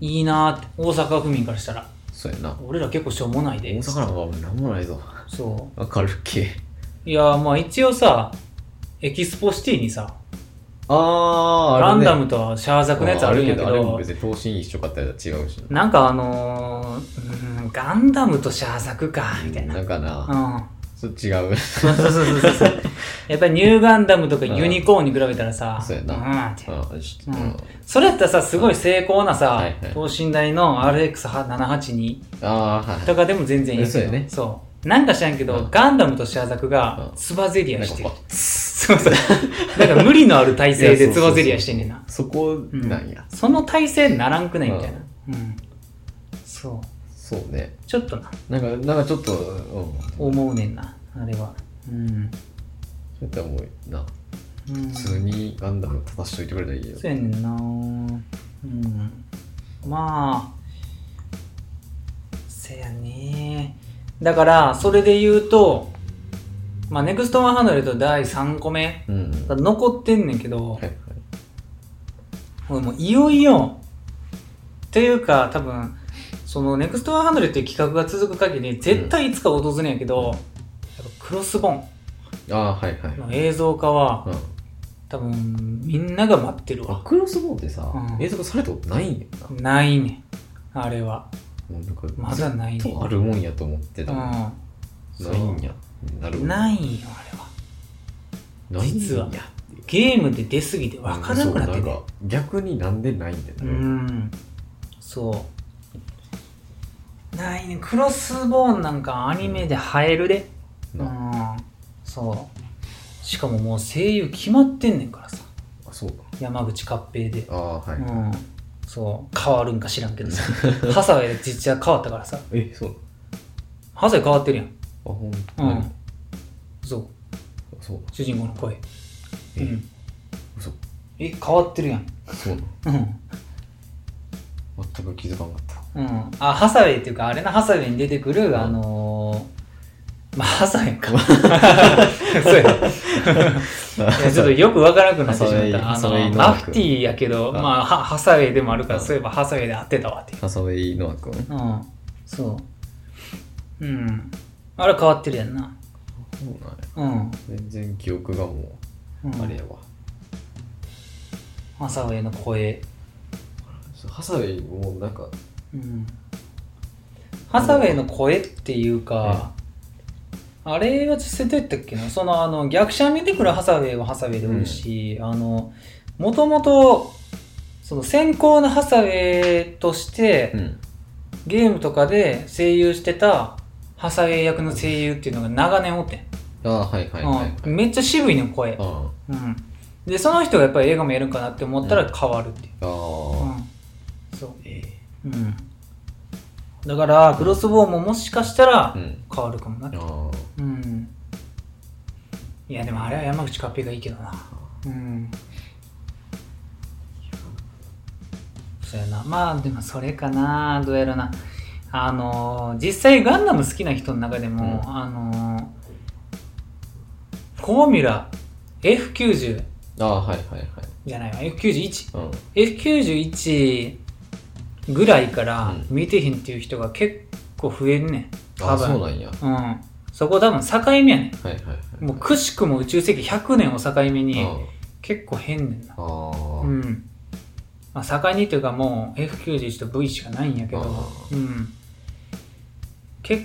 Speaker 2: いいなーって大阪府民からしたら
Speaker 1: そうやな
Speaker 2: 俺ら結構しょうもない
Speaker 1: 大
Speaker 2: で
Speaker 1: 阪なんか何もないぞ
Speaker 2: そ
Speaker 1: わかるっけ
Speaker 2: ういやーまあ一応さエキスポシティにさ
Speaker 1: あああ
Speaker 2: ランダ
Speaker 1: ム
Speaker 2: ムとシャーザクのやつあるんやけ
Speaker 1: あれも
Speaker 2: ど
Speaker 1: 別に等身一緒かってやったら違うしな
Speaker 2: なんかあのー、うんガンダムとシャーザクかみたいなうん
Speaker 1: なんかなちょっと違 う
Speaker 2: そうそうそうそうそうやっぱニューガンダムとかユニコーンに比べたらさ
Speaker 1: そうやなん
Speaker 2: って
Speaker 1: ああちょっと、
Speaker 2: う
Speaker 1: うんん、
Speaker 2: それやったらさすごい精巧なさ、
Speaker 1: はいはい
Speaker 2: 等身大の RX782
Speaker 1: ああー
Speaker 2: とかでも全然いいけど
Speaker 1: そうやね
Speaker 2: そうなんか知らんけど、
Speaker 1: うん
Speaker 2: ガンダムとシャーザクが
Speaker 1: うん
Speaker 2: つばぜり
Speaker 1: はいな
Speaker 2: 合
Speaker 1: いんか
Speaker 2: して
Speaker 1: こ
Speaker 2: る
Speaker 1: う
Speaker 2: そうそうなんか無理のある体勢でつばぜり合いしてんねんな
Speaker 1: そこなんや、
Speaker 2: その体勢ならんくないみたいなうん、そう
Speaker 1: そうね
Speaker 2: ちょっとな
Speaker 1: なんかなんかちょっとうんそう
Speaker 2: 思うねんなあれはうん、
Speaker 1: やったらもうな
Speaker 2: うん、
Speaker 1: 普通にガンダム立たしといてくれたらいいよ
Speaker 2: そうやねんなうんまあせやねだからそれで言うとまあネクストワンハンドレッド第3個目
Speaker 1: うんうん
Speaker 2: が
Speaker 1: はい
Speaker 2: 残ってんねんけど、
Speaker 1: はい
Speaker 2: 俺もういよいよっていうか多分そのネクストワンハンドレッドっていう企画が続く限り絶対いつか訪れんやけど、やっぱクロスボー
Speaker 1: ああはいはい
Speaker 2: ンの映像化は
Speaker 1: うん
Speaker 2: 多分みんなが待ってる
Speaker 1: あ
Speaker 2: わ
Speaker 1: クロスボーンってさ、
Speaker 2: うん
Speaker 1: 映像化されたことないんやな。
Speaker 2: ないねんあれは
Speaker 1: もうなんか、
Speaker 2: まだない
Speaker 1: ず
Speaker 2: ね
Speaker 1: っ
Speaker 2: ん
Speaker 1: とあるもんやと思ってたもん。
Speaker 2: うん、
Speaker 1: ないんや。なる
Speaker 2: そ
Speaker 1: ほ
Speaker 2: う
Speaker 1: ど。
Speaker 2: ないんよあれは
Speaker 1: ないんや
Speaker 2: 実はゲームで出過ぎて分からなくなって
Speaker 1: そう
Speaker 2: て
Speaker 1: んか逆になんでないんだよ
Speaker 2: う
Speaker 1: ね。
Speaker 2: んそうないねクロスボーンなんかアニメで映えるでう
Speaker 1: な、
Speaker 2: んそうしかももう声優決まってんねんからさ
Speaker 1: あ、そうか。
Speaker 2: 山口勝平で
Speaker 1: ああ、はい。
Speaker 2: うんそう変わるんか知らんけ どさハサウェイ実は変わったからさ
Speaker 1: え、そう。
Speaker 2: ハサウェイ変わってるやん
Speaker 1: あ、ほん
Speaker 2: うん、
Speaker 1: あ
Speaker 2: そう
Speaker 1: そうな。
Speaker 2: 主人公の声
Speaker 1: え、
Speaker 2: うん
Speaker 1: 嘘。
Speaker 2: え変わってるやん
Speaker 1: そうな。
Speaker 2: うん
Speaker 1: 全く気づかなかった。
Speaker 2: うん、あハサウェイっていうかあれなハサウェイに出てくる、あのーまあハサウェ イかそうやいやちょっとよくわからなくなってしまった
Speaker 1: ハ
Speaker 2: あ
Speaker 1: サウェイハサウェイ
Speaker 2: の
Speaker 1: の
Speaker 2: マフティーやけど
Speaker 1: あ
Speaker 2: まあハハサウェイでもあるから
Speaker 1: あ
Speaker 2: そういえばハサウェイで合ってたわっていう
Speaker 1: ハサウェイノア君。
Speaker 2: うんそううんあれ変わってるやんな
Speaker 1: そうなんや。
Speaker 2: うん、
Speaker 1: 全然記憶がも
Speaker 2: う
Speaker 1: う、あれ
Speaker 2: ん、
Speaker 1: やわ。
Speaker 2: ハサウェイの声
Speaker 1: ハサウェイもなんか
Speaker 2: うんハサウェイの声っていうか、あれは実際どうやったっけなそのあの逆者見てくるハサウェイはハサウェイでおるし、あのもともとその先行のハサウェイとして、
Speaker 1: ん
Speaker 2: ゲームとかで声優してたハサウェイ役の声優っていうのが長年おってん、
Speaker 1: ああはいはいはい、はい
Speaker 2: うんめっちゃ渋いの声、
Speaker 1: あ
Speaker 2: うん、でその人がやっぱり映画もやるんかなって思った
Speaker 1: う
Speaker 2: ら
Speaker 1: ん
Speaker 2: 変わるっていう、
Speaker 1: あ
Speaker 2: うん
Speaker 1: ー
Speaker 2: そう
Speaker 1: え
Speaker 2: うんだからクロスボウももしかしたら
Speaker 1: ーうん
Speaker 2: 変わるかもな
Speaker 1: あー
Speaker 2: うんいやでもあれは山口カッペがいいけどなうんそうやなまあでもそれかなどうやらなあのー実際ガンダム好きな人の中でも、
Speaker 1: う
Speaker 2: あのーフォーミュラ F90
Speaker 1: あーはいはいはい
Speaker 2: じゃないわ F91
Speaker 1: うん
Speaker 2: F91 ぐらいから
Speaker 1: うん
Speaker 2: 見てへんっていう人が結構増えんねん
Speaker 1: あー
Speaker 2: 多
Speaker 1: そう
Speaker 2: 分
Speaker 1: なんやは
Speaker 2: うんそこ多分境目やね
Speaker 1: いはいはい
Speaker 2: んもうくしくも宇宙世紀100年を境目に
Speaker 1: うん
Speaker 2: 結構変ねんな
Speaker 1: あ
Speaker 2: う
Speaker 1: ー
Speaker 2: ん、まあ、境にというかもう F91 と V しかないんやけ
Speaker 1: あ
Speaker 2: ど
Speaker 1: ー
Speaker 2: うん結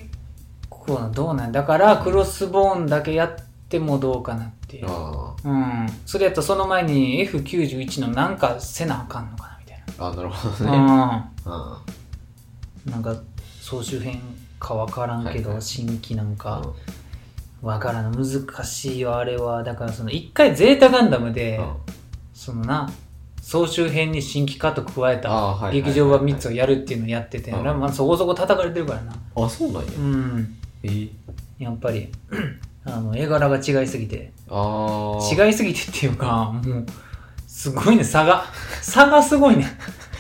Speaker 2: 構などうなんだからクロスボーンだけやってもどうかなっていう
Speaker 1: あ
Speaker 2: うんそれやとその前に F91 のなんかせなあかんのかなみたいな
Speaker 1: ーあーなるほどね
Speaker 2: う
Speaker 1: あ
Speaker 2: ん、なんか総集編かわからんけど、
Speaker 1: はいはい
Speaker 2: 新規なん
Speaker 1: あ
Speaker 2: かわからん難しいよあれはだからその一回ゼータガンダムで、そのな総集編に新規カット加えた
Speaker 1: あーはいはいはいはい
Speaker 2: 劇場版3つをやるっていうのをやってて、
Speaker 1: うん
Speaker 2: まあ、そこそこ叩かれてるからな
Speaker 1: あそうなんや
Speaker 2: うん
Speaker 1: えー
Speaker 2: やっぱり あの絵柄が違いすぎて
Speaker 1: ああ
Speaker 2: 違いすぎてっていうかもうすごいね差が差がすごいね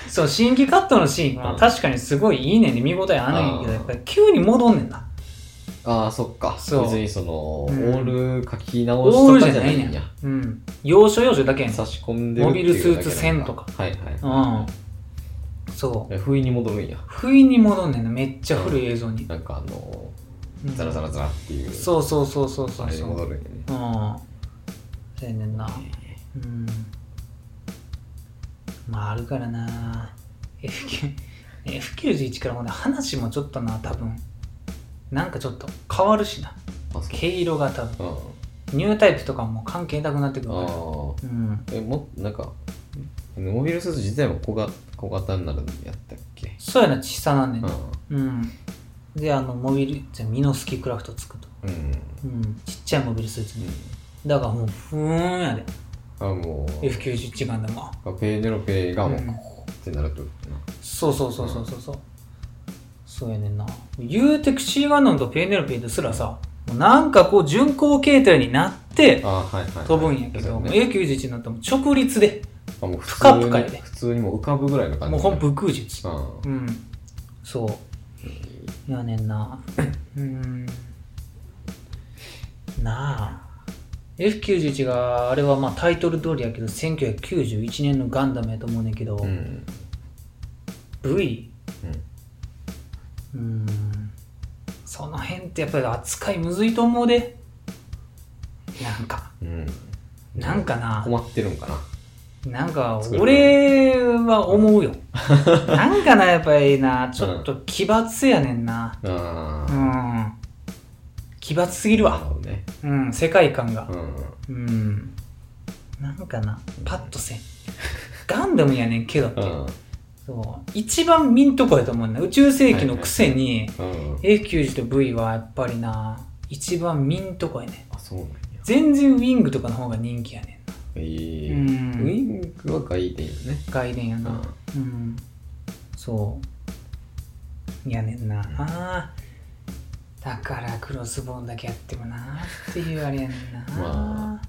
Speaker 2: そう新規カットのシーンは
Speaker 1: うん
Speaker 2: 確かにすごいいいねんで見応えあんねんけ
Speaker 1: あ
Speaker 2: ど
Speaker 1: ー
Speaker 2: やっぱり急に戻んねんな
Speaker 1: ああそっか
Speaker 2: そう
Speaker 1: 別にその、
Speaker 2: うん
Speaker 1: オール書き直し
Speaker 2: オー
Speaker 1: と
Speaker 2: ルじ
Speaker 1: か
Speaker 2: ゃ
Speaker 1: じゃ
Speaker 2: な
Speaker 1: ないい
Speaker 2: ね
Speaker 1: ん
Speaker 2: ん
Speaker 1: や
Speaker 2: うん要所要所だけやねん
Speaker 1: 差し込んでるっていうだけなん
Speaker 2: モ
Speaker 1: だ
Speaker 2: ビルスーツ線とか
Speaker 1: はいはい、
Speaker 2: うんそう
Speaker 1: え不意に戻るんや
Speaker 2: 不意に戻んねんなめっちゃ古い映像に、
Speaker 1: なんかあの
Speaker 2: うん
Speaker 1: ザラザラザラっていう、
Speaker 2: そうそうそうそうそ
Speaker 1: あ
Speaker 2: う
Speaker 1: れに
Speaker 2: そう
Speaker 1: 戻るんやね
Speaker 2: うんそうやねんなうんまああるからな F9 F91 からもね話もちょっとな多分なんかちょっと変わるしな
Speaker 1: あそう
Speaker 2: 毛色が多分
Speaker 1: うん
Speaker 2: ニュータイプとかも関係なくなってくるか
Speaker 1: あ
Speaker 2: ら
Speaker 1: ー
Speaker 2: うん
Speaker 1: えもなんかモビルスーツ自体も小が小型になるんやったっけ
Speaker 2: そうやな小さなんね
Speaker 1: うんん
Speaker 2: なうんであのモビルじゃあミノスキクラフトつくと
Speaker 1: うん、
Speaker 2: うんちっちゃいモビルスーツ
Speaker 1: う
Speaker 2: に
Speaker 1: ん、
Speaker 2: だからもうふーんやで
Speaker 1: あもう
Speaker 2: F91 ガンダムは
Speaker 1: ペーネロペーがもう、
Speaker 2: うん
Speaker 1: ってなると
Speaker 2: そうそうそうそうそうそう、そうやねんな言うてクシーガンダムとペーネロペーですらさもうなんかこう巡航形態になって
Speaker 1: あはいはい、はい、
Speaker 2: 飛ぶんやけど、
Speaker 1: そう
Speaker 2: もう
Speaker 1: ね
Speaker 2: A91 になったらもう直立で
Speaker 1: あもう普
Speaker 2: ぷかぷ
Speaker 1: 通
Speaker 2: か
Speaker 1: に
Speaker 2: やで
Speaker 1: 普通にもう浮かぶぐらいの感じ
Speaker 2: もうほん武空術
Speaker 1: うん
Speaker 2: うんそうやねんなうんなあ F91 があれはまあタイトル通りやけど1991年のガンダムやと思うねんけど、
Speaker 1: うん、
Speaker 2: V
Speaker 1: うん
Speaker 2: うーんその辺ってやっぱり扱いむずいと思うでなんか
Speaker 1: うん、
Speaker 2: なんかな
Speaker 1: 困ってるんかな
Speaker 2: なんか
Speaker 1: 作る
Speaker 2: 俺は思 うよなんかなやっぱりなちょっと奇抜やねんな
Speaker 1: あ
Speaker 2: う
Speaker 1: あ、
Speaker 2: ん奇抜すぎる
Speaker 1: なる
Speaker 2: わ
Speaker 1: ほどね
Speaker 2: うん世界観が
Speaker 1: うん
Speaker 2: うんなんかなパッとせんガンダムやねんけどって
Speaker 1: うん
Speaker 2: そう一番見んとこやと思うな宇宙世紀のくせに、
Speaker 1: うん、
Speaker 2: A90 と V はやっぱりな一番ミンとこやね
Speaker 1: あそうなんや
Speaker 2: 全然ウィングとかの方が人気やねん
Speaker 1: えー
Speaker 2: うん
Speaker 1: ウィングは外伝よね
Speaker 2: 外伝や
Speaker 1: う
Speaker 2: なんうんそうやねんなあーだからクロスボーンだけやってもなっていうあれやねんな、
Speaker 1: ま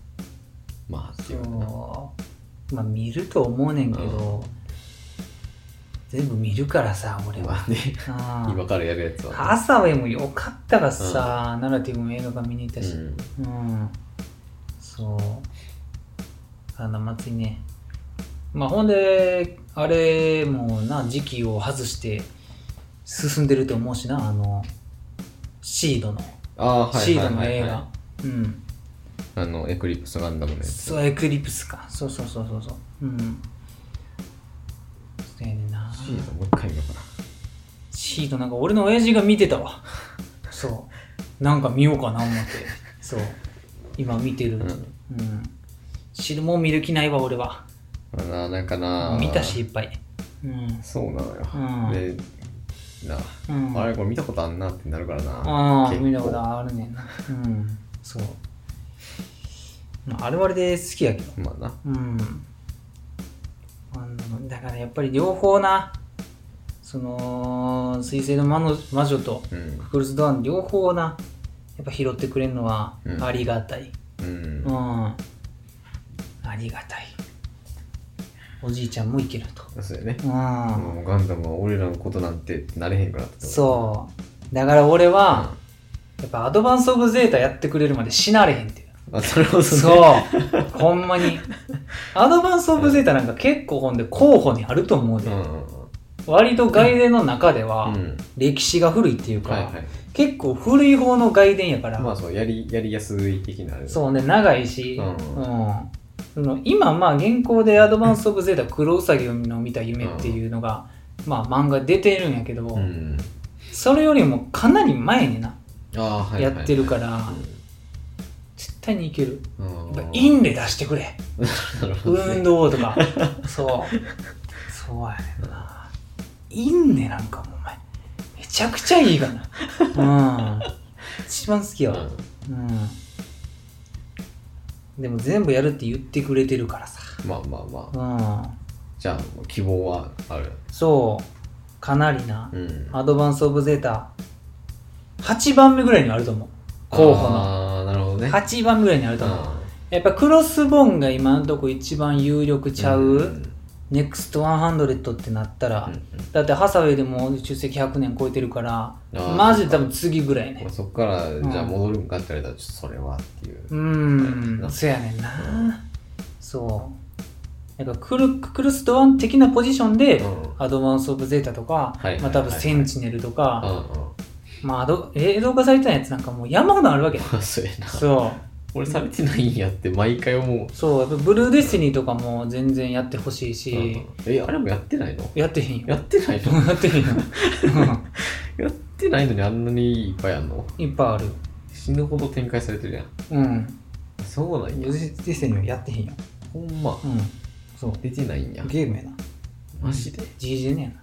Speaker 1: まあって
Speaker 2: そ
Speaker 1: いうかな
Speaker 2: うまあ見ると思うねんけど、全部見るからさ俺は
Speaker 1: まあね
Speaker 2: あー
Speaker 1: 今からやるやつは
Speaker 2: ハサウェイもよかったがさ、ナラティブも映画が見に行ったし、
Speaker 1: うん
Speaker 2: うんそうあの祭りねまあほんであれもな時期を外して進んでると思うしなあのシードの、
Speaker 1: ああーはい
Speaker 2: シ
Speaker 1: は
Speaker 2: ー
Speaker 1: い
Speaker 2: ドの
Speaker 1: はい、
Speaker 2: 映
Speaker 1: は
Speaker 2: 画うん
Speaker 1: い、あのエクリプスガンダムのやつ
Speaker 2: そうエクリプスかそうそうそうそうそううんそうやねんな
Speaker 1: シートもう一回見ようかな
Speaker 2: シートなんか俺の親父が見てたわ。そう。なんか見ようかな思って。そう。今見てる。うんん。知るもん見る気ないわ俺は。
Speaker 1: あななんかな
Speaker 2: 見たしいっぱい。うん。
Speaker 1: そうなのよ、
Speaker 2: うん
Speaker 1: でな
Speaker 2: うん。
Speaker 1: あれこれ見たことあんなってなるからな
Speaker 2: ああ、
Speaker 1: 結構
Speaker 2: 見たことあるねんな。うん。そう。まあ、あれはあれで好きやけど。
Speaker 1: まあな
Speaker 2: うん。あのだからやっぱり両方な、その、水星の魔の魔女と、
Speaker 1: うん
Speaker 2: クルス・ドアン両方な、やっぱ拾ってくれるのは
Speaker 1: うん
Speaker 2: ありがたい。
Speaker 1: うん
Speaker 2: うん。ありがたい。おじいちゃんもいけると。
Speaker 1: そうやね
Speaker 2: うん。
Speaker 1: もうガンダムは俺らのことなんてなれへんからって
Speaker 2: そう。だから俺は、やっぱアドバンス・オブ・ゼータやってくれるまで死なれへんってい
Speaker 1: う
Speaker 2: う。
Speaker 1: んあそれこそね
Speaker 2: そう。ほんまに。アドバンス・オブ・ゼータなんか結構ほんで候補にあると思うで。
Speaker 1: うんうん
Speaker 2: 割と外伝の中では
Speaker 1: うん
Speaker 2: 歴史が古いっていうか、
Speaker 1: はいはい
Speaker 2: 結構古い方の外伝やから、
Speaker 1: まあそうやりやりやすい的なあれ
Speaker 2: そうね、長いし、
Speaker 1: うん
Speaker 2: その今まあ現行でアドバンス・オブ・ゼータ黒ウサギの見た夢っていうのが、まあ漫画出てるんやけど、
Speaker 1: うん
Speaker 2: それよりもかなり前にな、
Speaker 1: ああはい
Speaker 2: やってるからら、絶対にいける。やっぱイ
Speaker 1: い
Speaker 2: ンレ出してくれ。運動 とか。そう。そうやねんな。インレなんかもうお前、めちゃくちゃいいがな。うん。一番好きやわ。うん。でも全部やるって言ってくれてるからさ。
Speaker 1: まあまあまあ
Speaker 2: う
Speaker 1: じゃあもう希望はある
Speaker 2: ん。そう。かなりな
Speaker 1: う。ん
Speaker 2: アドバンス・オブ・ゼータ、8番目ぐらいにはあると思う。候補の。
Speaker 1: ああなるほどね
Speaker 2: 8番目ぐらいにはあると思う。やっぱクロスボーンが今のとこ一番有力ちゃう、
Speaker 1: うん
Speaker 2: ネクスト100ってなったら、
Speaker 1: うん
Speaker 2: だってハサウェイでも出席100年超えてるから
Speaker 1: ー
Speaker 2: マジで多分次ぐらいね
Speaker 1: そっからじゃあ戻るんかって言われたらちょっとそれはっていうう
Speaker 2: うー
Speaker 1: ん
Speaker 2: んそやねんな、そうなんかクルクルスドワン的なポジションで、
Speaker 1: うん
Speaker 2: アドバンス・オブ・ゼータとか、
Speaker 1: はいはいはいはい
Speaker 2: まあ、多分センチネルと
Speaker 1: う
Speaker 2: か、
Speaker 1: んうん
Speaker 2: まあアド映像化されてないやつなんかもう山ほどあるわけ
Speaker 1: そうやな
Speaker 2: そ
Speaker 1: 俺されてないんやって毎回思う
Speaker 2: うそうやっぱブルーデスティニーとかも全然やってほしいし、
Speaker 1: えあれもやってないの
Speaker 2: やってへんよ
Speaker 1: や ってない の
Speaker 2: やってへんよ、
Speaker 1: やってないのにあんなにいっぱいあんの
Speaker 2: うん、いっぱいある
Speaker 1: 死ぬほど展開されてるやん
Speaker 2: うん
Speaker 1: そうなんや
Speaker 2: 無事実践にはやってへんよ
Speaker 1: ほんま
Speaker 2: うんそう
Speaker 1: 出てないんや
Speaker 2: ゲームやな
Speaker 1: マジで
Speaker 2: GGN やな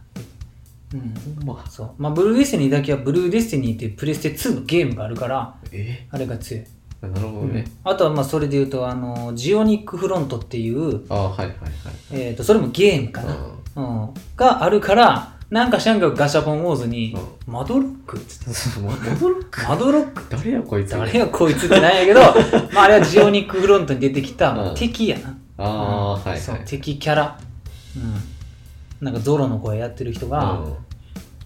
Speaker 2: うん
Speaker 1: ほんま
Speaker 2: そうまあブルーデスティニーだけはブルーデスティニーっていうプレステ2のゲームがあるから
Speaker 1: え
Speaker 2: あれが強い、
Speaker 1: なるほど
Speaker 2: うん
Speaker 1: ね、
Speaker 2: あとはまあそれで言うとあのジオニックフロントっていう、
Speaker 1: ああはいはいはい
Speaker 2: えー、とそれもゲームかな、
Speaker 1: う
Speaker 2: うんがあるからなんかシャンがガシャポンウォーズに、
Speaker 1: う
Speaker 2: マドロックっつって
Speaker 1: んそう戻る
Speaker 2: マドロック
Speaker 1: 誰やこいつ
Speaker 2: 誰やこいつってなんや けどまああれはジオニックフロントに出てきた、
Speaker 1: うん
Speaker 2: 敵やな
Speaker 1: ああー、はい
Speaker 2: そ
Speaker 1: は
Speaker 2: う
Speaker 1: い
Speaker 2: 敵キャラ、うん、なんかゾロの声やってる人が、
Speaker 1: うん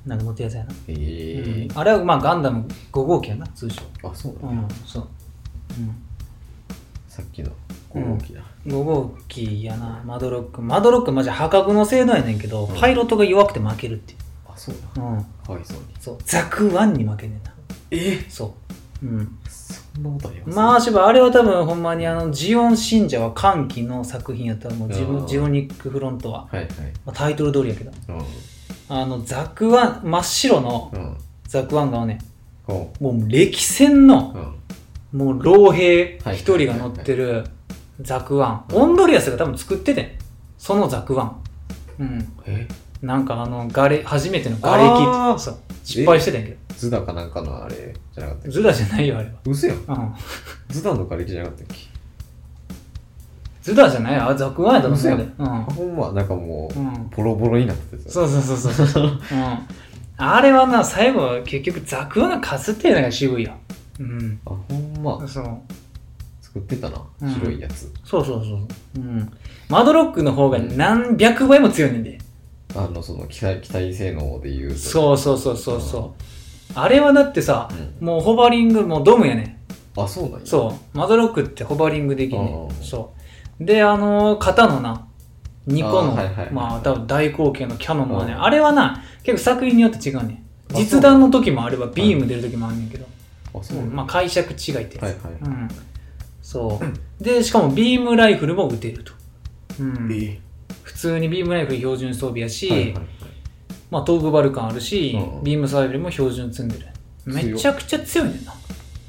Speaker 2: なんかモテやつやな、
Speaker 1: ええ
Speaker 2: うんあれはまあガンダム5号機やな通称
Speaker 1: あそう
Speaker 2: う
Speaker 1: なんや
Speaker 2: んそう、
Speaker 1: さっきの大きな
Speaker 2: うん、5号機やなマドロックマドロックマジ破格の性能やねんけど、
Speaker 1: うん
Speaker 2: パイロットが弱くて負けるってい
Speaker 1: あそうなん
Speaker 2: う、うん、
Speaker 1: かわいそうに
Speaker 2: そうザクワンに負けんねんな
Speaker 1: え
Speaker 2: そう、うん、
Speaker 1: そんなことあります
Speaker 2: まあしばあれは多分ほんまにあのジオン信者は歓喜の作品やったらもうジ
Speaker 1: う
Speaker 2: オ
Speaker 1: ん
Speaker 2: ジオニックフロントは、
Speaker 1: はいはい
Speaker 2: まあ、タイトル通りやけど
Speaker 1: う
Speaker 2: あのザクワン真っ白の
Speaker 1: んうん
Speaker 2: ザクワンがね、
Speaker 1: こ
Speaker 2: もう歴戦の
Speaker 1: う、うん
Speaker 2: もう老兵
Speaker 1: はい
Speaker 2: 一人が乗ってるザクワン。オンドリアスが多分作っててん。そのザクワン。うん。
Speaker 1: え
Speaker 2: なんかあの、がれ、初めての瓦礫
Speaker 1: あー
Speaker 2: って、そう。失敗してたんやけ
Speaker 1: ズダかなんかのあれじゃなかった
Speaker 2: ど。
Speaker 1: っ
Speaker 2: ズダじゃないよ、あれは。
Speaker 1: けうせやん
Speaker 2: うん。
Speaker 1: ズダの瓦礫じゃなかったっけ
Speaker 2: ズダじゃないよ、あザクワンやと思うで。うん
Speaker 1: ほんまなんかもう、
Speaker 2: うん
Speaker 1: ボロボロになってて
Speaker 2: そうそうそうそうそ う。うん。あれはな、最後は結局ザクワンが勝つっていうのが渋いよ。うん。
Speaker 1: あほんま
Speaker 2: そう。
Speaker 1: 作ってたな、
Speaker 2: うん
Speaker 1: 白いやつ
Speaker 2: そうそうそう。うん。マドロックの方が何百倍も強いねんで。
Speaker 1: あのその機体機体性能でいうと
Speaker 2: そうそうそうそうそう。あれはだってさ、
Speaker 1: う
Speaker 2: もうホバリングもうドムやねん。
Speaker 1: あそうなんや
Speaker 2: そう。マドロックってホバリングできんね
Speaker 1: あ
Speaker 2: ん。
Speaker 1: あ
Speaker 2: そう。で、あのー、型のな、2個
Speaker 1: あ
Speaker 2: の、
Speaker 1: あはいはいはい
Speaker 2: まあ多分大口径のキャノンはね、
Speaker 1: うん
Speaker 2: あれはな、結構作品によって違うねん。
Speaker 1: あ
Speaker 2: 実弾の時もあれば、ビーム出る時もあんねんけど、
Speaker 1: あそう
Speaker 2: う
Speaker 1: なんんや
Speaker 2: まあ解釈違いってやつ。
Speaker 1: はいはい
Speaker 2: うん。そう。で、しかもビームライフルも撃てると。うん。
Speaker 1: え
Speaker 2: 普通にビームライフル標準装備やし、
Speaker 1: はいはいはい
Speaker 2: まあ、トークバルカンあるし、
Speaker 1: うん
Speaker 2: ビームサーベルも標準積んでる
Speaker 1: 強い
Speaker 2: めちゃくちゃ強いねんな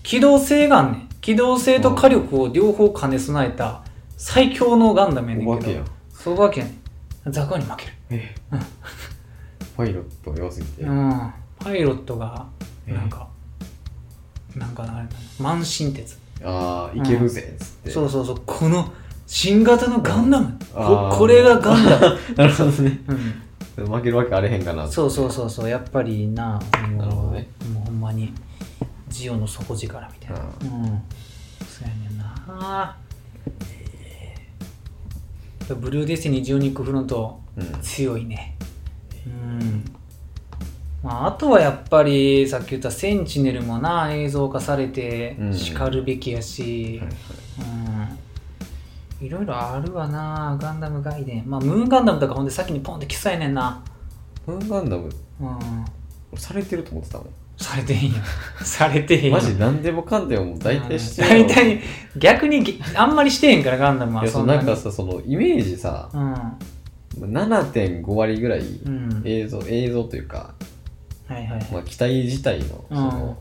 Speaker 2: 機動性があんねん機動性と火力を両方兼ね備えた最強のガンダムやね
Speaker 1: お
Speaker 2: ん
Speaker 1: 化
Speaker 2: け
Speaker 1: けや
Speaker 2: ど
Speaker 1: ん
Speaker 2: そうわけやねんザコに負ける
Speaker 1: え
Speaker 2: うん
Speaker 1: パイロット弱すぎて、
Speaker 2: うんパイロットが
Speaker 1: え
Speaker 2: なんか、なんかあれだな満身鉄
Speaker 1: ああいけるぜっつって、
Speaker 2: そうそうそうこの新型のガンダム
Speaker 1: あ
Speaker 2: こ
Speaker 1: ー
Speaker 2: これがガンダム、
Speaker 1: なるほどね
Speaker 2: うん
Speaker 1: 負けるわけあれへんかな
Speaker 2: そうそうそうそうやっぱりなもう
Speaker 1: なるほどね
Speaker 2: もうほんまにジオの底力みたいな
Speaker 1: う
Speaker 2: うんそうやねんなえーブルーデスティニージオニックフロント
Speaker 1: うんうん
Speaker 2: 強いねうんまあ、あとはやっぱりさっき言ったセンチネルもな映像化されて
Speaker 1: うん
Speaker 2: しかるべきやし、
Speaker 1: はいはい
Speaker 2: うんいろいろあるわなガンダム外伝まあムーンガンダムとかほんで先にポンって来そうやねんな
Speaker 1: ムーンガンダム
Speaker 2: うん
Speaker 1: されてると思ってたもん
Speaker 2: されてへんよ されてへんよ
Speaker 1: マジ何でもかんでももう大体して
Speaker 2: 大体
Speaker 1: い
Speaker 2: 逆にげあんまりしてへんからガンダムは
Speaker 1: やそ
Speaker 2: そ
Speaker 1: うん
Speaker 2: な
Speaker 1: なん
Speaker 2: に
Speaker 1: かさそのイメージさ
Speaker 2: うん
Speaker 1: 7.5割ぐらい
Speaker 2: うん
Speaker 1: 映像映像というか、
Speaker 2: はいはい
Speaker 1: まあ、機体自体の
Speaker 2: う
Speaker 1: そ
Speaker 2: ん
Speaker 1: の、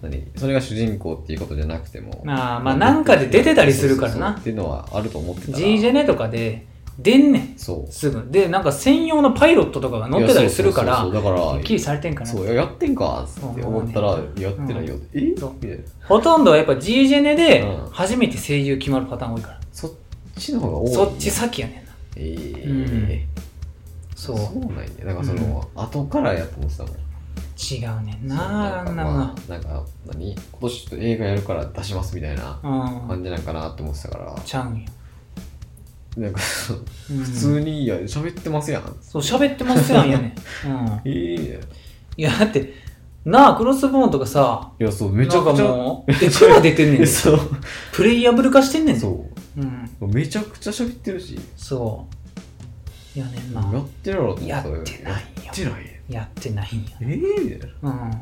Speaker 1: 何それが主人公っていうことじゃなくても
Speaker 2: まあまあなんかで出てたりするからな
Speaker 1: そうそうそうっていうのはあると思ってたら
Speaker 2: G ジェネとかで出んねん
Speaker 1: そう
Speaker 2: すぐでなんか専用のパイロットとかが乗ってたりするか
Speaker 1: いや
Speaker 2: ら
Speaker 1: そうそうそうだから
Speaker 2: はっきりされてんかな
Speaker 1: そうややってんかっつって思ったら
Speaker 2: う
Speaker 1: やってないよ、え
Speaker 2: そう
Speaker 1: みたいな
Speaker 2: ほとんどはやっぱ G ジェネで
Speaker 1: うん
Speaker 2: 初めて声優決まるパターン多いから、
Speaker 1: そっちの方が多い
Speaker 2: そっち先やねんな
Speaker 1: ええ
Speaker 2: そう
Speaker 1: そうなんやなんかその、後からやと思ってたもん
Speaker 2: 違うねん
Speaker 1: そう
Speaker 2: なあ
Speaker 1: か
Speaker 2: んなも
Speaker 1: まあなんか何今年ちょっと映画やるから出しますみたいな
Speaker 2: のうん
Speaker 1: 感じなんかなって思ってたから、
Speaker 2: ちゃうんよ、
Speaker 1: なんかそう
Speaker 2: うん
Speaker 1: 普通に「いや喋ってますやん」
Speaker 2: そう喋ってますやんやねん、うん、
Speaker 1: ええ
Speaker 2: いやだってなあクロスボーンとかさ
Speaker 1: いやそうめちゃくち
Speaker 2: なんか
Speaker 1: ゃ
Speaker 2: もうえから出てんねん で
Speaker 1: そう
Speaker 2: プレイヤブル化してんねんう、
Speaker 1: そ
Speaker 2: ん、
Speaker 1: うめちゃくちゃ喋ってるし
Speaker 2: そういやねんな
Speaker 1: やってるやろと思
Speaker 2: や
Speaker 1: っ
Speaker 2: ったて
Speaker 1: ら
Speaker 2: ないよ
Speaker 1: やってないね
Speaker 2: やってないんや
Speaker 1: ええみたいな
Speaker 2: うん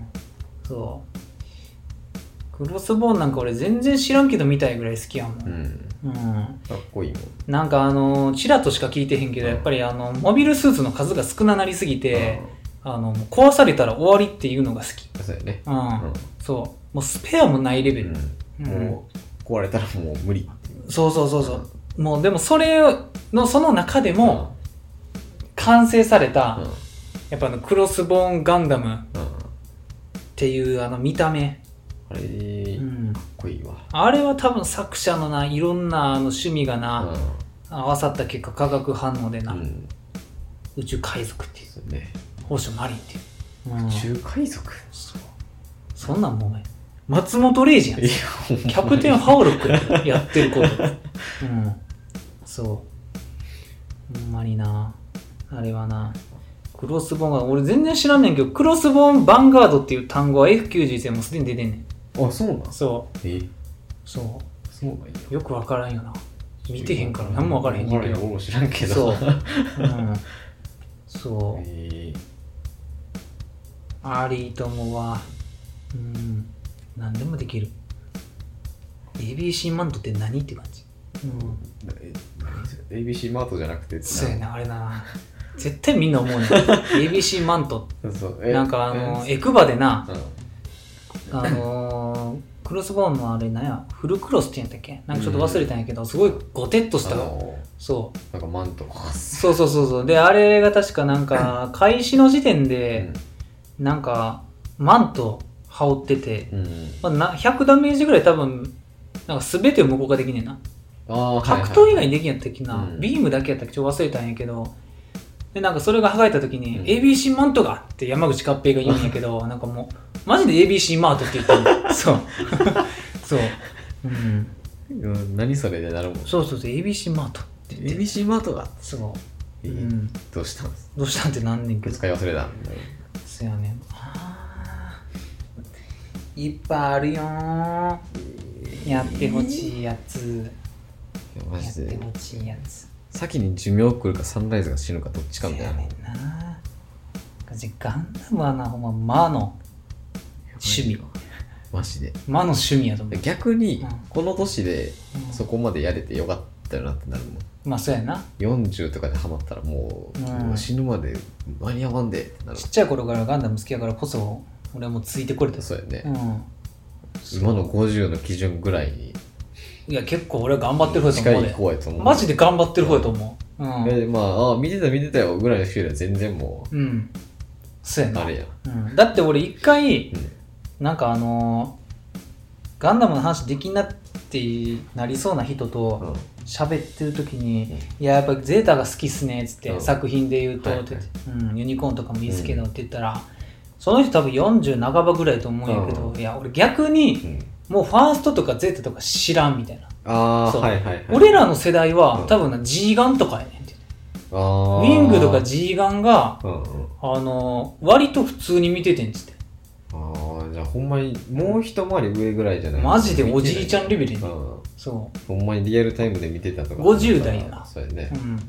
Speaker 2: そうクロスボーンなんか俺全然知らんけど見たいぐらい好きやも
Speaker 1: うんん
Speaker 2: うん、
Speaker 1: かっこいいもん
Speaker 2: なんかあのチラとしか聞いてへんけど、
Speaker 1: うん
Speaker 2: やっぱりあのモビルスーツの数が少ななりすぎて、あのもう壊されたら終わりっていうのが好き
Speaker 1: うんそうやね
Speaker 2: うん、
Speaker 1: うん
Speaker 2: そうもうスペアもないレベル、
Speaker 1: うん
Speaker 2: うん
Speaker 1: もう壊れたらもう無理っていう
Speaker 2: そうそうそうそうもうでもそれのその中でも完成された、
Speaker 1: うん
Speaker 2: やっぱあのクロスボーンガンダムっ
Speaker 1: うんうん
Speaker 2: ていうあの見た目、
Speaker 1: あれ
Speaker 2: う
Speaker 1: かっ
Speaker 2: ん、
Speaker 1: こいいわ
Speaker 2: あれは多分作者のないろんなあの趣味がな、
Speaker 1: うん
Speaker 2: 合わさった結果化学反応でな、
Speaker 1: うん
Speaker 2: 宇宙海賊っていう
Speaker 1: そうね
Speaker 2: 宝生マリンっていう、うん、
Speaker 1: 中海賊
Speaker 2: そうそんなんもうお前松本零士やん
Speaker 1: い
Speaker 2: キ
Speaker 1: やほんまに
Speaker 2: ャプテンハオロックやって ること、うん、そうほんまになあれはなクロスボーンが俺全然知らんねんけどクロスボーンバンガードっていう単語は F91 でもうすでに出てんねん
Speaker 1: あそうなん
Speaker 2: そ
Speaker 1: え
Speaker 2: うそ
Speaker 1: そうなんや
Speaker 2: うよくわからんよな見てへんから何もわからへんねんけ
Speaker 1: 分
Speaker 2: ど
Speaker 1: からへん俺も知らんけど
Speaker 2: そう
Speaker 1: え
Speaker 2: うんそう、
Speaker 1: ー
Speaker 2: ありともは、うん、何でもできる。ABC マントって何って感じ。うん。
Speaker 1: なえ何それ ABC マートじゃなくて
Speaker 2: そうやな、あれな。絶対みん な思うねん。ABC マント。
Speaker 1: そうそうえ
Speaker 2: なんかあの、
Speaker 1: え
Speaker 2: エクバでな、
Speaker 1: うん
Speaker 2: あのー、クロスボーンのあれなんや、フルクロスって言うんやったっけなんかちょっと忘れたんやけど、すごいゴテッとし
Speaker 1: あ
Speaker 2: た。
Speaker 1: の
Speaker 2: そう。
Speaker 1: なんかマントが
Speaker 2: そうそうそうそう。で、あれが確かな んか、開始の時点で、なんか、マント羽織ってて、
Speaker 1: うんうん
Speaker 2: まあ、な100ダメージぐらい多分なんか全てを無効化できねえな
Speaker 1: あーはいはい
Speaker 2: 格闘以外にできんやったっけな、
Speaker 1: うん
Speaker 2: ビームだけやったっけちょっと忘れたんやけどでなんかそれがはがいた時に「
Speaker 1: うん
Speaker 2: ABC マントが!」って山口勝平が言うんや けどなんかもうマジで ABC マートって言ったんだそうそう、うん、
Speaker 1: うん何それでなるもん
Speaker 2: そうそうそう ABC マートって言って
Speaker 1: ABC マートが
Speaker 2: そう、
Speaker 1: え
Speaker 2: う
Speaker 1: ー
Speaker 2: ん、
Speaker 1: どうしたんです
Speaker 2: どうしたんってなんねんけど
Speaker 1: 使い忘れたみたい
Speaker 2: そやねんあーいっぱいあるよーやってほしいやつ、
Speaker 1: ないやマ
Speaker 2: やっ
Speaker 1: ジ
Speaker 2: て
Speaker 1: で
Speaker 2: ほしいやつ
Speaker 1: 先に寿命来るかサンライズが死ぬかどっちかみたい
Speaker 2: せ
Speaker 1: な
Speaker 2: やねんなマジガンダムはなほんま魔の趣味
Speaker 1: マジで
Speaker 2: 魔の趣味やと思う
Speaker 1: 逆に
Speaker 2: うん
Speaker 1: この年で
Speaker 2: うん
Speaker 1: そこまでやれてよかっったよなってなるもん
Speaker 2: まあそうやな
Speaker 1: 40とかでハマったらもう,、
Speaker 2: うん
Speaker 1: もう死ぬまで間に合わんでってなる
Speaker 2: ちっちゃい頃からガンダム好きやからこそ俺はもうついてこれた
Speaker 1: そうやね、
Speaker 2: うん
Speaker 1: 今の50の基準ぐらいに
Speaker 2: いや結構俺は頑張ってる方やと
Speaker 1: 近
Speaker 2: 思
Speaker 1: い
Speaker 2: うで
Speaker 1: 方やと思う
Speaker 2: マジで頑張ってる方やと思ううん、
Speaker 1: でまああ見てた見てたよぐらいの人よりは全然も
Speaker 2: うん、そうや
Speaker 1: う
Speaker 2: な
Speaker 1: あれや
Speaker 2: うん、だって俺一回
Speaker 1: うん
Speaker 2: なんかあのーガンダムの話できんなってなりそうな人と
Speaker 1: うん
Speaker 2: 喋ってる時に
Speaker 1: うん
Speaker 2: 「いややっぱゼータが好きっすね」っつって、
Speaker 1: うん
Speaker 2: 作品で言うと、
Speaker 1: はいはい
Speaker 2: って言ってうん「ユニコーンとかもいいっすけど」って言ったら、その人多分40半ばぐらいと思うんやけど、
Speaker 1: う
Speaker 2: いや俺逆に
Speaker 1: うん
Speaker 2: もうファーストとかゼータとか知らんみたいな、
Speaker 1: ああ
Speaker 2: そう
Speaker 1: はいはいはい
Speaker 2: 俺らの世代は、
Speaker 1: うん
Speaker 2: 多分な G ガンとかやねんて
Speaker 1: あ
Speaker 2: ウ
Speaker 1: ー
Speaker 2: ィングとか G ガンが
Speaker 1: うんうん
Speaker 2: あのー割と普通に見ててんっつって
Speaker 1: ああじゃあほんまにもう一回り上ぐらいじゃない
Speaker 2: マジでおじいちゃんレベル
Speaker 1: う
Speaker 2: に、
Speaker 1: ん
Speaker 2: そ
Speaker 1: ほんまにリアルタイムで見てたとか
Speaker 2: 50代やな
Speaker 1: そうやね
Speaker 2: う、う、ん、
Speaker 1: もう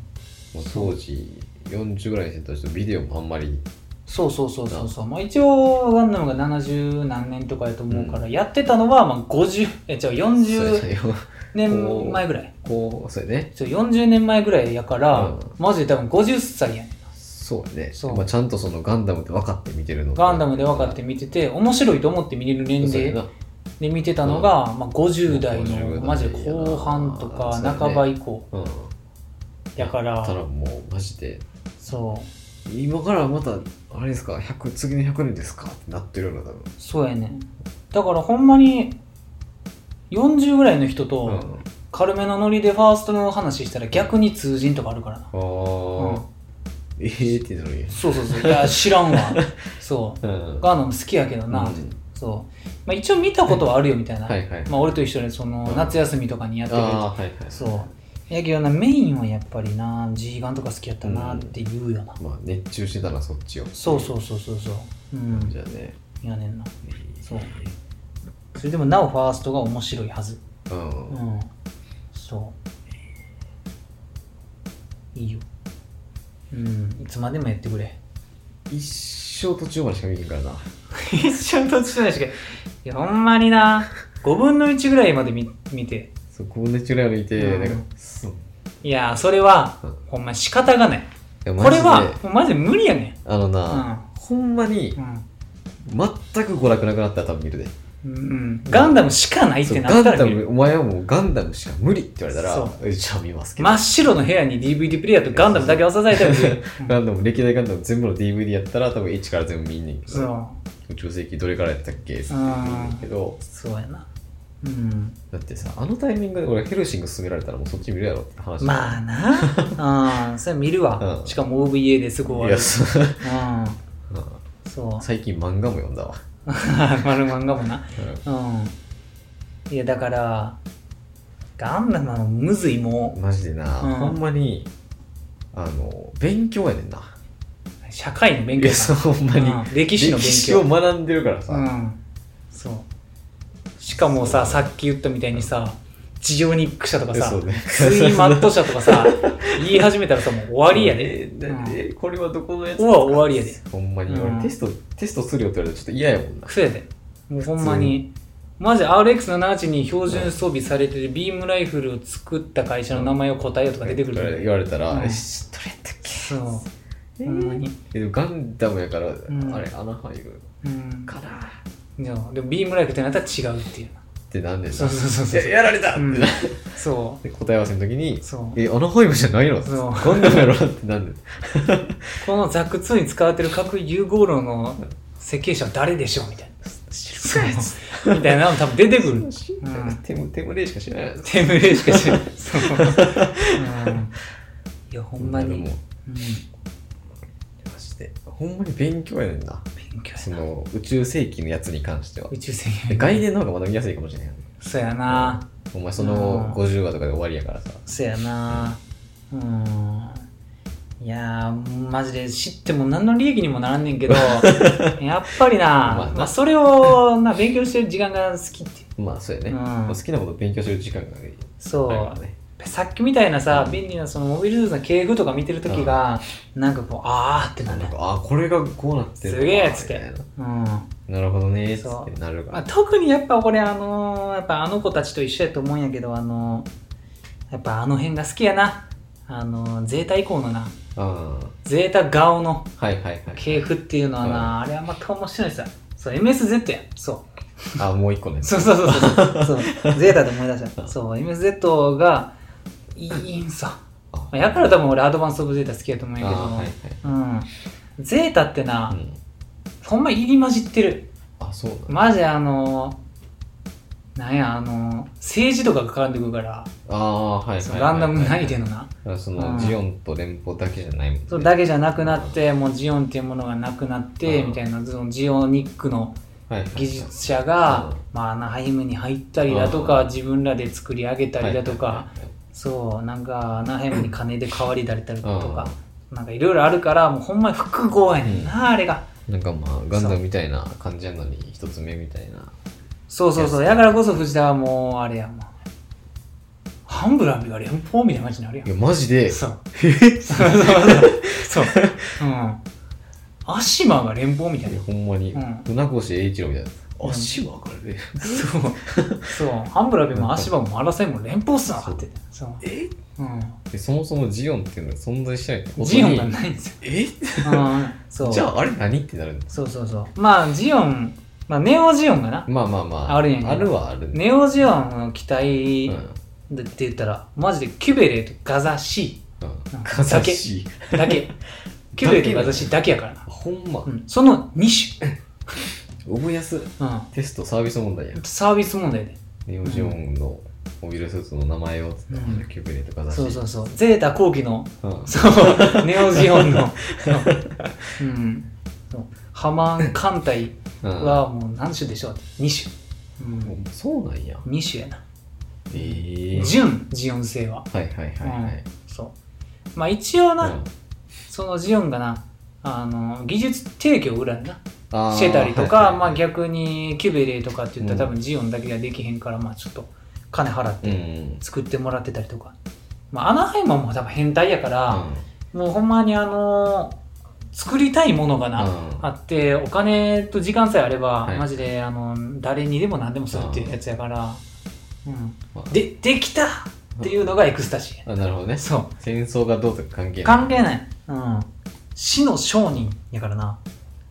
Speaker 1: 当時40ぐらいしてた人ビデオもあんまり
Speaker 2: そうそうそうそうそう、まあ、一応ガンダムが70何年とかやと思うから、やってたのはまあ50え違う40
Speaker 1: そうやね
Speaker 2: 年前ぐらい
Speaker 1: こうそうやね
Speaker 2: そう40年前ぐらいやから、
Speaker 1: うん
Speaker 2: マジで多分50歳やねん
Speaker 1: そうやね
Speaker 2: そう
Speaker 1: まあ、ちゃんとそのガンダムって分かって見てるの
Speaker 2: ガンダムで分かって見てて面白いと思って見れる年
Speaker 1: そうや
Speaker 2: 齢
Speaker 1: な
Speaker 2: で見てたのが、まあ、50代
Speaker 1: 50
Speaker 2: の
Speaker 1: 代
Speaker 2: マジで後半とか
Speaker 1: そうやね
Speaker 2: 半ば以降
Speaker 1: うん
Speaker 2: やか
Speaker 1: た
Speaker 2: ら
Speaker 1: らもうマジで
Speaker 2: そう
Speaker 1: 今からまたあれですか100次の100年ですかってなってるような多分
Speaker 2: そうやねんだからほんまに40ぐらいの人と、
Speaker 1: うん
Speaker 2: 軽めのノリでファーストの話したら逆に通じんとかあるからな、
Speaker 1: ああ、
Speaker 2: うん
Speaker 1: ええー、ってなるんや
Speaker 2: そうそうそういや知らんわそう
Speaker 1: うん
Speaker 2: ガーナも好きやけどな、そう、まあ、一応見たことはあるよみたいな、
Speaker 1: はいはい
Speaker 2: まあ、俺と一緒でその
Speaker 1: うん
Speaker 2: 夏休みとかにやってくれて、
Speaker 1: ああーはいはい
Speaker 2: そうやけどなメインはやっぱりな G ガンとか好きやったなって言うよな、
Speaker 1: まあ熱中してたらそっちを
Speaker 2: そうそうそうそうそううん
Speaker 1: じゃあね
Speaker 2: やねんなそうそれでもなおファーストが面白いはず
Speaker 1: うん、
Speaker 2: うんそういいようんいつまでもやってくれ
Speaker 1: 一生途中までしか見へんからな
Speaker 2: 一生途中ないしかいやほんまにな5分の1ぐらいまで見見て
Speaker 1: そこまで中ぐらい見て、
Speaker 2: うん
Speaker 1: なんかそう
Speaker 2: いやそれは、
Speaker 1: うん
Speaker 2: ほんま仕方がない
Speaker 1: いやマ
Speaker 2: こ
Speaker 1: ジ
Speaker 2: れ
Speaker 1: で
Speaker 2: はもうマジで無理やね
Speaker 1: あの
Speaker 2: ん
Speaker 1: な、ほんまに
Speaker 2: う
Speaker 1: 全く娯楽なくなったら多分見るで
Speaker 2: ん、うんうん、ガンダムしかないっ
Speaker 1: そう
Speaker 2: て
Speaker 1: ガ
Speaker 2: な
Speaker 1: ン
Speaker 2: った
Speaker 1: ダ
Speaker 2: ら見る
Speaker 1: ムお前はもうガンダムしか無理って言われたら
Speaker 2: そ
Speaker 1: えじゃあ見ますけど、
Speaker 2: 真っ白の部屋に DVD プレイヤーとガンダムだけ押さえたら見 る、うん
Speaker 1: ガンダム歴代ガンダム全部の DVD やったら多分1から全部見んねんけ
Speaker 2: そ
Speaker 1: ど
Speaker 2: う
Speaker 1: 宇宙世紀どれからやったっけって言うんだけど
Speaker 2: そうやなうん
Speaker 1: だってさあのタイミングで俺ヘルシング勧められたらもうそっち見るやろって話
Speaker 2: まあなうんそれ見るわ、
Speaker 1: うん
Speaker 2: しかも OVA ですご
Speaker 1: い
Speaker 2: い
Speaker 1: やそう
Speaker 2: うんそう
Speaker 1: 最近漫画も読んだわ、
Speaker 2: 丸漫画もな
Speaker 1: う
Speaker 2: うんいやだからガンダムはむずいも
Speaker 1: んマジでな、
Speaker 2: うん
Speaker 1: ほんまにあの勉強やねんな
Speaker 2: う社会の勉
Speaker 1: い
Speaker 2: 強
Speaker 1: や
Speaker 2: や
Speaker 1: そう
Speaker 2: な
Speaker 1: ほんまに、
Speaker 2: うん歴史の勉
Speaker 1: 歴史
Speaker 2: 強
Speaker 1: を学んでるからさ、
Speaker 2: うんそうしかもささっき言ったみたいにさ地上に行く社とか さ
Speaker 1: そうね
Speaker 2: 水マット社とかさ言い始めたらさもう終わりやで、
Speaker 1: えーなえーこれはどこのやつ
Speaker 2: うわ終わりやで
Speaker 1: ほんまに、
Speaker 2: うん
Speaker 1: 俺テストテストするよって言われたらちょっと嫌やもんな
Speaker 2: 癖やでもうほんまにマジ RX78 に標準装備されてるビームライフルを作った会社の名前を答えようとか出てくるから
Speaker 1: 言われたら、
Speaker 2: うん
Speaker 1: えしどれやったっけ
Speaker 2: そ
Speaker 1: えー
Speaker 2: うほんまに
Speaker 1: えでもガンダムやから、
Speaker 2: ん
Speaker 1: あれ穴入る
Speaker 2: うん
Speaker 1: かなっ
Speaker 2: でもでもビームライフルってなったら違うっていう
Speaker 1: てなんで
Speaker 2: そうそうそうそう
Speaker 1: ややられたって
Speaker 2: うん
Speaker 1: な
Speaker 2: そ
Speaker 1: で答え合わせの時に
Speaker 2: うそ
Speaker 1: 「
Speaker 2: う
Speaker 1: え穴入るじゃないの?」
Speaker 2: そう
Speaker 1: ガンダムやろ?」ってなんで
Speaker 2: このザック2に使われてる核融合炉の設計者は誰でしょうみたいなそうみたいなの多分出てくるん
Speaker 1: テムテムレイしか知らない
Speaker 2: テムレしかしないそう、うん、いやほんまに、うん、
Speaker 1: で
Speaker 2: 勉
Speaker 1: もマジでほんまに勉強やねんなそ
Speaker 2: 強やな
Speaker 1: の宇宙世紀のやつに関しては
Speaker 2: 宇宙
Speaker 1: で
Speaker 2: 船
Speaker 1: 外伝の方がまだ見やすいかもしれない
Speaker 2: そうやな
Speaker 1: お前その50話とかで終わりやからさ
Speaker 2: そやなうんいやーマジで知っても何の利益にもならんねん けどやっぱりな、
Speaker 1: ま
Speaker 2: ま
Speaker 1: あ
Speaker 2: あ
Speaker 1: な
Speaker 2: それをな勉強してる時間が好きっていう
Speaker 1: まあそうやね、
Speaker 2: うん
Speaker 1: まあ好きなこと勉強する時間がいい
Speaker 2: そう、
Speaker 1: あるからね
Speaker 2: さっきみたいなさ、
Speaker 1: うん
Speaker 2: 便利なそのモビルスーツの系譜とか見てる時が、なんかこうあーってなる
Speaker 1: なんかあこれがこうなってるのか
Speaker 2: すげえっつって
Speaker 1: みたいな
Speaker 2: うんま
Speaker 1: なるほどねっつっ
Speaker 2: そ
Speaker 1: てなるか
Speaker 2: あ、
Speaker 1: ら
Speaker 2: 特にやっぱこれあのーやっぱあの子たちと一緒やと思うんやけどあのーやっぱあの辺が好きやな。あの、ゼータ以降のな、
Speaker 1: ああ
Speaker 2: ゼータ顔の
Speaker 1: はいはいはい
Speaker 2: 系譜っていうのはな、あれはまた面白いさ。そう、MSZ やん。そう。
Speaker 1: あもう一個ね
Speaker 2: そうそうそうそう そうゼータで思い出したそう MZ がいいんさ
Speaker 1: あ
Speaker 2: まあやから多分俺アドバンス・オブ・ゼータ好きやと思うんやけど
Speaker 1: あはいはい
Speaker 2: うん、ゼータってな、
Speaker 1: うん
Speaker 2: ほんま入り混じってる
Speaker 1: あそうなん
Speaker 2: マジあのーなんやあのー政治とかが絡んでくるから、
Speaker 1: ああはいはい
Speaker 2: そ
Speaker 1: はい
Speaker 2: のランダム内でのな、
Speaker 1: だからそ
Speaker 2: うん
Speaker 1: のジオンと連邦だけじゃないもんね
Speaker 2: そうだけじゃなくなってもうジオンっていうものがなくなって、
Speaker 1: うん
Speaker 2: みたいなそのジオニックの
Speaker 1: はいはい
Speaker 2: 技術者が、
Speaker 1: うん
Speaker 2: まあ、アナハイムに入ったりだとか、
Speaker 1: うん
Speaker 2: 自分らで作り上げたりだとか、
Speaker 1: はいはい
Speaker 2: そうなんかアナハイムに金で代わりだれたりとか、なんかいろいろあるからもうほんまに複合やねんな、あれが
Speaker 1: なんかまあガンダムみたいな感じやのに一つ目みたいな
Speaker 2: そうそうそうやからこそ藤田はもうあれやもうハンブラムが連邦みたいな感じになるや
Speaker 1: い
Speaker 2: ん
Speaker 1: やマジで
Speaker 2: そう
Speaker 1: え
Speaker 2: そうそうそうそううんアシマが連邦みたい
Speaker 1: いや
Speaker 2: な
Speaker 1: ほんまに
Speaker 2: うん
Speaker 1: 船越英一郎みたいな
Speaker 2: うん
Speaker 1: 足分かるね
Speaker 2: そうそうハンブラムもアシマもマラサイも連邦っすな
Speaker 1: そう
Speaker 2: ってそう
Speaker 1: え
Speaker 2: う
Speaker 1: でそもそもジオンっていうのは存在しない
Speaker 2: んジオンが
Speaker 1: 本
Speaker 2: ないん ですよ
Speaker 1: 当にえ
Speaker 2: うんそう
Speaker 1: じゃああれ何ってなるんです
Speaker 2: そうそうそうまあジオンまあネオジオンがな
Speaker 1: まあまあまあ
Speaker 2: あるんやけど
Speaker 1: はある
Speaker 2: ネオジオンの機
Speaker 1: うん
Speaker 2: 体
Speaker 1: うん
Speaker 2: でって言ったら、マジでキュベレとガザシうん
Speaker 1: かざし
Speaker 2: だ け。キュベレとガザシだけやからな。
Speaker 1: ほんま
Speaker 2: うん、その2種、
Speaker 1: 覚えやす
Speaker 2: う
Speaker 1: テストサービス問題や
Speaker 2: ん。サービス問題で。
Speaker 1: ネオジオンのモビルスーツの名前をつった
Speaker 2: うん
Speaker 1: らキューブレとかだし
Speaker 2: そうそうそう。ゼータ後期の、
Speaker 1: うん
Speaker 2: そう、 ネオジオンの、そううん。そうハマーン艦隊
Speaker 1: うん
Speaker 2: はもう何種でしょう ?2 種。うん、
Speaker 1: そうなんや
Speaker 2: 2種やな。
Speaker 1: ええ
Speaker 2: 純ジオン性は。
Speaker 1: はいはいはいはい
Speaker 2: そう。まあ一応な、
Speaker 1: うん
Speaker 2: そのジオンがな、あの技術提供ぐらいな
Speaker 1: あー
Speaker 2: してたりと
Speaker 1: はい
Speaker 2: か、
Speaker 1: はいはい
Speaker 2: まあ、逆にキュベレーとかって言った
Speaker 1: う
Speaker 2: ら、
Speaker 1: ん
Speaker 2: 多分ジオンだけじゃできへんから、まあ、ちょっと金払っ
Speaker 1: うんう
Speaker 2: て
Speaker 1: ん
Speaker 2: 作ってもらってたりとか、まあ、アナハイマンも多分変態やから、もうほんまにあのー作りたいものがな、
Speaker 1: うん
Speaker 2: あってお金と時間さえあれば、
Speaker 1: はい
Speaker 2: マジであの誰にでも何でもするっていうやつやから、うん
Speaker 1: まあ
Speaker 2: でできたっていうのがエクスタシーや、
Speaker 1: あなるほどね
Speaker 2: そう
Speaker 1: 戦争がどうとか関係ない
Speaker 2: 関係ない、うん、死の商人やからな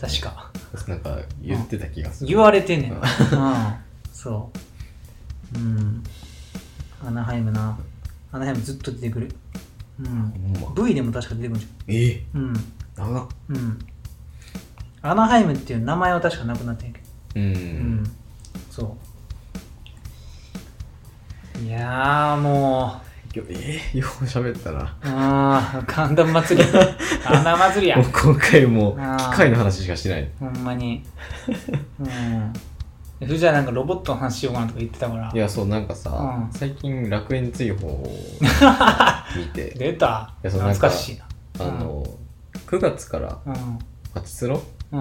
Speaker 2: 確か。
Speaker 1: なんか言ってた気がする
Speaker 2: 言われてんねん、
Speaker 1: う
Speaker 2: うん
Speaker 1: ん、
Speaker 2: そううんアナハイムなアナハイムずっと出てくるうん
Speaker 1: ほんま
Speaker 2: V でも確か出てくるんじ
Speaker 1: ええ
Speaker 2: ゃん
Speaker 1: 長っ
Speaker 2: うんうんアナハイムっていう名前は確かなくなってんけど
Speaker 1: う
Speaker 2: うん
Speaker 1: ん
Speaker 2: そういやーもう
Speaker 1: よええよう喋ったな
Speaker 2: あーガンダム祭り ガンダム祭りや
Speaker 1: もう今回もう
Speaker 2: あー
Speaker 1: 機械の話しかしてない
Speaker 2: ほんまにうん藤田なんかロボットの話しようかなとか言ってたから
Speaker 1: いやそうなんかさ、
Speaker 2: うん
Speaker 1: 最近楽園追放を見 て
Speaker 2: 出た
Speaker 1: いやそうなん
Speaker 2: 懐
Speaker 1: か
Speaker 2: かしいな
Speaker 1: あの、9月から
Speaker 2: うん
Speaker 1: パチスロ
Speaker 2: うん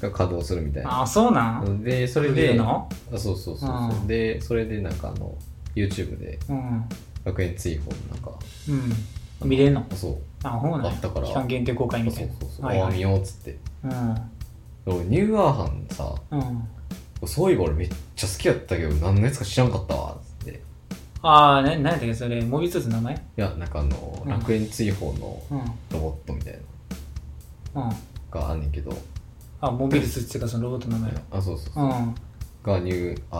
Speaker 1: が稼働するみたいな
Speaker 2: あそうなん
Speaker 1: でそ
Speaker 2: そ
Speaker 1: れであ
Speaker 2: の
Speaker 1: そうそうそうそう、
Speaker 2: うん
Speaker 1: でそれでなんかあの YouTube で
Speaker 2: うん
Speaker 1: 楽園追放のなんか
Speaker 2: うん見れんの
Speaker 1: あそう
Speaker 2: あほうなんや
Speaker 1: あったから
Speaker 2: 期間限定公開
Speaker 1: そう
Speaker 2: み
Speaker 1: そ
Speaker 2: た
Speaker 1: う
Speaker 2: いな
Speaker 1: そう、
Speaker 2: はい
Speaker 1: ああ
Speaker 2: は
Speaker 1: 見
Speaker 2: い
Speaker 1: ようっつって
Speaker 2: うん
Speaker 1: 俺ニューアーハンさ
Speaker 2: うん
Speaker 1: そういえば俺めっちゃ好きやったけど何のやつか知らんかったわっつってい
Speaker 2: ああ何やったっけそれモビスーツの名前
Speaker 1: やなんかあの、
Speaker 2: うん
Speaker 1: 楽園追放の
Speaker 2: うん
Speaker 1: ロボットみたいなの
Speaker 2: うん
Speaker 1: があんねんけど、
Speaker 2: あモビルスーツっていうかそのロボットの名前
Speaker 1: あそう そうそう、
Speaker 2: うん
Speaker 1: がニューア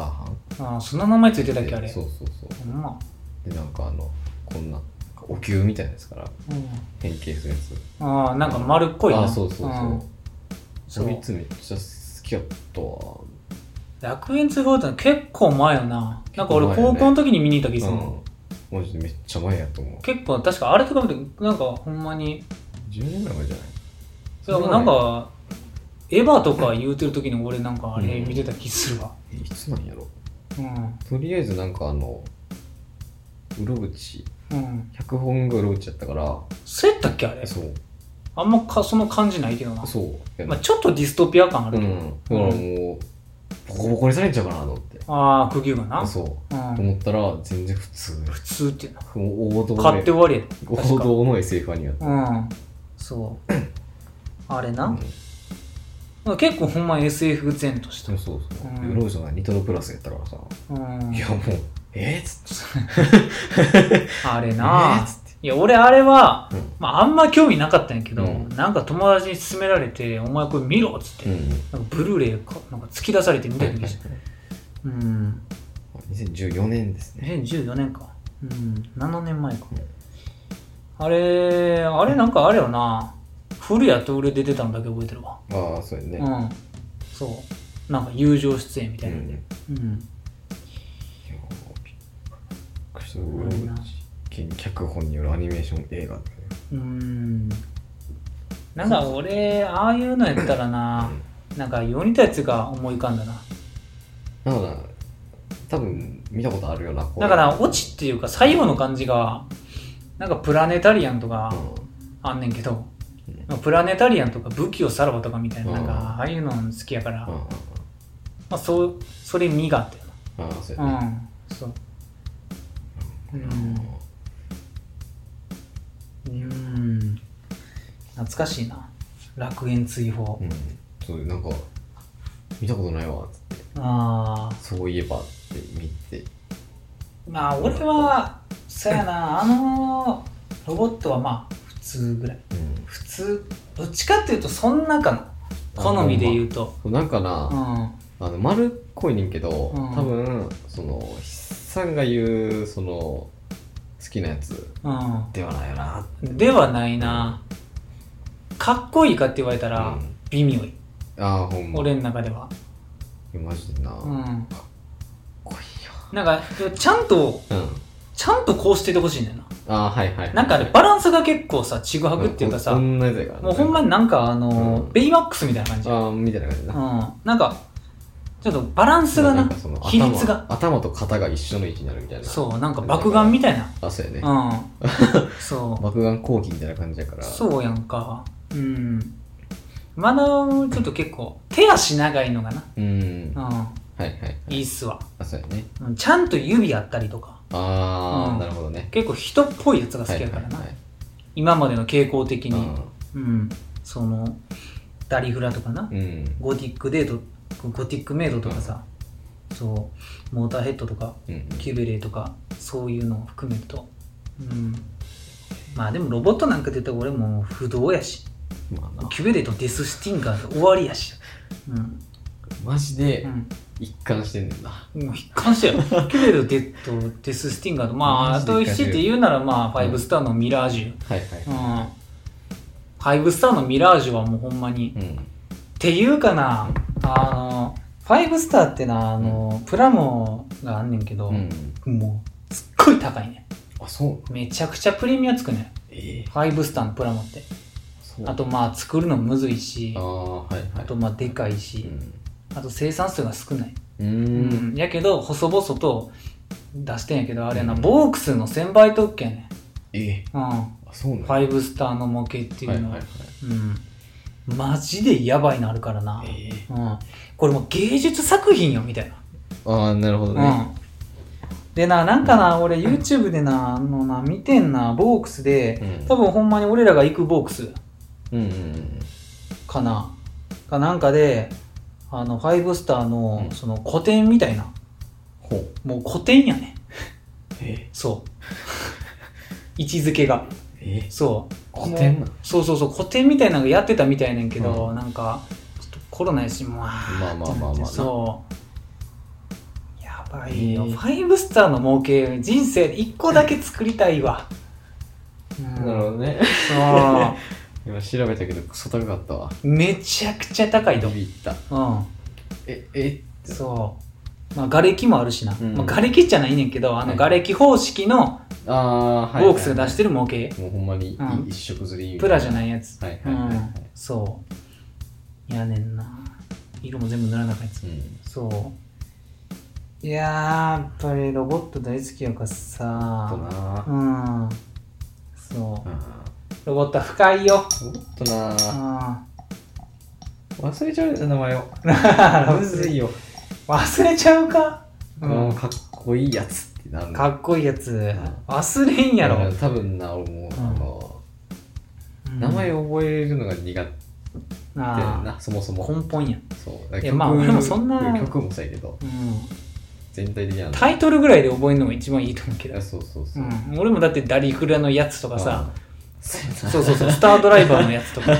Speaker 1: ーハン
Speaker 2: あそんな名前ついてたっけあれ
Speaker 1: そうそうそう
Speaker 2: ほんま
Speaker 1: でなんかあのこんなお灸みたいなやつから
Speaker 2: うん
Speaker 1: 変形するやつ
Speaker 2: ああなんか丸っこいな
Speaker 1: あそうそうそう、
Speaker 2: んそう
Speaker 1: こいつめっちゃ好きやったわ
Speaker 2: 楽園通報ってのは結構前よななんか俺
Speaker 1: 結構前よ
Speaker 2: 高
Speaker 1: ね
Speaker 2: 校の時に見に行った気がする
Speaker 1: うんマジでめっちゃ前やと思う
Speaker 2: 結構確かあれとか見てなんかほんまに
Speaker 1: 10年ぐらい前じゃない
Speaker 2: そう
Speaker 1: れぐらい
Speaker 2: なんかエヴァとか言うてる時に俺なんかあれ見てた気するわ
Speaker 1: えいつなんやろ
Speaker 2: うん
Speaker 1: とりあえずなんかあのうろぶち
Speaker 2: うん
Speaker 1: 100本ぐらいうろぶちやったから
Speaker 2: そうやったっけあれ
Speaker 1: そう
Speaker 2: あんまかその感じないけどな、
Speaker 1: そうや
Speaker 2: まあ、
Speaker 1: な
Speaker 2: ちょっとディストピア感あ
Speaker 1: う
Speaker 2: るけど、
Speaker 1: んだからもうボコボコにされんちゃうかなと思って
Speaker 2: ああ釘がな
Speaker 1: そう
Speaker 2: う
Speaker 1: と
Speaker 2: ん
Speaker 1: 思ったら全然普通
Speaker 2: 普通っていうな
Speaker 1: もう王道で
Speaker 2: 買って終わりやった
Speaker 1: 王道の SF アニメやった
Speaker 2: うんそうあれな
Speaker 1: うん、
Speaker 2: まあ結構ほんま SF 前とし
Speaker 1: そ
Speaker 2: た
Speaker 1: うそうそう
Speaker 2: うん
Speaker 1: うろぶちのニトロプラスやったからさ
Speaker 2: うん
Speaker 1: いやもうえっつって
Speaker 2: あれ
Speaker 1: え
Speaker 2: な
Speaker 1: ー
Speaker 2: あ
Speaker 1: っつって
Speaker 2: いや俺あれは、
Speaker 1: うん
Speaker 2: まあ、あんま興味なかったんやけど、
Speaker 1: うん
Speaker 2: なんか友達に勧められて「お前これ見ろ」っつって、
Speaker 1: うん
Speaker 2: なんかブルーレイかなんか突き出されて見たりして、うん
Speaker 1: 2014年ですね
Speaker 2: 2014年かうん7年前かあれあれなんかあれよな古谷と俺出てたんだけ覚えてるわ
Speaker 1: ああそうやね
Speaker 2: う、んそうなんか友情出演みたいなん
Speaker 1: いや
Speaker 2: でうん
Speaker 1: びっくりした俺も急に脚本によるアニメーション映画とかね
Speaker 2: うんなんか俺ああいうのやったらななんか世にたやつが思い浮かんだな
Speaker 1: だから多分見たことあるよなこう
Speaker 2: だからオチっていうか最後の感じがなんかプラネタリアンとか
Speaker 1: う
Speaker 2: あんねんけど
Speaker 1: うん、
Speaker 2: まあプラネタリアンとか武器をさらばとかみたいな,、
Speaker 1: うん
Speaker 2: なんかああいうの好きやから、
Speaker 1: んうん
Speaker 2: ま
Speaker 1: うん
Speaker 2: あ、そうそれ身があったよ
Speaker 1: ああそうやね
Speaker 2: なうんそううんうん懐かしいな楽園追放、
Speaker 1: うんそうなんか見たことないわつって
Speaker 2: ああ
Speaker 1: そういえばって見て
Speaker 2: まあ俺はそやなあのロボットはまあ普通ぐらい
Speaker 1: うん
Speaker 2: 普通どっちかっていうとそんなかな好みで言うと
Speaker 1: そうなんかな、
Speaker 2: うん
Speaker 1: あの丸っこいねんけど、
Speaker 2: うん
Speaker 1: 多分その筆さんが言うその好きなやつ
Speaker 2: う
Speaker 1: ではないよなっ
Speaker 2: んではないなかっこいいかって言われた
Speaker 1: た
Speaker 2: ら
Speaker 1: うん、
Speaker 2: 微妙い
Speaker 1: ああほんま
Speaker 2: 俺の中では
Speaker 1: いやマジでな、
Speaker 2: う
Speaker 1: かっ
Speaker 2: ん
Speaker 1: こいいよ
Speaker 2: なんかちゃんと
Speaker 1: うん
Speaker 2: ちゃんとこうしててほしいんだよな
Speaker 1: ああはいはいはい
Speaker 2: なんかあれバランスが結構さちぐはぐっていうか
Speaker 1: こ
Speaker 2: さ
Speaker 1: んなやつやからね
Speaker 2: もうほんまになんかあの、
Speaker 1: うん
Speaker 2: ベイマックスみたいな感じうん
Speaker 1: ああみたいな感じだ
Speaker 2: なんかちょっとバランスが
Speaker 1: な
Speaker 2: なん
Speaker 1: かその
Speaker 2: 比率が
Speaker 1: 頭頭と肩が一緒の位置になるみたいな
Speaker 2: そうなんか爆眼みたいな
Speaker 1: あそうやね、
Speaker 2: うんそ う
Speaker 1: 爆眼後期みたいな感じやからう
Speaker 2: そうやんか。うん。まだ、ちょっと結構、手足長いのがな。
Speaker 1: うんは
Speaker 2: う
Speaker 1: いはい
Speaker 2: ん。いいっすわ。
Speaker 1: あそうやね
Speaker 2: うんちゃんと指あったりとか。
Speaker 1: ああ、
Speaker 2: うん
Speaker 1: なるほどね
Speaker 2: 結構人っぽいやつが好きやからな。
Speaker 1: はいはいはい
Speaker 2: 今までの傾向的に。
Speaker 1: あ
Speaker 2: うん。その、ダリフラとかな
Speaker 1: ー。うん
Speaker 2: ゴティックデート、ゴティックメイドとかさ。そう。モーターヘッドとか、
Speaker 1: うん
Speaker 2: キューベレーとか、そういうのを含めると。うん。まあでもロボットなんか出たら俺もう不動やし。
Speaker 1: まあな
Speaker 2: キュベレとデススティンガーで終わりやし。うん。
Speaker 1: マジで
Speaker 2: う
Speaker 1: 一貫してんねんな、
Speaker 2: ん。もう一貫してよ。キュベレとデとデススティンガーと、まあ、
Speaker 1: マ
Speaker 2: あ
Speaker 1: ジで
Speaker 2: と
Speaker 1: 一貫してる
Speaker 2: 1って言うなら、まあ、5スターのミラージ
Speaker 1: はいはい
Speaker 2: ュ。うん。5スターのミラージュはもうほんまに。
Speaker 1: うん
Speaker 2: っていうかな、あの、5スターってな、あの、プラモがあんねんけど、
Speaker 1: うん
Speaker 2: もう、すっごい高いね。
Speaker 1: あそう
Speaker 2: めちゃくちゃプレミアつくね。
Speaker 1: ええ
Speaker 2: 5スターのプラモって。
Speaker 1: そう
Speaker 2: あと、まあ、作るのむずいし
Speaker 1: あ、あはいはい
Speaker 2: あと、まあ、でかいし、あと生産数が少ない。
Speaker 1: うんうん
Speaker 2: やけど細々と出してんやけどあれやな、
Speaker 1: うん
Speaker 2: ボークスの1000倍特権ね
Speaker 1: ええ
Speaker 2: うん
Speaker 1: あそうなんだ
Speaker 2: 5スターの模型っていうのは、
Speaker 1: はいはい
Speaker 2: うんマジでやばいのあるからな
Speaker 1: は、い、ええ
Speaker 2: うん、これもう芸術作品よみたいな、
Speaker 1: ああなるほどね、
Speaker 2: うんでななんかな俺 YouTube でなあのな見てんなボークスで
Speaker 1: うん
Speaker 2: 多分ほんまに俺らが行くボークス
Speaker 1: うんうん
Speaker 2: かなかなんかであの5スターの
Speaker 1: うん
Speaker 2: その古典みたいな
Speaker 1: ほう
Speaker 2: もう古典やね
Speaker 1: え
Speaker 2: そう。位置づけが。
Speaker 1: え
Speaker 2: そう。
Speaker 1: 古典
Speaker 2: も
Speaker 1: な
Speaker 2: うそうそうそう、古典みたいなのやってたみたいねんけど、
Speaker 1: う
Speaker 2: なんか、ちょっとコロナやし、まあ、
Speaker 1: まあまあまあまあな
Speaker 2: そう。やばいよ。
Speaker 1: えー
Speaker 2: ファイブスターの模型、人生で1個だけ作りたいわ。うん
Speaker 1: なるほどね今調べたけどクソ高かったわ
Speaker 2: そう。めちゃくちゃ高い
Speaker 1: ビ
Speaker 2: と思
Speaker 1: ビった
Speaker 2: う。うん。
Speaker 1: ええ
Speaker 2: そう。まあ、瓦礫もあるしな。
Speaker 1: うん
Speaker 2: まあ、瓦礫じゃないねんけど、あの、瓦礫方式の
Speaker 1: ああはいはい
Speaker 2: ボークスが出してる模型。
Speaker 1: もうほんまに
Speaker 2: うん
Speaker 1: 一色ずり
Speaker 2: プラじゃ
Speaker 1: い
Speaker 2: ないやつ。
Speaker 1: はいはいはいはい
Speaker 2: うんそう。やねんな。色も全部塗らなあかんやつ。
Speaker 1: うん
Speaker 2: そう。いやー、やっぱりロボット大好きやから
Speaker 1: あと
Speaker 2: さ。
Speaker 1: な
Speaker 2: うん。そうう。
Speaker 1: ん
Speaker 2: ロボットは深いよ。
Speaker 1: おっとな
Speaker 2: うん。
Speaker 1: 忘れちゃうよ名前をむずいよ
Speaker 2: 忘れちゃうか、
Speaker 1: こ
Speaker 2: う
Speaker 1: の
Speaker 2: ん、
Speaker 1: かっこいいやつってなる
Speaker 2: か
Speaker 1: っ
Speaker 2: っこいいやつ。忘れんやろ。
Speaker 1: 多分な俺もう、
Speaker 2: うん
Speaker 1: あの
Speaker 2: うん
Speaker 1: 名前覚えるのが苦手や
Speaker 2: あ
Speaker 1: なそもそ
Speaker 2: あ
Speaker 1: も
Speaker 2: 根本や。
Speaker 1: そうだから
Speaker 2: いやまあ俺もそんな
Speaker 1: 曲もそうやけど
Speaker 2: うん。
Speaker 1: 全体的なの
Speaker 2: タイトルぐらいで覚えるのも一番いいと思うけど
Speaker 1: あ、そうそうそうう、
Speaker 2: ん、俺もだってダリクラのやつとかさ
Speaker 1: あー
Speaker 2: そうそうそう スタードライバーのやつとか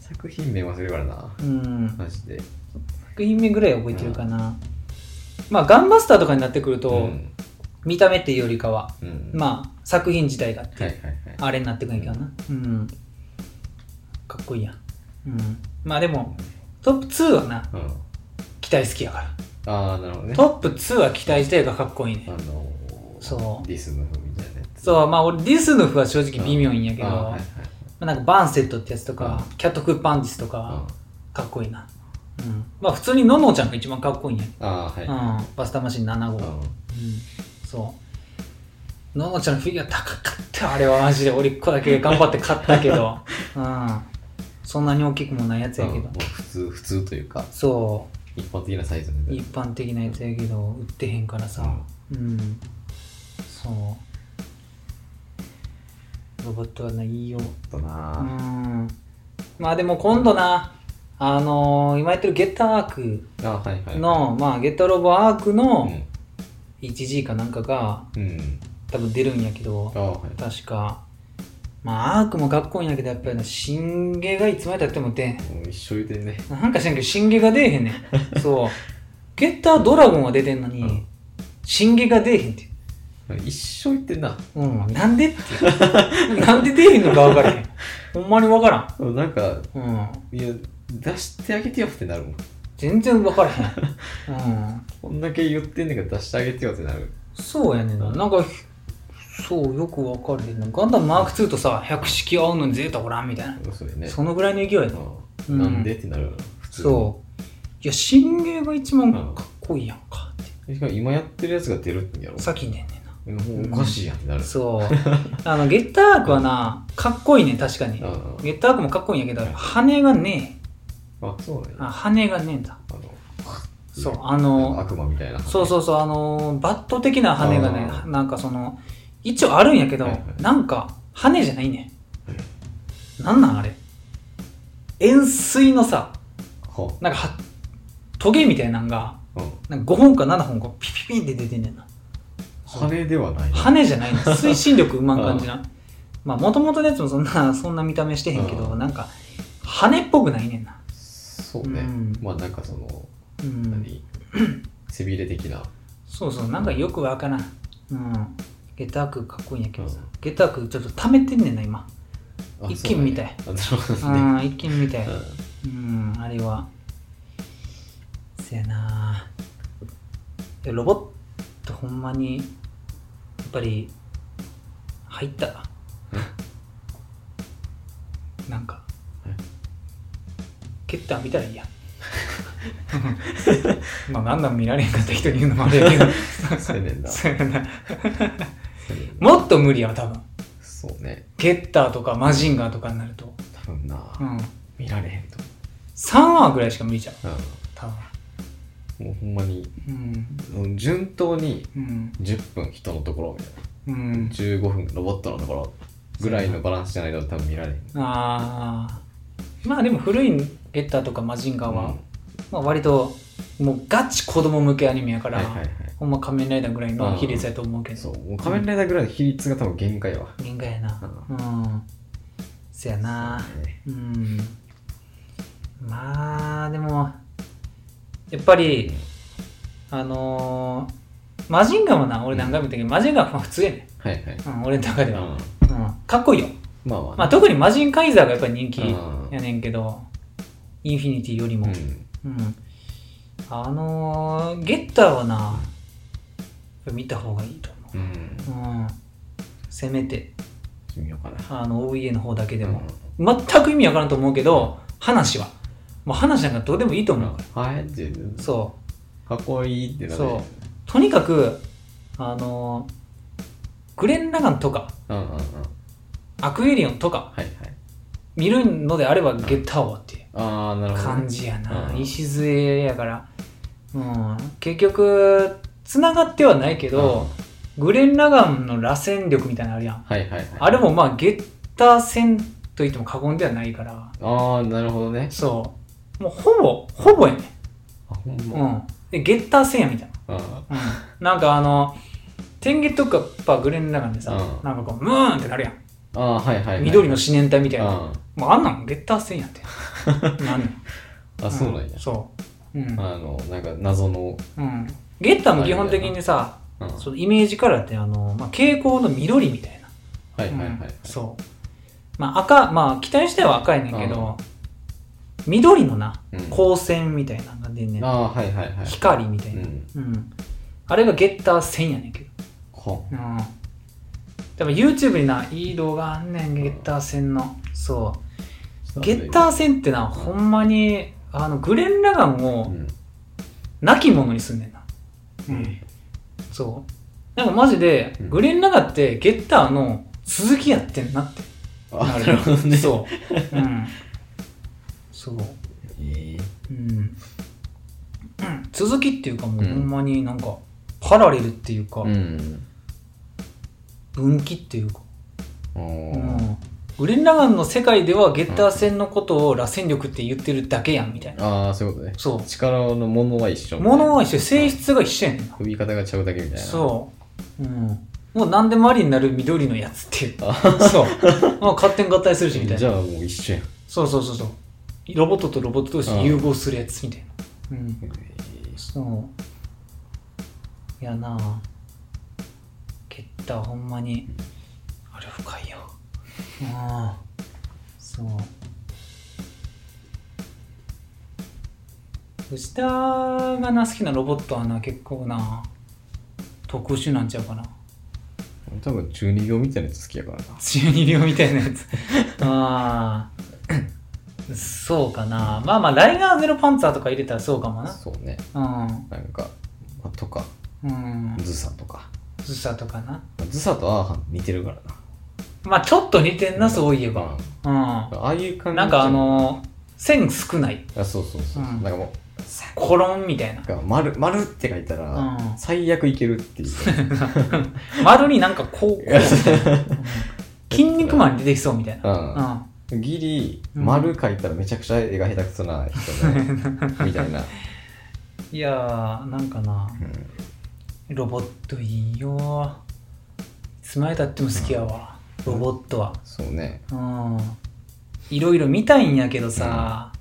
Speaker 1: 作品名忘れるからな
Speaker 2: うん、うん、
Speaker 1: マジで
Speaker 2: 作品名ぐらいは覚えてるかなまあガンバスターとかになってくると、
Speaker 1: うん
Speaker 2: 見た目っていうよりかは
Speaker 1: うん
Speaker 2: まあ作品自体が
Speaker 1: はいはいはい
Speaker 2: あれになってくるんやけどなうんかっこいいやんうんまあでもトップ2はな
Speaker 1: うん
Speaker 2: 期待好きやから
Speaker 1: ああなるほどね
Speaker 2: トップ2は期待自体がかっこいいね
Speaker 1: あのー、
Speaker 2: そう
Speaker 1: リスムフみたいなやつ
Speaker 2: そうまあ俺ディスヌフは正直微妙いんやけど、
Speaker 1: あーはいはい
Speaker 2: まあ、なんかバーンセットってやつとか、キャットクーパンディスと
Speaker 1: は
Speaker 2: か、
Speaker 1: い
Speaker 2: かっこいいな、うん、まあ普通にののちゃんが一番かっこいいんや、
Speaker 1: あーはい
Speaker 2: うん、バスターマシン7号、うん、そうののちゃんのフィギュア高かったよあれはマジで俺1個だけ頑張って買った けど、うん、そんなに大きくもないやつや
Speaker 1: うん
Speaker 2: け
Speaker 1: うん
Speaker 2: ど、
Speaker 1: もう普通普通というか
Speaker 2: そ
Speaker 1: 一般的なサイズ
Speaker 2: う
Speaker 1: の
Speaker 2: 一般的なやつやけど売ってへんからさ、うん、そう。ロボットはないよ。
Speaker 1: となー
Speaker 2: うん。まあでも今度な、あのー今やってるゲッターアーク
Speaker 1: あーはいはい
Speaker 2: の、まあゲッターロボアークの
Speaker 1: うん、
Speaker 2: 1G かなんかが
Speaker 1: うん、
Speaker 2: 多分出るんやけど
Speaker 1: あ、ーはい
Speaker 2: 確か。まあアークもかっこいいんやけど、やっぱりな、神ゲがいつまでたっても出ん。
Speaker 1: もう一生言うてんね
Speaker 2: なんか知らんけど、神ゲが出えへんね ん。そう。ゲッタードラゴンは出てんの
Speaker 1: う
Speaker 2: に
Speaker 1: ん、
Speaker 2: 神ゲが出えへんって。
Speaker 1: 一生言ってんな
Speaker 2: うん、なんでって。 なんで出えへんのか分からへん。ほんまに分から
Speaker 1: なんか
Speaker 2: ん。うん。
Speaker 1: いや出してあげてよってなるもん
Speaker 2: 全然分からへん。うん。
Speaker 1: こんだけ言ってんねんから出してあげてよってなる
Speaker 2: そうやねんな。なんか、そう、よく分かるへんな。ガンダムマーク2とさ、百式合うのにゼータおらんみたいな。
Speaker 1: それね
Speaker 2: そのぐらいの勢いやな。
Speaker 1: うんなんでってなるよな普通に
Speaker 2: そう。いや、神芸が一番かっこいいやんかって。
Speaker 1: しかも今やってるやつが出るんやろ
Speaker 2: 先に出んねんな。
Speaker 1: もうおかしいやんってなる
Speaker 2: そう。あの、ゲッターアークはな、かっこいいねん、確かに
Speaker 1: う。ん
Speaker 2: ゲッターアークもかっこいいんやけど、羽がね
Speaker 1: あそうなん
Speaker 2: え。
Speaker 1: や
Speaker 2: あ、羽がねえんだ。
Speaker 1: あの
Speaker 2: そう、あの、
Speaker 1: 悪魔みたいな
Speaker 2: そうそうそう、あのーバット的な羽がね
Speaker 1: あ、ー
Speaker 2: なんかその、一応あるんやけど、
Speaker 1: はいはい
Speaker 2: なんか、羽じゃないね。なんなんあれ。円錐のさ、
Speaker 1: は
Speaker 2: なんかは、トゲみたいなんが、
Speaker 1: うん
Speaker 2: なんか5本か7本がピピピって出てんねんな。
Speaker 1: 羽ではない
Speaker 2: 羽じ ゃないね。推進力うまん感じな。まあ、もともとのやつもそんな、 そんな見た目してへんけ
Speaker 1: あ
Speaker 2: ど、
Speaker 1: ー
Speaker 2: なんか、羽っぽくないねんな。
Speaker 1: そうね
Speaker 2: うん
Speaker 1: まあなんかその
Speaker 2: うん。
Speaker 1: 何背びれ的な
Speaker 2: そうそう、なんかよくわからん。うん。ゲタークかっこいいんやけどさ
Speaker 1: うん。
Speaker 2: ゲタークちょっと溜めてんねんな、今。
Speaker 1: あ
Speaker 2: 一気見たい
Speaker 1: そうなんやあなるほ
Speaker 2: う
Speaker 1: どね
Speaker 2: ん、一見み たい。
Speaker 1: うん
Speaker 2: うん、あれは。せやなぁいやロボットほんまに、やっぱり、入った。なんか
Speaker 1: え、
Speaker 2: 蹴った見たらいいやん。 まあ、ガンダム見られへんかった人に言うのもあれやけど。
Speaker 1: そうやねんな
Speaker 2: そうやなもっと無理やわ多分
Speaker 1: そうね
Speaker 2: ゲッターとかマジンガーとかになると、
Speaker 1: 多分な
Speaker 2: うん、
Speaker 1: 見られへんと
Speaker 2: 3話ぐらいしか無理じゃん
Speaker 1: 思う
Speaker 2: 多分
Speaker 1: うんもうほんまに
Speaker 2: うん
Speaker 1: うん順当に
Speaker 2: うん
Speaker 1: 10分人のところみたいな
Speaker 2: うん
Speaker 1: 15分ロボットのところぐらいのバランスじゃないと多分見られへん
Speaker 2: あーまあでも古いゲッターとかマジンガーは、
Speaker 1: うん
Speaker 2: まあ、割ともうガチ子供向けアニメやから、
Speaker 1: はいはいはい
Speaker 2: ほんま仮面ライダーぐらいの比率やと思うけど
Speaker 1: そうもう仮面ライダーぐらいの比率が多分限界やわ
Speaker 2: 限界やなうんせやな
Speaker 1: そうね
Speaker 2: うんまあでもやっぱりあのーマジンガーもな俺何回も言ったけど、マジンガーはまあ普通やね
Speaker 1: はいはい
Speaker 2: ん、うん、俺の中では、
Speaker 1: う
Speaker 2: うん、かっこいいよ、
Speaker 1: んまあまあ
Speaker 2: まあ、特にマジンカイザーがやっぱり人気
Speaker 1: うん
Speaker 2: やねんけどインフィニティよりも、
Speaker 1: うん
Speaker 2: うんあのーゲッターはなやっぱ見た方がいいと
Speaker 1: うん
Speaker 2: 思う、うん、せめて
Speaker 1: 見ようかな
Speaker 2: あの OEA の方だけでも、全く意味わからんと思うけど話はもう話なんかどうでもいいと
Speaker 1: うん
Speaker 2: 思う、
Speaker 1: はいって
Speaker 2: そ
Speaker 1: かっこいいって
Speaker 2: う
Speaker 1: な
Speaker 2: そうとにかくあのグレン・ラガンとか
Speaker 1: うんうんうんはい
Speaker 2: アクエリオンとか
Speaker 1: はい
Speaker 2: 見るのであればゲッターをっていう
Speaker 1: ああなるほど
Speaker 2: 感じやな、
Speaker 1: うん
Speaker 2: 礎やから、うん、結局つながってはないけど、グレン・ラガンの螺旋力みたいなのあるやん
Speaker 1: はいはいはい
Speaker 2: あれもまあゲッター戦と言っても過言ではないから
Speaker 1: ああなるほどね
Speaker 2: そうもうほぼほぼやね
Speaker 1: あほん
Speaker 2: う
Speaker 1: ま
Speaker 2: ん、でゲッターせんやみたいな
Speaker 1: うん。
Speaker 2: うんなんかあの、天下とかパグレンの中でさ、
Speaker 1: うん
Speaker 2: なんかこう、ムーンってなるやん。
Speaker 1: ああ、はいはい、はい。
Speaker 2: 緑の四年隊みたい
Speaker 1: あ
Speaker 2: な。もうあんなんゲッター戦 やって。なんねん
Speaker 1: ああ、そうなんや。
Speaker 2: そう。うん。
Speaker 1: あの、なんか謎の、
Speaker 2: うん。ゲッターも基本的にさ、
Speaker 1: うん。はい
Speaker 2: そのイメージからって、あの、まあ、蛍光の緑みたいな。
Speaker 1: はいはい。
Speaker 2: うんそう。まあ赤、まあ期待しては赤いねんけど、緑のな、
Speaker 1: うん
Speaker 2: 光線みたいなのが出んねん。
Speaker 1: ああ、はいはいはい。
Speaker 2: 光みたいうな、
Speaker 1: ん。
Speaker 2: うん。あれがゲッター戦やねんけど。
Speaker 1: ほん。
Speaker 2: うん。でも YouTube にないい動画あんねん、ゲッター戦の。そう。ゲッター戦ってな、ほんまに、あの、グレン・ラガン
Speaker 1: う
Speaker 2: を
Speaker 1: ん。
Speaker 2: 亡き者にすんねんな。
Speaker 1: うん。
Speaker 2: そう。なんかマジで、
Speaker 1: うん
Speaker 2: グレン・ラガンってゲッターの続きやってんなって。
Speaker 1: あ、なるほどね。
Speaker 2: そう。うん。そう。
Speaker 1: ええ
Speaker 2: うん。続きっていうかもう
Speaker 1: うん
Speaker 2: ほんまになんか、パラレルっていうか、
Speaker 1: うん。
Speaker 2: 分岐っていうか、
Speaker 1: お
Speaker 2: う
Speaker 1: ー
Speaker 2: ん、グレン・ラガンの世界ではゲッター戦のことを螺旋力って言ってるだけやんみたいな。
Speaker 1: ああ、そういうことね。
Speaker 2: そ
Speaker 1: 力のものは一緒
Speaker 2: う。物は
Speaker 1: 一
Speaker 2: 一緒、性質が一緒やねんな
Speaker 1: 緒。。飛び方がちゃうだけみたいな。
Speaker 2: そう。うん。もう何でもありになる緑のやつっていう。
Speaker 1: あ
Speaker 2: そう。もう勝手に合体するしみた い
Speaker 1: じ
Speaker 2: な。
Speaker 1: ゃあもう一緒やん。
Speaker 2: そうそうそうそう。ロボットとロボット同士融合するやつみたいな。うん。そう。いやなぁ。ゲッターほんまに、あれ深いよ。ああ。そう。藤田がな好きなロボットはな結構な特殊なんちゃうかな
Speaker 1: 多分中二病みたいなやつ好きやからな。
Speaker 2: 12秒みたいな やつああそうかなまあまあライガーゼロパンツァーとか入れたらそうかも
Speaker 1: そうね。
Speaker 2: な
Speaker 1: なんか、まあとか、
Speaker 2: うんうん
Speaker 1: ズサとか。
Speaker 2: ズサとかな
Speaker 1: ズサとアーハン似てるからな。
Speaker 2: まあちょっと似てんなそういえばう
Speaker 1: ああいう感じ。
Speaker 2: んなんかあ、のー線少ない
Speaker 1: あそうそうそう。
Speaker 2: うん
Speaker 1: なんかも
Speaker 2: コロンみたいな
Speaker 1: う、なんか丸、丸って書いたら、
Speaker 2: うん
Speaker 1: 最悪いけるっていう。
Speaker 2: 丸になんかこうこ
Speaker 1: いや
Speaker 2: う筋肉マンに出てきそうみたいな
Speaker 1: う。
Speaker 2: うん
Speaker 1: ギリ、
Speaker 2: うん
Speaker 1: 丸書いたらめちゃくちゃ絵が下手くそな人ね、
Speaker 2: ん
Speaker 1: みたいな。
Speaker 2: いやーなんかな
Speaker 1: うん
Speaker 2: ロボットいいよーいつまでたっても好きやわロボットは
Speaker 1: そうね。
Speaker 2: うんいろいろ見たいんやけどさ、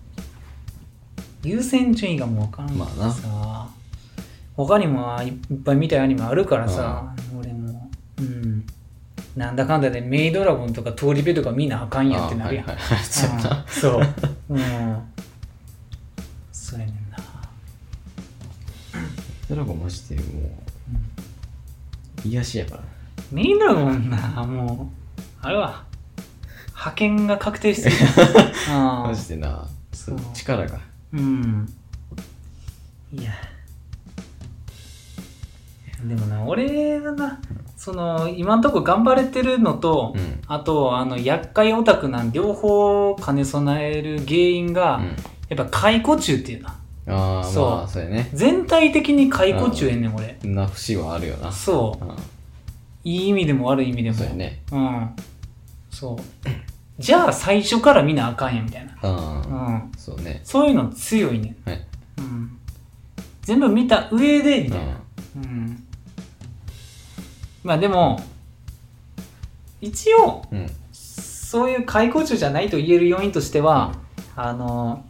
Speaker 2: 優先順位がもう分からんから
Speaker 1: まあな
Speaker 2: さ、他にもいっぱい見たいアニメあるからさ、俺もうんなんだかんだでメイドラゴンとか通り部とか見なあかんやんってなるやん
Speaker 1: あはいはいはい。そうやな。
Speaker 2: うんそううんそうやねんな、
Speaker 1: ドラゴンマジでも
Speaker 2: うん
Speaker 1: う、癒しやから。
Speaker 2: メインだもんな、もう。あれは、派遣が確 定してる。あ
Speaker 1: マジでな、そう
Speaker 2: うん
Speaker 1: 力が。
Speaker 2: うん。いや。でもな、俺がな、その、今んとこ頑張れてるのと、
Speaker 1: うん。
Speaker 2: あと、あの、厄介オタクなん両方兼ね備える原因が、
Speaker 1: うん
Speaker 2: やっぱ解雇中っていうな。
Speaker 1: ああ、
Speaker 2: そう
Speaker 1: まあ、そうやね。
Speaker 2: 全体的に解雇中やねん、俺。
Speaker 1: な節はあるよな。
Speaker 2: そう。
Speaker 1: う
Speaker 2: いい意味でも悪い意味で
Speaker 1: ん。
Speaker 2: も。
Speaker 1: そうやね。
Speaker 2: うん。そう。じゃあ最初から見なあかんやみたいな。
Speaker 1: うん。
Speaker 2: うん。
Speaker 1: そうね。
Speaker 2: そういうの強いね
Speaker 1: はい。
Speaker 2: ん。うん。全部見た上で、み
Speaker 1: う
Speaker 2: たい
Speaker 1: ん
Speaker 2: な。。うん。まあでも、一応、
Speaker 1: うん。
Speaker 2: そういう開口中じゃないと言える要因としては、あの、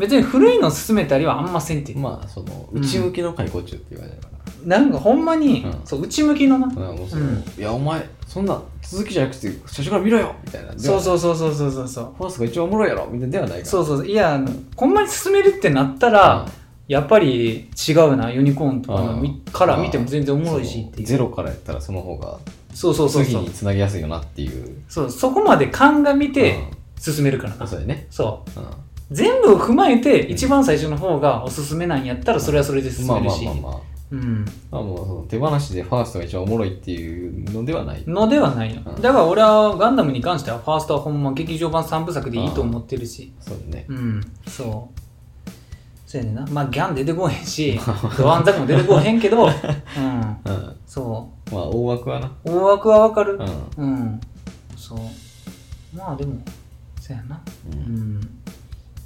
Speaker 2: 別に古いの勧めたりはあんませんっていう。
Speaker 1: まあ、その、内向きの解雇中って言われるから。
Speaker 2: なんかほんまに、
Speaker 1: うん
Speaker 2: そう、内向きのな。
Speaker 1: なんかもうその
Speaker 2: うん
Speaker 1: いや、お前、そんな続きじゃなくて、最初から見ろよみたいな。
Speaker 2: そう
Speaker 1: う。
Speaker 2: そうそうそうそうそうそう。
Speaker 1: ファーストが一番おもろいやろみたいなではないから。
Speaker 2: そううそうそう。いや、あのほんまに勧めるってなったら、やっぱり違うな、ユニコーンとかのみ
Speaker 1: うん
Speaker 2: から見ても全然お
Speaker 1: ん。
Speaker 2: もろいしっていう。
Speaker 1: ゼロからやったらその方が
Speaker 2: そうそうそう
Speaker 1: 次
Speaker 2: そう
Speaker 1: に。つなぎやすいよなっていう。
Speaker 2: そう、そこまで鑑みて
Speaker 1: うん
Speaker 2: 進めるから
Speaker 1: あ
Speaker 2: な。
Speaker 1: そうやね。
Speaker 2: そう。
Speaker 1: うん。
Speaker 2: 全部を踏まえて、一番最初の方がおすすめなんやったら、それはそれで進
Speaker 1: まあ
Speaker 2: める
Speaker 1: まあ
Speaker 2: し
Speaker 1: まあ。まあ。
Speaker 2: うん。
Speaker 1: まあもうその手放しでファーストが一番おもろいっていうのではない。
Speaker 2: のではないよ
Speaker 1: うん。
Speaker 2: だから俺はガンダムに関しては、ファーストはほんま劇場版3部作でいいと思ってるし。
Speaker 1: そうね。
Speaker 2: うん。そう。そうやねんな。まあ、ギャン出てこへんし、 ドアンザクも出てこへん けど、うん。
Speaker 1: うん。
Speaker 2: そ
Speaker 1: まあ大枠はな。
Speaker 2: う。大枠はわかる。
Speaker 1: うん。
Speaker 2: うんそうまあでもそうやな
Speaker 1: う。
Speaker 2: うんん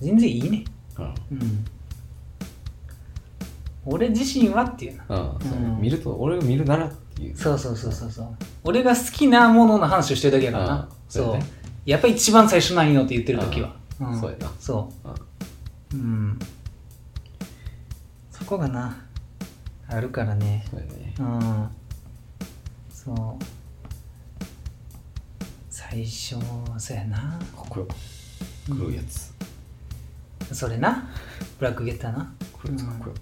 Speaker 2: 全然いいね
Speaker 1: うん
Speaker 2: うん俺自身はっていうな
Speaker 1: うんそうね
Speaker 2: うん
Speaker 1: 見ると俺が見るならっていう
Speaker 2: そうそうそうそうそう俺が好きなものの話をしてるだけやから
Speaker 1: あ
Speaker 2: な
Speaker 1: あ
Speaker 2: そう
Speaker 1: そうやね
Speaker 2: やっぱり一番最初なんよって言ってる時はん
Speaker 1: そうやな
Speaker 2: そううんそこがなあるからね
Speaker 1: そうやね
Speaker 2: うんそう最初はそうやな
Speaker 1: 黒黒いやつ
Speaker 2: それなブラックゲッターな
Speaker 1: 黒いやつかっこよ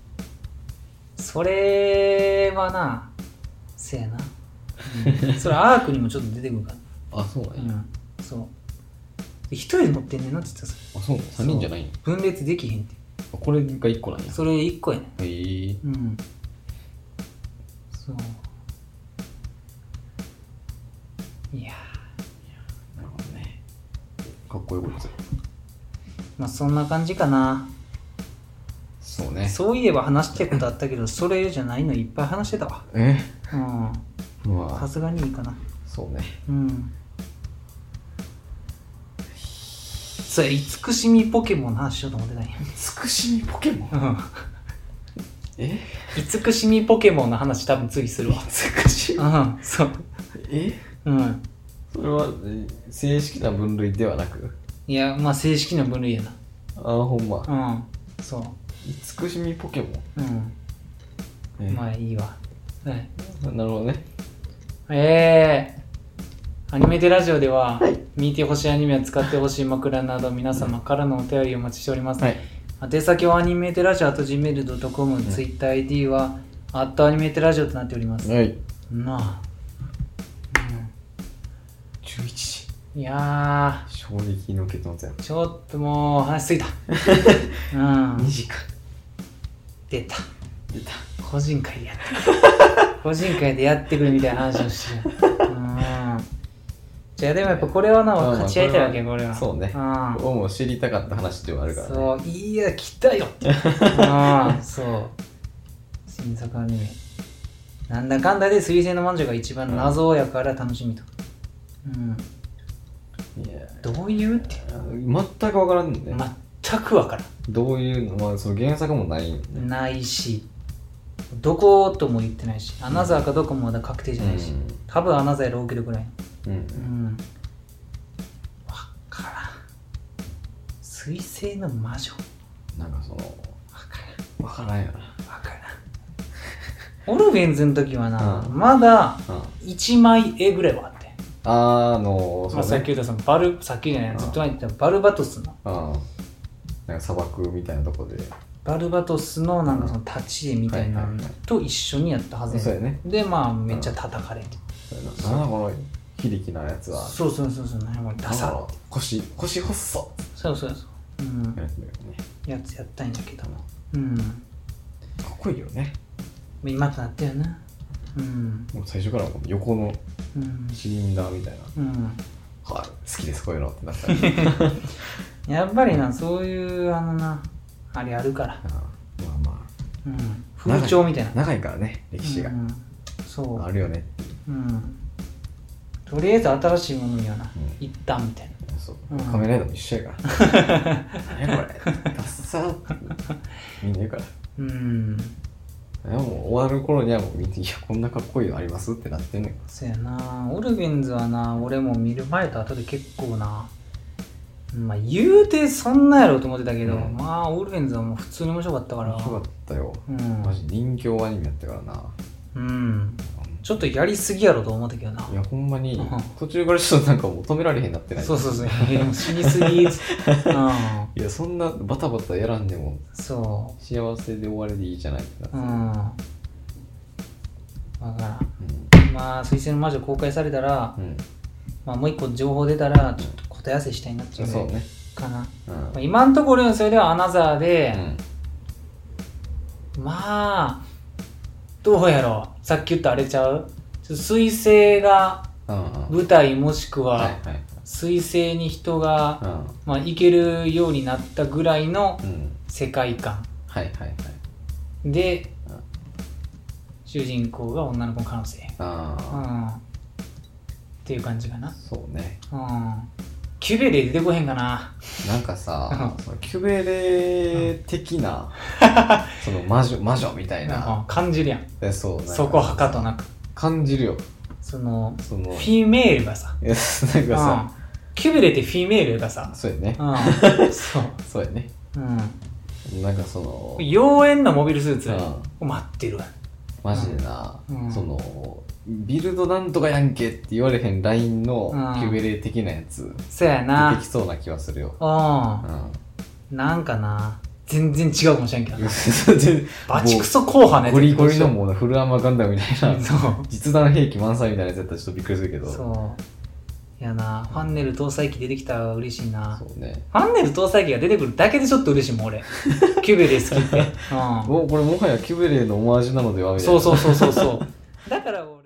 Speaker 2: それはなせやな、うんそれアークにもちょっと出てくるか
Speaker 1: あそうな
Speaker 2: ら、うん
Speaker 1: や
Speaker 2: ん、そうで一人で乗ってんねんなって言ってたさ
Speaker 1: あそうな3人じゃないんや
Speaker 2: 分裂できへんって
Speaker 1: あこれが1個なんや
Speaker 2: それ一個やね
Speaker 1: へえ
Speaker 2: んうんそういや
Speaker 1: なるほどねかっこよくて
Speaker 2: ーまあそんな感じかな
Speaker 1: そうね
Speaker 2: そういえば話したいことあったけどそれじゃないのいっぱい話してたわ
Speaker 1: え
Speaker 2: うん
Speaker 1: ま
Speaker 2: さ
Speaker 1: あ
Speaker 2: すがにいいかな
Speaker 1: そうね
Speaker 2: うんそれ慈しみポケモンの話しようと思ってない
Speaker 1: 美しいポケモン
Speaker 2: やん
Speaker 1: え
Speaker 2: 慈しみポケモンの話多分次するわ
Speaker 1: 美しい
Speaker 2: うんそう
Speaker 1: え
Speaker 2: うん
Speaker 1: それはえ正式な分類ではなく
Speaker 2: いやまあ正式な分類や
Speaker 1: あほんま
Speaker 2: なうんそ
Speaker 1: 慈しみポケモン
Speaker 2: ううん
Speaker 1: え
Speaker 2: まあいいわはい
Speaker 1: なるほどね
Speaker 2: ええアニメテラジオでは、
Speaker 1: はい
Speaker 2: 見てほしいアニメを使ってほしい枕など皆様からのお便りをお待ちしております、
Speaker 1: はい
Speaker 2: 宛先はアニメテラジオあと gmail.com、ツイッター ID はアットアニメテラジオとなっております、
Speaker 1: はい
Speaker 2: なあ、
Speaker 1: 11時
Speaker 2: うん、いや
Speaker 1: 衝撃の結末や
Speaker 2: ーちょっともう話し すぎたう
Speaker 1: 2
Speaker 2: ん
Speaker 1: 時間
Speaker 2: 出た
Speaker 1: 出た
Speaker 2: 個人会でやってくる個人会でやってくるみたいな話をしてるうんじゃあでもやっぱこれはな
Speaker 1: うん
Speaker 2: 勝ち合いたいわけこれは
Speaker 1: そうね
Speaker 2: ん
Speaker 1: 僕も知りたかった話ではあるからね
Speaker 2: そういや来たよってああそう新作アニメなんだかんだで水星の魔女が一番謎やから楽しみとうん、
Speaker 1: いや
Speaker 2: どういうって
Speaker 1: 全く分からんね、
Speaker 2: 全くわから
Speaker 1: どういうのまあその原作もないん
Speaker 2: ん
Speaker 1: ね
Speaker 2: ないしどことも言ってないしアナザーかどこもまだ確定じゃないし、
Speaker 1: うん
Speaker 2: 多分アナザーやろうけどぐらい
Speaker 1: うん
Speaker 2: うんわからん水星の魔女わ
Speaker 1: なんかその
Speaker 2: からん
Speaker 1: 分からんよな
Speaker 2: わからんオルフェンズの時はな、
Speaker 1: うん
Speaker 2: まだ
Speaker 1: うん
Speaker 2: 1枚絵ぐらいはあって、
Speaker 1: あーの
Speaker 2: まあ、
Speaker 1: そう
Speaker 2: さっき
Speaker 1: ね
Speaker 2: 言ったそのバルさっきじゃない、
Speaker 1: うん
Speaker 2: ずっと前に言ったバルバトスの
Speaker 1: うんなんか砂漠みたいなとこで
Speaker 2: バルバトスのなんかその立ち絵みたいな
Speaker 1: はいはい
Speaker 2: の
Speaker 1: はい
Speaker 2: と一緒にやったはず
Speaker 1: そう
Speaker 2: や
Speaker 1: やね
Speaker 2: でまあめっちゃ叩かれて、
Speaker 1: なんだこの秀樹なやつは
Speaker 2: そうそうそうそうなんやこれダ
Speaker 1: なんだ
Speaker 2: サ
Speaker 1: ろう腰腰細っそ
Speaker 2: そうそうそう、うん
Speaker 1: やつだよね
Speaker 2: やつやったんやけどうん
Speaker 1: かっこいいよね
Speaker 2: 今となったよなうん
Speaker 1: もう最初からもう横の
Speaker 2: うん
Speaker 1: シリンダーみたいな
Speaker 2: うん
Speaker 1: はい好きですこういうのってなった ら
Speaker 2: やっぱりなそういうあのなあれあるから
Speaker 1: うんまあま
Speaker 2: うん、
Speaker 1: あ
Speaker 2: 風潮みたいな。
Speaker 1: 長い長いからね歴史が
Speaker 2: うん、そ。
Speaker 1: あるよねっていう
Speaker 2: うん。とりあえず新しいものにはな、
Speaker 1: う
Speaker 2: 一旦みたいな。
Speaker 1: うそう
Speaker 2: うん
Speaker 1: カメライダーも一緒やから 何やこれダッサーってみんな言うから
Speaker 2: うん。
Speaker 1: でも終わる頃にはもう見て「いやこんなかっこいいのあります?」ってなってんねんか
Speaker 2: そやな、オルヴィンズはな、俺も見る前と後で結構な、まあ言うてそんなやろうと思ってたけど、
Speaker 1: うん
Speaker 2: まあオルヴィンズはもう普通に面白かったから
Speaker 1: 面白
Speaker 2: ら
Speaker 1: か。ったよ
Speaker 2: うん
Speaker 1: マジ人気アニメやったからな
Speaker 2: うん。ちょっとやりすぎやろと思ったけどな。
Speaker 1: いやほんまに
Speaker 2: うん
Speaker 1: 途中からちょっとなんかもう止められへんなってない
Speaker 2: そうそうそう、いやもう死にすぎ。うん。
Speaker 1: いやそんなバタバタやらんでも
Speaker 2: そ
Speaker 1: 幸せで終わりでいいじゃないってなって
Speaker 2: う。うん。わからん。
Speaker 1: うん
Speaker 2: まあ、水星の魔女公開されたら、
Speaker 1: うん、
Speaker 2: まあ、もう一個情報出たら、ちょっと答え合わせしたいなっていう
Speaker 1: そうね。
Speaker 2: かな。
Speaker 1: うん。
Speaker 2: まあ、今のところ、それではアナザーで、まあ、どうやろう。さっき言ったあれちゃうちょっと水星が
Speaker 1: うん。うん。うん。
Speaker 2: 舞台もしく
Speaker 1: はい
Speaker 2: は、
Speaker 1: はい。
Speaker 2: 水星に人が、
Speaker 1: う
Speaker 2: まあ、行けるようになったぐらいの
Speaker 1: ん。うん。
Speaker 2: 世界観
Speaker 1: はいはいはい。
Speaker 2: で
Speaker 1: うん、
Speaker 2: 主人公が女の子の可能性。う
Speaker 1: あ
Speaker 2: ん。っていう感じかな
Speaker 1: あ。。そうね。
Speaker 2: うん。キュベレ出てこへんかな。
Speaker 1: なんかさ、そのキュベレ的な、その魔女、魔女みたいな。
Speaker 2: うん感じるやん。
Speaker 1: でそうなんか
Speaker 2: そこはかとなく。
Speaker 1: 感じるよ。
Speaker 2: その、
Speaker 1: その、
Speaker 2: フ
Speaker 1: い
Speaker 2: ィメールがさ、
Speaker 1: やなんか
Speaker 2: う
Speaker 1: さ
Speaker 2: ん、キュベレってフィメールがさ、
Speaker 1: そうやね。
Speaker 2: うん、そう。
Speaker 1: そうやね。
Speaker 2: うん。
Speaker 1: なんかその、
Speaker 2: 妖艶なモビルスーツ
Speaker 1: うん
Speaker 2: を待ってるわ。
Speaker 1: マジでな、
Speaker 2: うん
Speaker 1: その、ビルドなんとかやんけって言われへんラインの
Speaker 2: うん
Speaker 1: キュベレ的なやつ、
Speaker 2: そや
Speaker 1: 出
Speaker 2: な
Speaker 1: てき。そうな気はするよ。う。
Speaker 2: う んん。なんかな。全然違うかもしれんけどな。バチク
Speaker 1: ソ
Speaker 2: ソ硬派なやつ。
Speaker 1: ゴリゴリのもうフルアーマーガンダムみたいな、
Speaker 2: そう。
Speaker 1: 実弾兵器満載みたいなやつやったらちょっとびっくりするけど。
Speaker 2: そう。いやな、ファンネル搭載機出てきたら嬉しいな。
Speaker 1: そうね。
Speaker 2: ファンネル搭載機が出てくるだけでちょっと嬉しいもん、俺。キュベレ好きって。うん。
Speaker 1: もうこれもはやキュベレーのオマージュなのではみたい
Speaker 2: そ
Speaker 1: な
Speaker 2: うそうそうそうそう。だから俺